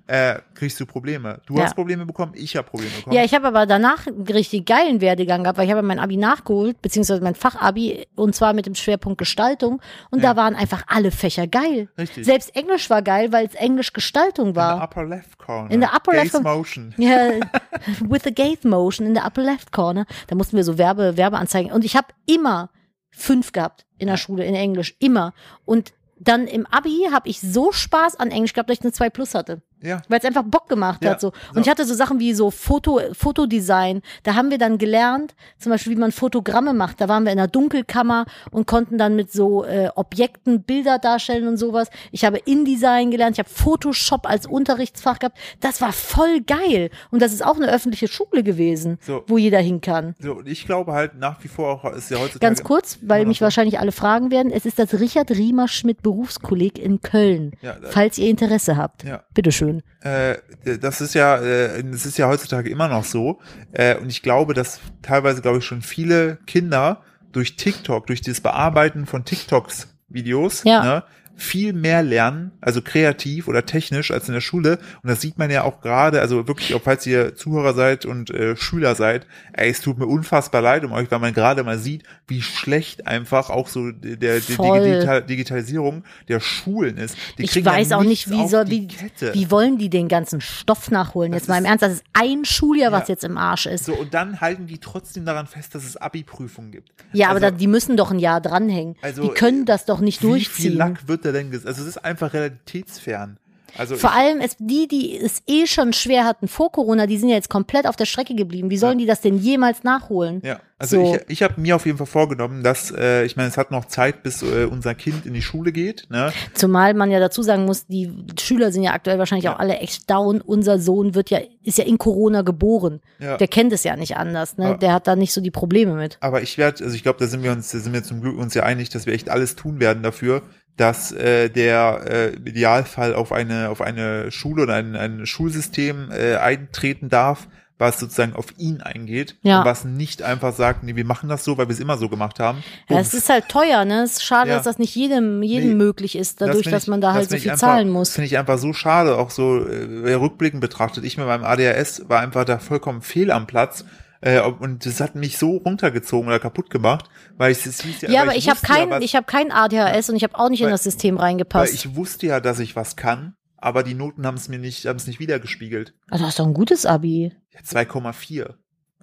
[SPEAKER 1] äh, kriegst du Probleme. Du
[SPEAKER 2] Ja.
[SPEAKER 1] hast Probleme bekommen, ich habe Probleme bekommen.
[SPEAKER 2] Ja, ich habe aber danach einen richtig geilen Werdegang gehabt, weil ich habe mein Abi nachgeholt, beziehungsweise mein Fachabi, und zwar mit dem Schwerpunkt Gestaltung. Und
[SPEAKER 1] Ja.
[SPEAKER 2] da waren einfach alle Fächer geil.
[SPEAKER 1] Richtig.
[SPEAKER 2] Selbst Englisch war geil, weil es Englisch Gestaltung
[SPEAKER 1] in der
[SPEAKER 2] war.
[SPEAKER 1] Upper Left Corner.
[SPEAKER 2] In der Upper Left
[SPEAKER 1] Gaze
[SPEAKER 2] Corner.
[SPEAKER 1] Motion.
[SPEAKER 2] Ja, with the gate motion in der upper left corner. Da mussten wir so Werbe, Werbeanzeigen. Und ich habe immer fünf gehabt in der Schule, in Englisch. Immer. Und dann im Abi habe ich so Spaß an Englisch gehabt, dass ich eine 2 plus hatte.
[SPEAKER 1] Ja.
[SPEAKER 2] Weil es einfach Bock gemacht
[SPEAKER 1] Ja,
[SPEAKER 2] hat. So. Und
[SPEAKER 1] so.
[SPEAKER 2] ich hatte so Sachen wie so Foto, Fotodesign. Da haben wir dann gelernt, zum Beispiel, wie man Fotogramme macht. Da waren wir in der Dunkelkammer und konnten dann mit so äh, Objekten Bilder darstellen und sowas. Ich habe InDesign gelernt, ich habe Photoshop als Unterrichtsfach gehabt. Das war voll geil. Und das ist auch eine öffentliche Schule gewesen,
[SPEAKER 1] So.
[SPEAKER 2] wo jeder hin kann.
[SPEAKER 1] So, und ich glaube halt nach wie vor auch, ist ja heutzutage.
[SPEAKER 2] Ganz kurz, weil
[SPEAKER 1] Immer noch
[SPEAKER 2] mich
[SPEAKER 1] so.
[SPEAKER 2] wahrscheinlich alle fragen werden. Es ist das Richard Riemer Schmidt Berufskolleg in Köln,
[SPEAKER 1] Ja, da-
[SPEAKER 2] falls ihr Interesse habt.
[SPEAKER 1] Ja.
[SPEAKER 2] Bitteschön.
[SPEAKER 1] äh, das ist ja, äh, das ist ja heutzutage immer noch so. Äh, und ich glaube, dass teilweise, glaube ich, schon viele Kinder durch TikTok, durch das Bearbeiten von TikToks Videos,
[SPEAKER 2] Ja.
[SPEAKER 1] ne, viel mehr lernen, also kreativ oder technisch als in der Schule. Und das sieht man ja auch gerade, also wirklich, auch falls ihr Zuhörer seid und äh, Schüler seid, ey, es tut mir unfassbar leid um euch, weil man gerade mal sieht, wie schlecht einfach auch so der, der die
[SPEAKER 2] Voll.
[SPEAKER 1] Digital Digitalisierung der Schulen ist. Die
[SPEAKER 2] ich
[SPEAKER 1] kriegen ja
[SPEAKER 2] weiß auch nicht,
[SPEAKER 1] nichts
[SPEAKER 2] wie,
[SPEAKER 1] auf
[SPEAKER 2] soll,
[SPEAKER 1] die
[SPEAKER 2] wie,
[SPEAKER 1] Kette.
[SPEAKER 2] wie wollen die den ganzen Stoff nachholen?
[SPEAKER 1] Das
[SPEAKER 2] Jetzt mal im
[SPEAKER 1] ist-
[SPEAKER 2] Ernst, das ist ein Schuljahr, was
[SPEAKER 1] Ja.
[SPEAKER 2] jetzt im Arsch ist.
[SPEAKER 1] So, und dann halten die trotzdem daran fest, dass es Abi-Prüfungen gibt.
[SPEAKER 2] ja, aber
[SPEAKER 1] also,
[SPEAKER 2] da, die müssen doch ein Jahr dranhängen.
[SPEAKER 1] Also,
[SPEAKER 2] die können das doch nicht
[SPEAKER 1] Wie viel
[SPEAKER 2] durchziehen.
[SPEAKER 1] Lack wird da denn ges Also es ist einfach realitätsfern. Also
[SPEAKER 2] Vor
[SPEAKER 1] ich-
[SPEAKER 2] allem es, die, die es eh schon schwer hatten vor Corona, die sind ja jetzt komplett auf der Strecke geblieben. Wie sollen die das denn jemals nachholen?
[SPEAKER 1] Ja, also
[SPEAKER 2] So.
[SPEAKER 1] ich, ich habe mir auf jeden Fall vorgenommen, dass, äh, ich meine, es hat noch Zeit, bis äh, unser Kind in die Schule geht. Ne?
[SPEAKER 2] Zumal man ja dazu sagen muss, die Schüler sind ja aktuell wahrscheinlich
[SPEAKER 1] Ja.
[SPEAKER 2] auch alle echt down. Unser Sohn wird ja, ist ja in Corona geboren.
[SPEAKER 1] Ja.
[SPEAKER 2] Der kennt es ja nicht anders, ne?
[SPEAKER 1] Ja.
[SPEAKER 2] Der hat da nicht so die Probleme mit.
[SPEAKER 1] Aber ich werde, also ich glaube, da sind wir uns, da sind wir zum Glück uns ja einig, dass wir echt alles tun werden dafür, dass äh, der äh, im Idealfall auf eine auf eine Schule oder ein, ein Schulsystem äh, eintreten darf, was sozusagen auf ihn eingeht
[SPEAKER 2] Ja.
[SPEAKER 1] und was nicht einfach sagt, nee, wir machen das so, weil wir es immer so gemacht haben.
[SPEAKER 2] Ja, es ist halt teuer, ne? Es ist schade,
[SPEAKER 1] Ja.
[SPEAKER 2] dass das nicht jedem, jedem
[SPEAKER 1] Nee.
[SPEAKER 2] möglich ist, dadurch,
[SPEAKER 1] find
[SPEAKER 2] dass
[SPEAKER 1] ich-
[SPEAKER 2] man da halt so
[SPEAKER 1] find ich
[SPEAKER 2] viel
[SPEAKER 1] einfach-
[SPEAKER 2] zahlen muss.
[SPEAKER 1] Finde ich einfach so schade, auch so äh, rückblickend betrachtet. Ich mit meinem ADHS war einfach da vollkommen fehl am Platz. Äh, ob- und das hat mich so runtergezogen oder kaputt gemacht, weil ich es hieß ja,
[SPEAKER 2] Ja,
[SPEAKER 1] weil
[SPEAKER 2] aber ich habe
[SPEAKER 1] wusste
[SPEAKER 2] kein,
[SPEAKER 1] ja, was-
[SPEAKER 2] ich hab kein ADHS und ich habe auch nicht in
[SPEAKER 1] Weil-
[SPEAKER 2] das System
[SPEAKER 1] Weil
[SPEAKER 2] reingepasst.
[SPEAKER 1] ich wusste ja, dass ich was kann, aber die Noten haben es mir nicht, haben es nicht wiedergespiegelt.
[SPEAKER 2] also, du hast doch ein gutes Abi.
[SPEAKER 1] Ja, 2,4.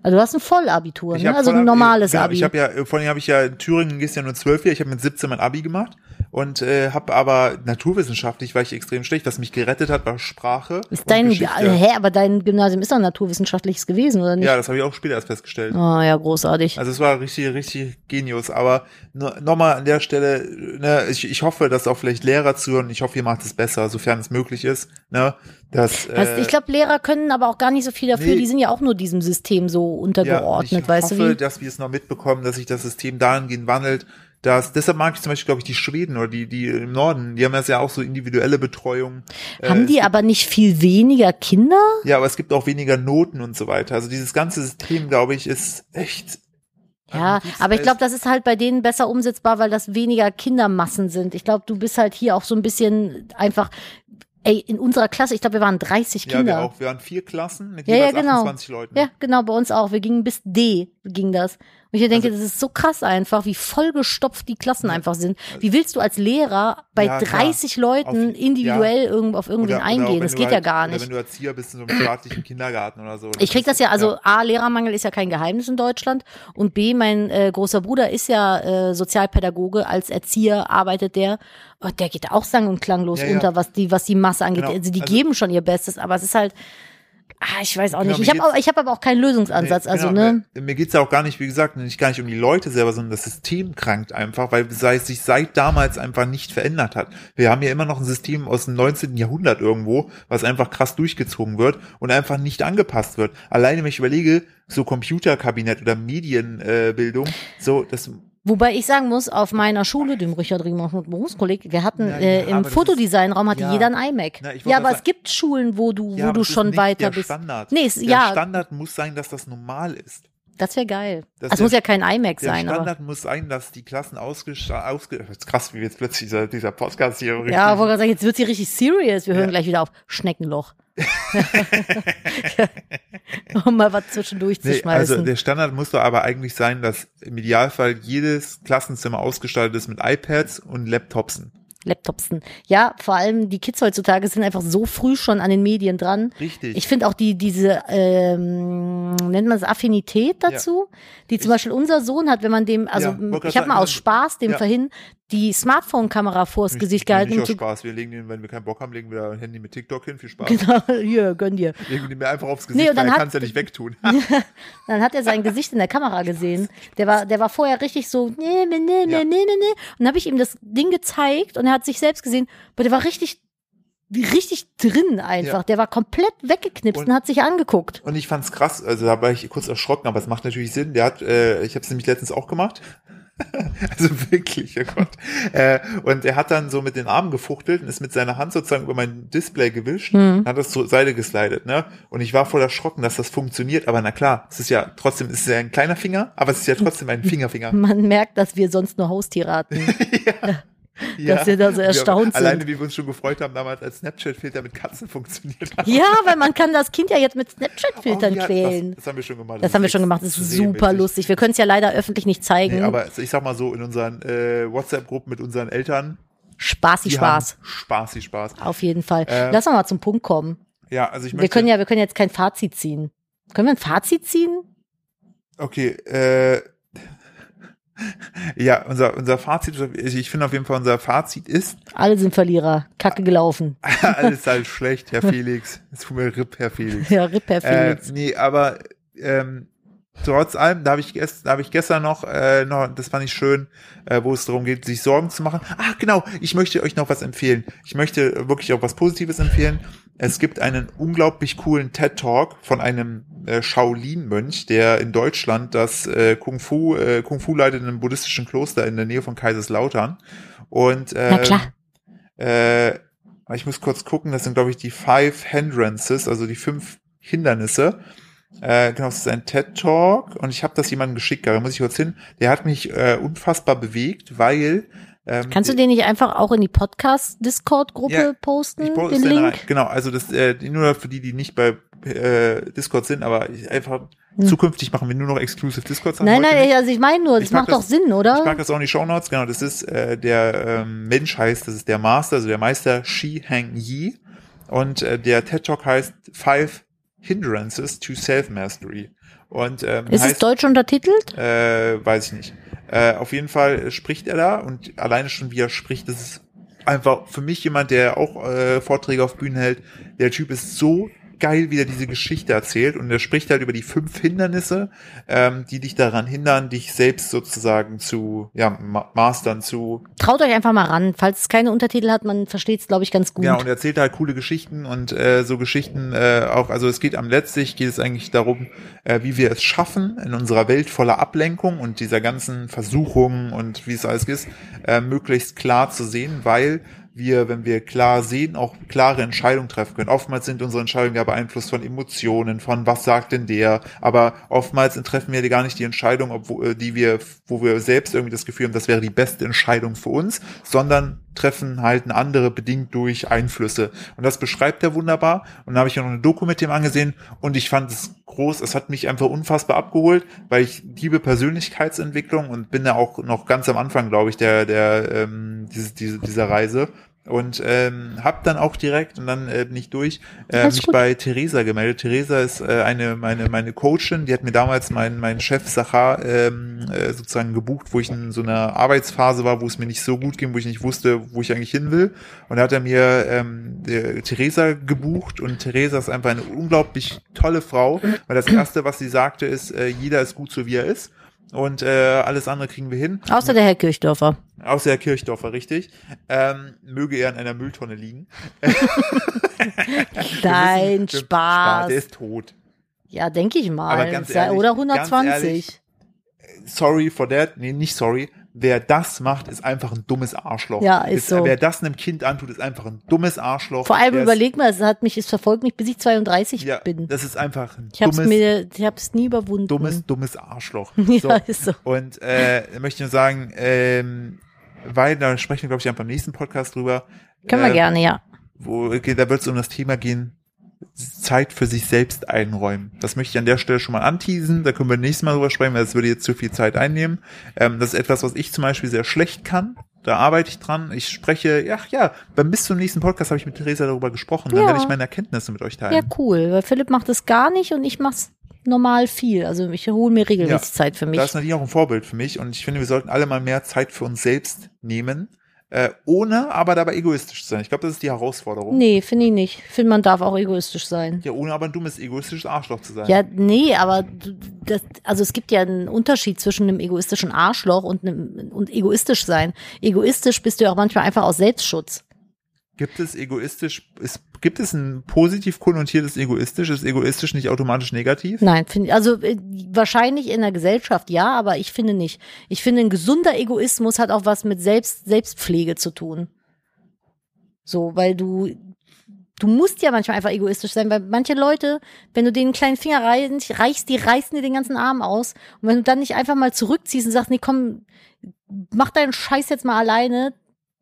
[SPEAKER 2] Also du hast ein Vollabitur,
[SPEAKER 1] Ich
[SPEAKER 2] ne?
[SPEAKER 1] hab
[SPEAKER 2] Also
[SPEAKER 1] voll-
[SPEAKER 2] ein normales
[SPEAKER 1] genau,
[SPEAKER 2] Abi.
[SPEAKER 1] Ich habe ja, äh, vor allem habe ich ja in Thüringen gehst ja nur 12 Jahre, ich habe mit 17 mein Abi gemacht und äh, habe aber naturwissenschaftlich war ich extrem schlecht. Was mich gerettet hat, war Sprache. und
[SPEAKER 2] ist dein,
[SPEAKER 1] Geschichte.
[SPEAKER 2] hä, aber dein Gymnasium ist doch naturwissenschaftliches gewesen, oder nicht?
[SPEAKER 1] Ja, das habe ich auch später erst festgestellt.
[SPEAKER 2] Oh ja, großartig.
[SPEAKER 1] Also es war richtig, richtig genius. Aber nochmal an der Stelle, ne, ich, ich hoffe, dass auch vielleicht Lehrer zuhören. Ich hoffe, ihr macht es besser, sofern es möglich ist. Ne, dass,
[SPEAKER 2] Weißt du,
[SPEAKER 1] äh,
[SPEAKER 2] ich glaube, Lehrer können aber auch gar nicht so viel dafür,
[SPEAKER 1] nee.
[SPEAKER 2] die sind ja auch nur diesem System so untergeordnet,
[SPEAKER 1] äh, ich
[SPEAKER 2] weißt
[SPEAKER 1] hoffe,
[SPEAKER 2] du wie?
[SPEAKER 1] dass wir es noch mitbekommen, dass sich das System dahingehend wandelt, dass deshalb mag ich zum Beispiel, glaube ich, die Schweden oder die, die im Norden, die haben das ja auch so individuelle Betreuung. äh,
[SPEAKER 2] Haben die aber nicht viel weniger Kinder?
[SPEAKER 1] Ja, aber es gibt auch weniger Noten und so weiter. Also dieses ganze System, glaube ich, ist echt.
[SPEAKER 2] Ja,
[SPEAKER 1] am
[SPEAKER 2] aber ich
[SPEAKER 1] liebsten
[SPEAKER 2] glaube, das ist halt bei denen besser umsetzbar, weil das weniger Kindermassen sind. Ich glaube, du bist halt hier auch so ein bisschen einfach, ey, in unserer Klasse, ich glaube, wir waren 30
[SPEAKER 1] als- Ja, wir
[SPEAKER 2] Kinder.
[SPEAKER 1] auch. Wir waren vier Klassen mit
[SPEAKER 2] Ja,
[SPEAKER 1] jeweils
[SPEAKER 2] ja, genau.
[SPEAKER 1] 28 Leuten.
[SPEAKER 2] Ja, genau, bei uns auch. Wir gingen bis D, ging das. Und ich denke,
[SPEAKER 1] Also-
[SPEAKER 2] das ist so krass einfach, wie vollgestopft die Klassen einfach sind. Wie willst du als Lehrer bei
[SPEAKER 1] Ja, klar.
[SPEAKER 2] 30 Leuten
[SPEAKER 1] Auf-
[SPEAKER 2] individuell irgend, auf irgendwen
[SPEAKER 1] auch
[SPEAKER 2] eingehen?
[SPEAKER 1] wenn
[SPEAKER 2] Das
[SPEAKER 1] du
[SPEAKER 2] geht ja
[SPEAKER 1] halt-
[SPEAKER 2] gar
[SPEAKER 1] oder
[SPEAKER 2] nicht.
[SPEAKER 1] Wenn du Erzieher bist in so einem staatlichen Kindergarten oder so.
[SPEAKER 2] Ich krieg das ja, also
[SPEAKER 1] Ja,
[SPEAKER 2] A, Lehrermangel ist ja kein Geheimnis in Deutschland und B, mein äh, großer Bruder ist ja äh, Sozialpädagoge, als Erzieher arbeitet der und der geht auch sang- und klanglos
[SPEAKER 1] Ja, ja.
[SPEAKER 2] unter, was die, was die Masse angeht.
[SPEAKER 1] Genau.
[SPEAKER 2] Also die
[SPEAKER 1] Also-
[SPEAKER 2] geben schon ihr Bestes, aber es ist halt, ah, ich weiß auch
[SPEAKER 1] Genau,
[SPEAKER 2] nicht. Ich
[SPEAKER 1] mir
[SPEAKER 2] habe
[SPEAKER 1] geht's-
[SPEAKER 2] hab aber auch keinen Lösungsansatz,
[SPEAKER 1] Nee,
[SPEAKER 2] also
[SPEAKER 1] genau,
[SPEAKER 2] ne.
[SPEAKER 1] Mir, mir geht's ja auch gar nicht, wie gesagt, nicht gar nicht um die Leute selber, sondern das System krankt einfach, weil es sei- sich seit damals einfach nicht verändert hat. Wir haben ja immer noch ein System aus dem 19. Jahrhundert irgendwo, was einfach krass durchgezogen wird und einfach nicht angepasst wird. Alleine, wenn ich überlege, so Computerkabinett oder Medienbildung, äh, Bildung, so das
[SPEAKER 2] Wobei ich sagen muss, auf meiner Schule, dem Richard Riemann und Berufskolleg, wir hatten
[SPEAKER 1] Ja,
[SPEAKER 2] äh,
[SPEAKER 1] ja,
[SPEAKER 2] im
[SPEAKER 1] aber das
[SPEAKER 2] Fotodesignraum hatte
[SPEAKER 1] ja.
[SPEAKER 2] jeder ein iMac.
[SPEAKER 1] Na, ich wollte
[SPEAKER 2] ja, aber
[SPEAKER 1] grad
[SPEAKER 2] es gibt Schulen, wo du,
[SPEAKER 1] ja,
[SPEAKER 2] wo
[SPEAKER 1] aber
[SPEAKER 2] du
[SPEAKER 1] das ist
[SPEAKER 2] schon
[SPEAKER 1] nicht der
[SPEAKER 2] weiter bist.
[SPEAKER 1] Standard.
[SPEAKER 2] Nee, es-
[SPEAKER 1] der
[SPEAKER 2] ja.
[SPEAKER 1] Standard muss sein, dass das normal ist.
[SPEAKER 2] Das wäre geil.
[SPEAKER 1] Das
[SPEAKER 2] Das,
[SPEAKER 1] wär-
[SPEAKER 2] muss ja kein iMac
[SPEAKER 1] Der
[SPEAKER 2] sein, aber.
[SPEAKER 1] Standard muss sein, dass die Klassen ausgesta- ausge... Jetzt krass, wie jetzt plötzlich dieser, dieser Podcast hier richtig...
[SPEAKER 2] Ja, wollte gerade sagen, jetzt wird sie richtig serious. Wir hören
[SPEAKER 1] Ja.
[SPEAKER 2] gleich wieder auf Schneckenloch. um mal was zwischendurch zu
[SPEAKER 1] Nee, also
[SPEAKER 2] schmeißen.
[SPEAKER 1] der Standard muss doch aber eigentlich sein, dass im Idealfall jedes Klassenzimmer ausgestattet ist mit iPads und Laptopsen.
[SPEAKER 2] Laptopsen. Ja, vor allem die Kids heutzutage sind einfach so früh schon an den Medien dran.
[SPEAKER 1] Richtig.
[SPEAKER 2] Ich finde auch die, diese, ähm, nennt man es Affinität dazu, die zum
[SPEAKER 1] Ich-
[SPEAKER 2] Beispiel unser Sohn hat, wenn man dem, also
[SPEAKER 1] Ja, wollte
[SPEAKER 2] ich
[SPEAKER 1] grad
[SPEAKER 2] habe mal
[SPEAKER 1] sagen,
[SPEAKER 2] aus Spaß dem
[SPEAKER 1] ja.
[SPEAKER 2] vorhin die Smartphone-Kamera vors
[SPEAKER 1] Nicht-
[SPEAKER 2] Gesicht gehalten.
[SPEAKER 1] Nicht
[SPEAKER 2] und
[SPEAKER 1] aus
[SPEAKER 2] so-
[SPEAKER 1] Spaß. Wir legen den, wenn wir keinen Bock haben, legen wir da ein Handy mit TikTok hin. Viel Spaß.
[SPEAKER 2] Genau, hier, gönn dir.
[SPEAKER 1] Legen den mir einfach aufs
[SPEAKER 2] Nee,
[SPEAKER 1] Gesicht,
[SPEAKER 2] und dann
[SPEAKER 1] weil er
[SPEAKER 2] hat-
[SPEAKER 1] kann es ja nicht wegtun.
[SPEAKER 2] Dann hat er sein Gesicht in der Kamera gesehen. Der war, der war vorher richtig so, nee, nee, nee, nee,
[SPEAKER 1] Ja.
[SPEAKER 2] nee, nee. nee. Und dann habe ich ihm das Ding gezeigt und er hat sich selbst gesehen, aber der war richtig, richtig drin einfach.
[SPEAKER 1] Ja.
[SPEAKER 2] Der war komplett weggeknipst und,
[SPEAKER 1] Und-
[SPEAKER 2] hat sich angeguckt.
[SPEAKER 1] Und ich fand's krass, also da war ich kurz erschrocken, aber es macht natürlich Sinn. Der hat, äh, ich habe es nämlich letztens auch gemacht. also wirklich, oh Gott. Äh, und er hat dann so mit den Armen gefuchtelt und ist mit seiner Hand sozusagen über mein Display gewischt
[SPEAKER 2] Mhm.
[SPEAKER 1] und hat das zur Seite geslidet, ne? Und ich war voll erschrocken, dass das funktioniert, aber na klar, es ist ja trotzdem, es ist ja ein kleiner Finger, aber es ist ja trotzdem ein Fingerfinger.
[SPEAKER 2] Man merkt, dass wir sonst nur Haustiere hatten. Dass wir da so erstaunt
[SPEAKER 1] Alleine,
[SPEAKER 2] sind.
[SPEAKER 1] wie wir uns schon gefreut haben damals, als Snapchat-Filter mit Katzen funktioniert hat.
[SPEAKER 2] ja, weil man kann das Kind ja jetzt mit Snapchat-Filtern
[SPEAKER 1] Oh, ja,
[SPEAKER 2] quälen.
[SPEAKER 1] Das,
[SPEAKER 2] Das,
[SPEAKER 1] das haben wir schon gemacht.
[SPEAKER 2] haben wir schon gemacht. Das ist super
[SPEAKER 1] lustig.
[SPEAKER 2] lustig. Wir können es ja leider öffentlich nicht zeigen.
[SPEAKER 1] Nee, aber ich sag mal so, in unseren äh, WhatsApp-Gruppen mit unseren Eltern.
[SPEAKER 2] Spaßig
[SPEAKER 1] die
[SPEAKER 2] Spaß.
[SPEAKER 1] haben Spaßig Spaß.
[SPEAKER 2] Auf jeden Fall.
[SPEAKER 1] Äh,
[SPEAKER 2] Lass uns mal zum Punkt kommen.
[SPEAKER 1] Ja, also ich möchte.
[SPEAKER 2] Wir können ja, wir können jetzt kein Fazit ziehen. Können wir ein Fazit ziehen?
[SPEAKER 1] Okay, äh, Ja, unser, unser Fazit, ich finde auf jeden Fall, unser Fazit ist,
[SPEAKER 2] Alle sind Verlierer. Kacke gelaufen.
[SPEAKER 1] alles halt schlecht, Herr Felix. Es tut mir RIP, Herr Felix.
[SPEAKER 2] Ja, Rip, Herr Felix.
[SPEAKER 1] Äh, nee, aber ähm, trotz allem, da habe ich, gest, da hab ich gestern noch, äh, noch, das fand ich schön, äh, wo es darum geht, sich Sorgen zu machen. Ah, genau, ich möchte euch noch was empfehlen. Ich möchte wirklich auch was Positives empfehlen. Es gibt einen unglaublich coolen TED-Talk von einem äh, Shaolin-Mönch, der in Deutschland das äh, Kung Fu, äh, Kung Fu leitet in einem buddhistischen Kloster in der Nähe von Kaiserslautern. Und äh,
[SPEAKER 2] Na klar.
[SPEAKER 1] äh, ich muss kurz gucken, das sind, glaube ich, die Five Hindrances, also die fünf Hindernisse. Äh, genau, es ist ein TED-Talk und ich habe das jemandem geschickt, da muss ich kurz hin. Der hat mich äh, unfassbar bewegt, weil ähm,
[SPEAKER 2] Kannst du den nicht einfach auch in die Podcast-Discord-Gruppe
[SPEAKER 1] Ja,
[SPEAKER 2] posten,
[SPEAKER 1] ich brauche
[SPEAKER 2] den Link?
[SPEAKER 1] Genau, also das äh, nur für die, die nicht bei äh, Discord sind, aber ich einfach zukünftig machen wir nur noch exclusive Discords.
[SPEAKER 2] Hm. Nein, nein, also ich meine nur, das
[SPEAKER 1] Ich mag
[SPEAKER 2] macht
[SPEAKER 1] das-
[SPEAKER 2] doch Sinn,
[SPEAKER 1] Ich
[SPEAKER 2] oder?
[SPEAKER 1] mag das auch in die Shownotes, genau, das ist äh, der ähm, Mensch heißt, das ist der Master, also der Meister Shi Hang Yi. Und äh, der TED Talk heißt Five Hindrances to Self-Mastery. Und ähm,
[SPEAKER 2] Ist es
[SPEAKER 1] heißt,
[SPEAKER 2] deutsch untertitelt?
[SPEAKER 1] äh, weiß ich nicht. Äh, auf jeden Fall spricht er da und alleine schon wie er spricht, das ist einfach für mich jemand, der auch äh, Vorträge auf Bühnen hält. Der Typ ist so geil, wie er diese Geschichte erzählt und er spricht halt über die fünf Hindernisse, ähm, die dich daran hindern, dich selbst sozusagen zu ja, ma mastern, zu
[SPEAKER 2] Traut euch einfach mal ran. Falls es keine Untertitel hat, man versteht es, glaube ich, ganz gut.
[SPEAKER 1] Ja, und er erzählt halt coole Geschichten und äh, so Geschichten äh, auch, also es geht am letztlich, geht es eigentlich darum, äh, wie wir es schaffen, in unserer Welt voller Ablenkung und dieser ganzen Versuchungen und wie es alles ist, äh, möglichst klar zu sehen, weil wir, wenn wir klar sehen, auch klare Entscheidungen treffen können. Oftmals sind unsere Entscheidungen ja beeinflusst von Emotionen, von was sagt denn der, aber oftmals treffen wir gar nicht die Entscheidung, obwohl, äh, die wir, wo wir selbst irgendwie das Gefühl haben, das wäre die beste Entscheidung für uns, sondern treffen halt eine andere bedingt durch Einflüsse. Und das beschreibt er wunderbar. Und da habe ich mir noch eine Doku mit dem angesehen und ich fand es groß. Es hat mich einfach unfassbar abgeholt, weil ich liebe Persönlichkeitsentwicklung und bin da auch noch ganz am Anfang, glaube ich, der, der, ähm, diese, diese, dieser Reise. Und ähm, hab dann auch direkt und dann äh, bin ich durch äh,
[SPEAKER 2] Alles
[SPEAKER 1] mich
[SPEAKER 2] gut.
[SPEAKER 1] bei Theresa gemeldet. Theresa ist äh, eine meine meine Coachin, die hat mir damals mein mein Chef Sachar ähm, äh, sozusagen gebucht, wo ich in so einer Arbeitsphase war, wo es mir nicht so gut ging, wo ich nicht wusste, wo ich eigentlich hin will. Und da hat er mir ähm, der Theresa gebucht und Theresa ist einfach eine unglaublich tolle Frau, weil das erste, was sie sagte, ist, äh, jeder ist gut so wie er ist und äh, alles andere kriegen wir hin.
[SPEAKER 2] Außer der Herr Kirchdörfer.
[SPEAKER 1] Außer der Kirchdorfer, richtig. Ähm, möge er in einer Mülltonne liegen. Wir
[SPEAKER 2] Nein,
[SPEAKER 1] wissen, wir-
[SPEAKER 2] Spaß.
[SPEAKER 1] Der ist tot.
[SPEAKER 2] Ja, denke ich mal.
[SPEAKER 1] Aber ganz
[SPEAKER 2] Sei-
[SPEAKER 1] ehrlich,
[SPEAKER 2] Oder
[SPEAKER 1] ganz
[SPEAKER 2] 120.
[SPEAKER 1] ehrlich, Sorry for that. Nee, nicht sorry. Wer das macht, ist einfach ein dummes Arschloch.
[SPEAKER 2] Ja, ist so.
[SPEAKER 1] Wer das einem Kind antut, ist einfach ein dummes Arschloch.
[SPEAKER 2] Vor allem
[SPEAKER 1] Der
[SPEAKER 2] überleg mal, es hat mich, es verfolgt mich, bis ich 32
[SPEAKER 1] ist, ja,
[SPEAKER 2] bin.
[SPEAKER 1] Das ist einfach ein
[SPEAKER 2] Ich hab's
[SPEAKER 1] dummes,
[SPEAKER 2] mir, ich hab's nie überwunden.
[SPEAKER 1] dummes, dummes Arschloch. So.
[SPEAKER 2] Ja, also, ist so.
[SPEAKER 1] Und äh, möchte nur sagen, ähm, weil, da sprechen wir, glaube ich, dann beim nächsten Podcast drüber.
[SPEAKER 2] Können
[SPEAKER 1] äh,
[SPEAKER 2] wir gerne, ja.
[SPEAKER 1] wo, okay, da wird es um das Thema gehen, Zeit für sich selbst einräumen. Das möchte ich an der Stelle schon mal anteasen, da können wir nächstes Mal drüber sprechen, weil das würde jetzt zu viel Zeit einnehmen. Ähm, das ist etwas, was ich zum Beispiel sehr schlecht kann. Da arbeite ich dran. Ich spreche, ach ja, beim bis zum nächsten Podcast habe ich mit Theresa darüber gesprochen. Dann
[SPEAKER 2] Ja.
[SPEAKER 1] werde ich meine Erkenntnisse mit euch teilen.
[SPEAKER 2] Ja, cool. Weil Philipp macht es gar nicht und ich mach's normal viel. Also ich hole mir regelmäßig
[SPEAKER 1] Ja,
[SPEAKER 2] Zeit für mich.
[SPEAKER 1] Da ist Nadine auch ein Vorbild für mich und ich finde, wir sollten alle mal mehr Zeit für uns selbst nehmen, äh, ohne aber dabei egoistisch zu sein. Ich glaube, das ist die Herausforderung.
[SPEAKER 2] Nee, finde ich nicht. Ich finde, man darf auch egoistisch sein.
[SPEAKER 1] Ja, ohne aber ein dummes, egoistisches Arschloch zu sein.
[SPEAKER 2] Ja, nee, aber du- das, also es gibt ja einen Unterschied zwischen einem egoistischen Arschloch und einem und egoistisch sein. Egoistisch bist du ja auch manchmal einfach aus Selbstschutz.
[SPEAKER 1] Gibt es egoistisch, ist, gibt es ein positiv konnotiertes egoistisch? Ist egoistisch nicht automatisch negativ?
[SPEAKER 2] Nein, finde also äh, wahrscheinlich in der Gesellschaft ja, aber ich finde nicht. Ich finde ein gesunder Egoismus hat auch was mit Selbst Selbstpflege zu tun. So, weil du du musst ja manchmal einfach egoistisch sein, weil manche Leute, wenn du denen einen kleinen Finger reichst, reichst, die reißen dir den ganzen Arm aus und wenn du dann nicht einfach mal zurückziehst und sagst, nee, komm, mach deinen Scheiß jetzt mal alleine,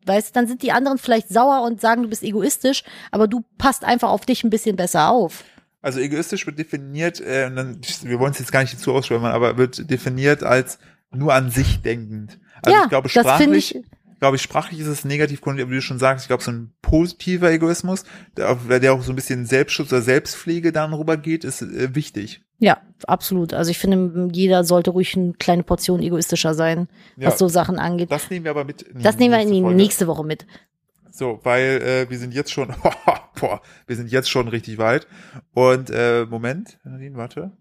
[SPEAKER 2] weißt, dann sind die anderen vielleicht sauer und sagen, du bist egoistisch, aber du passt einfach auf dich ein bisschen besser auf.
[SPEAKER 1] Also egoistisch wird definiert, äh, und dann, wir wollen es jetzt gar nicht zu ausschwärmen, aber wird definiert als nur an sich denkend. Also
[SPEAKER 2] ja,
[SPEAKER 1] ich glaube,
[SPEAKER 2] das finde ich
[SPEAKER 1] sprachlich, glaube ich, sprachlich ist es negativ konnotiert, wie du schon sagst, ich glaube, so ein positiver Egoismus, der, der auch so ein bisschen Selbstschutz oder Selbstpflege dann rübergeht, ist äh, wichtig.
[SPEAKER 2] Ja, absolut. Also ich finde, jeder sollte ruhig eine kleine Portion egoistischer sein,
[SPEAKER 1] Ja,
[SPEAKER 2] was so Sachen angeht.
[SPEAKER 1] das nehmen wir aber mit. in die
[SPEAKER 2] Das nehmen wir in die
[SPEAKER 1] Folge.
[SPEAKER 2] nächste Woche mit.
[SPEAKER 1] So, weil äh, wir sind jetzt schon, boah, wir sind jetzt schon richtig weit. Und äh, Moment, Nadine, warte.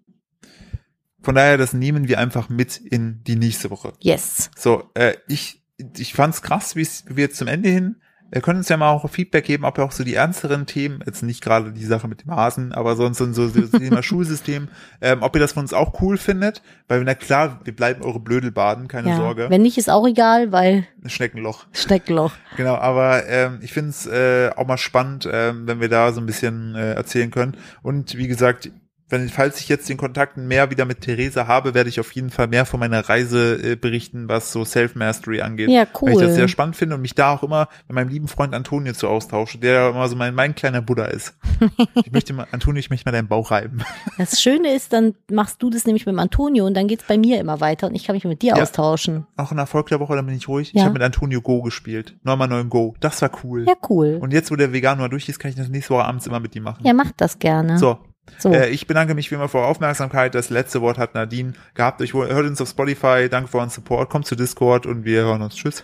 [SPEAKER 1] Von daher, das nehmen wir einfach mit in die nächste Woche.
[SPEAKER 2] Yes.
[SPEAKER 1] So, äh, ich, ich fand's krass, wie wir zum Ende hin. Wir können uns ja mal auch Feedback geben, ob ihr auch so die ernsteren Themen, jetzt nicht gerade die Sache mit dem Hasen, aber sonst so so das Thema Schulsystem, ähm, ob ihr das von uns auch cool findet, weil na klar, wir bleiben eure Blödelbaden, keine
[SPEAKER 2] ja.
[SPEAKER 1] Sorge.
[SPEAKER 2] Wenn nicht, ist auch egal, weil
[SPEAKER 1] Schneckenloch.
[SPEAKER 2] Steckloch.
[SPEAKER 1] Genau, aber ähm, ich finde es äh, auch mal spannend, ähm, wenn wir da so ein bisschen äh, erzählen können. Und wie gesagt, wenn, falls ich jetzt den Kontakt mehr wieder mit Theresa habe, werde ich auf jeden Fall mehr von meiner Reise äh, berichten, was so Self-Mastery angeht.
[SPEAKER 2] Ja,
[SPEAKER 1] Weil ich das sehr
[SPEAKER 2] cool.
[SPEAKER 1] spannend finde und mich da auch immer mit meinem lieben Freund Antonio zu austausche, der ja immer so mein, mein kleiner Buddha ist. Ich möchte mal, Antonio, ich möchte mal deinen Bauch reiben.
[SPEAKER 2] Das Schöne ist, dann machst du das nämlich mit dem Antonio und dann geht's bei mir immer weiter und ich kann mich mit dir
[SPEAKER 1] Ja.
[SPEAKER 2] austauschen.
[SPEAKER 1] Auch in der Erfolg der Woche, dann bin ich ruhig. Ich
[SPEAKER 2] Ja.
[SPEAKER 1] habe mit Antonio Go gespielt. 9x9 Go. Das war cool.
[SPEAKER 2] Ja, cool.
[SPEAKER 1] Und jetzt, wo der Veganer durch ist, kann ich das nächste Woche abends immer mit ihm machen.
[SPEAKER 2] Ja, macht das gerne.
[SPEAKER 1] So,
[SPEAKER 2] So.
[SPEAKER 1] Äh, ich bedanke mich wie immer für eure Aufmerksamkeit. Das letzte Wort hat Nadine gehabt. Ich hol- hört uns auf Spotify. Danke für euren Support. Kommt zu Discord und wir hören uns. Tschüss.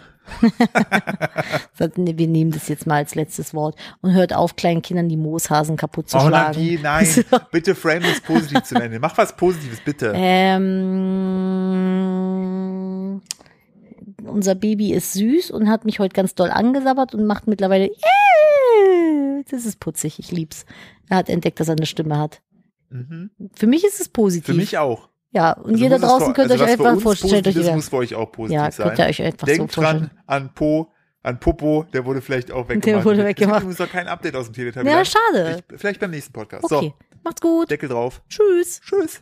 [SPEAKER 2] Wir nehmen das jetzt mal als letztes Wort und hört auf, kleinen Kindern die Mooshasen kaputt zu
[SPEAKER 1] Oh
[SPEAKER 2] schlagen.
[SPEAKER 1] Nadine, nein. Bitte frame das positiv zu Ende. Mach was Positives, bitte.
[SPEAKER 2] Äh, Ähm, unser Baby ist süß und hat mich heute ganz doll angesabbert und macht mittlerweile. "Äh, Das ist putzig, ich lieb's. Er hat entdeckt, dass er eine Stimme hat.
[SPEAKER 1] Mhm.
[SPEAKER 2] Für mich ist es positiv.
[SPEAKER 1] Für mich auch.
[SPEAKER 2] Ja, und
[SPEAKER 1] Also
[SPEAKER 2] ihr da
[SPEAKER 1] muss es
[SPEAKER 2] draußen
[SPEAKER 1] für-
[SPEAKER 2] könnt
[SPEAKER 1] also
[SPEAKER 2] euch
[SPEAKER 1] was für
[SPEAKER 2] einfach
[SPEAKER 1] uns
[SPEAKER 2] vorstellen,
[SPEAKER 1] positiv
[SPEAKER 2] euch
[SPEAKER 1] ist,
[SPEAKER 2] wieder,
[SPEAKER 1] muss für euch auch positiv
[SPEAKER 2] ja, könnt ihr
[SPEAKER 1] sein.
[SPEAKER 2] euch einfach
[SPEAKER 1] Denkt
[SPEAKER 2] so
[SPEAKER 1] dran
[SPEAKER 2] vorstellen.
[SPEAKER 1] an Po. An Popo, der wurde vielleicht auch weggemacht.
[SPEAKER 2] wurde
[SPEAKER 1] Es gibt
[SPEAKER 2] weggemacht.
[SPEAKER 1] übrigens noch kein Update aus dem Teleteil.
[SPEAKER 2] Ja, schade.
[SPEAKER 1] Ich, vielleicht beim nächsten Podcast.
[SPEAKER 2] Okay, macht's
[SPEAKER 1] So,
[SPEAKER 2] gut.
[SPEAKER 1] Deckel drauf.
[SPEAKER 2] Tschüss.
[SPEAKER 1] Tschüss.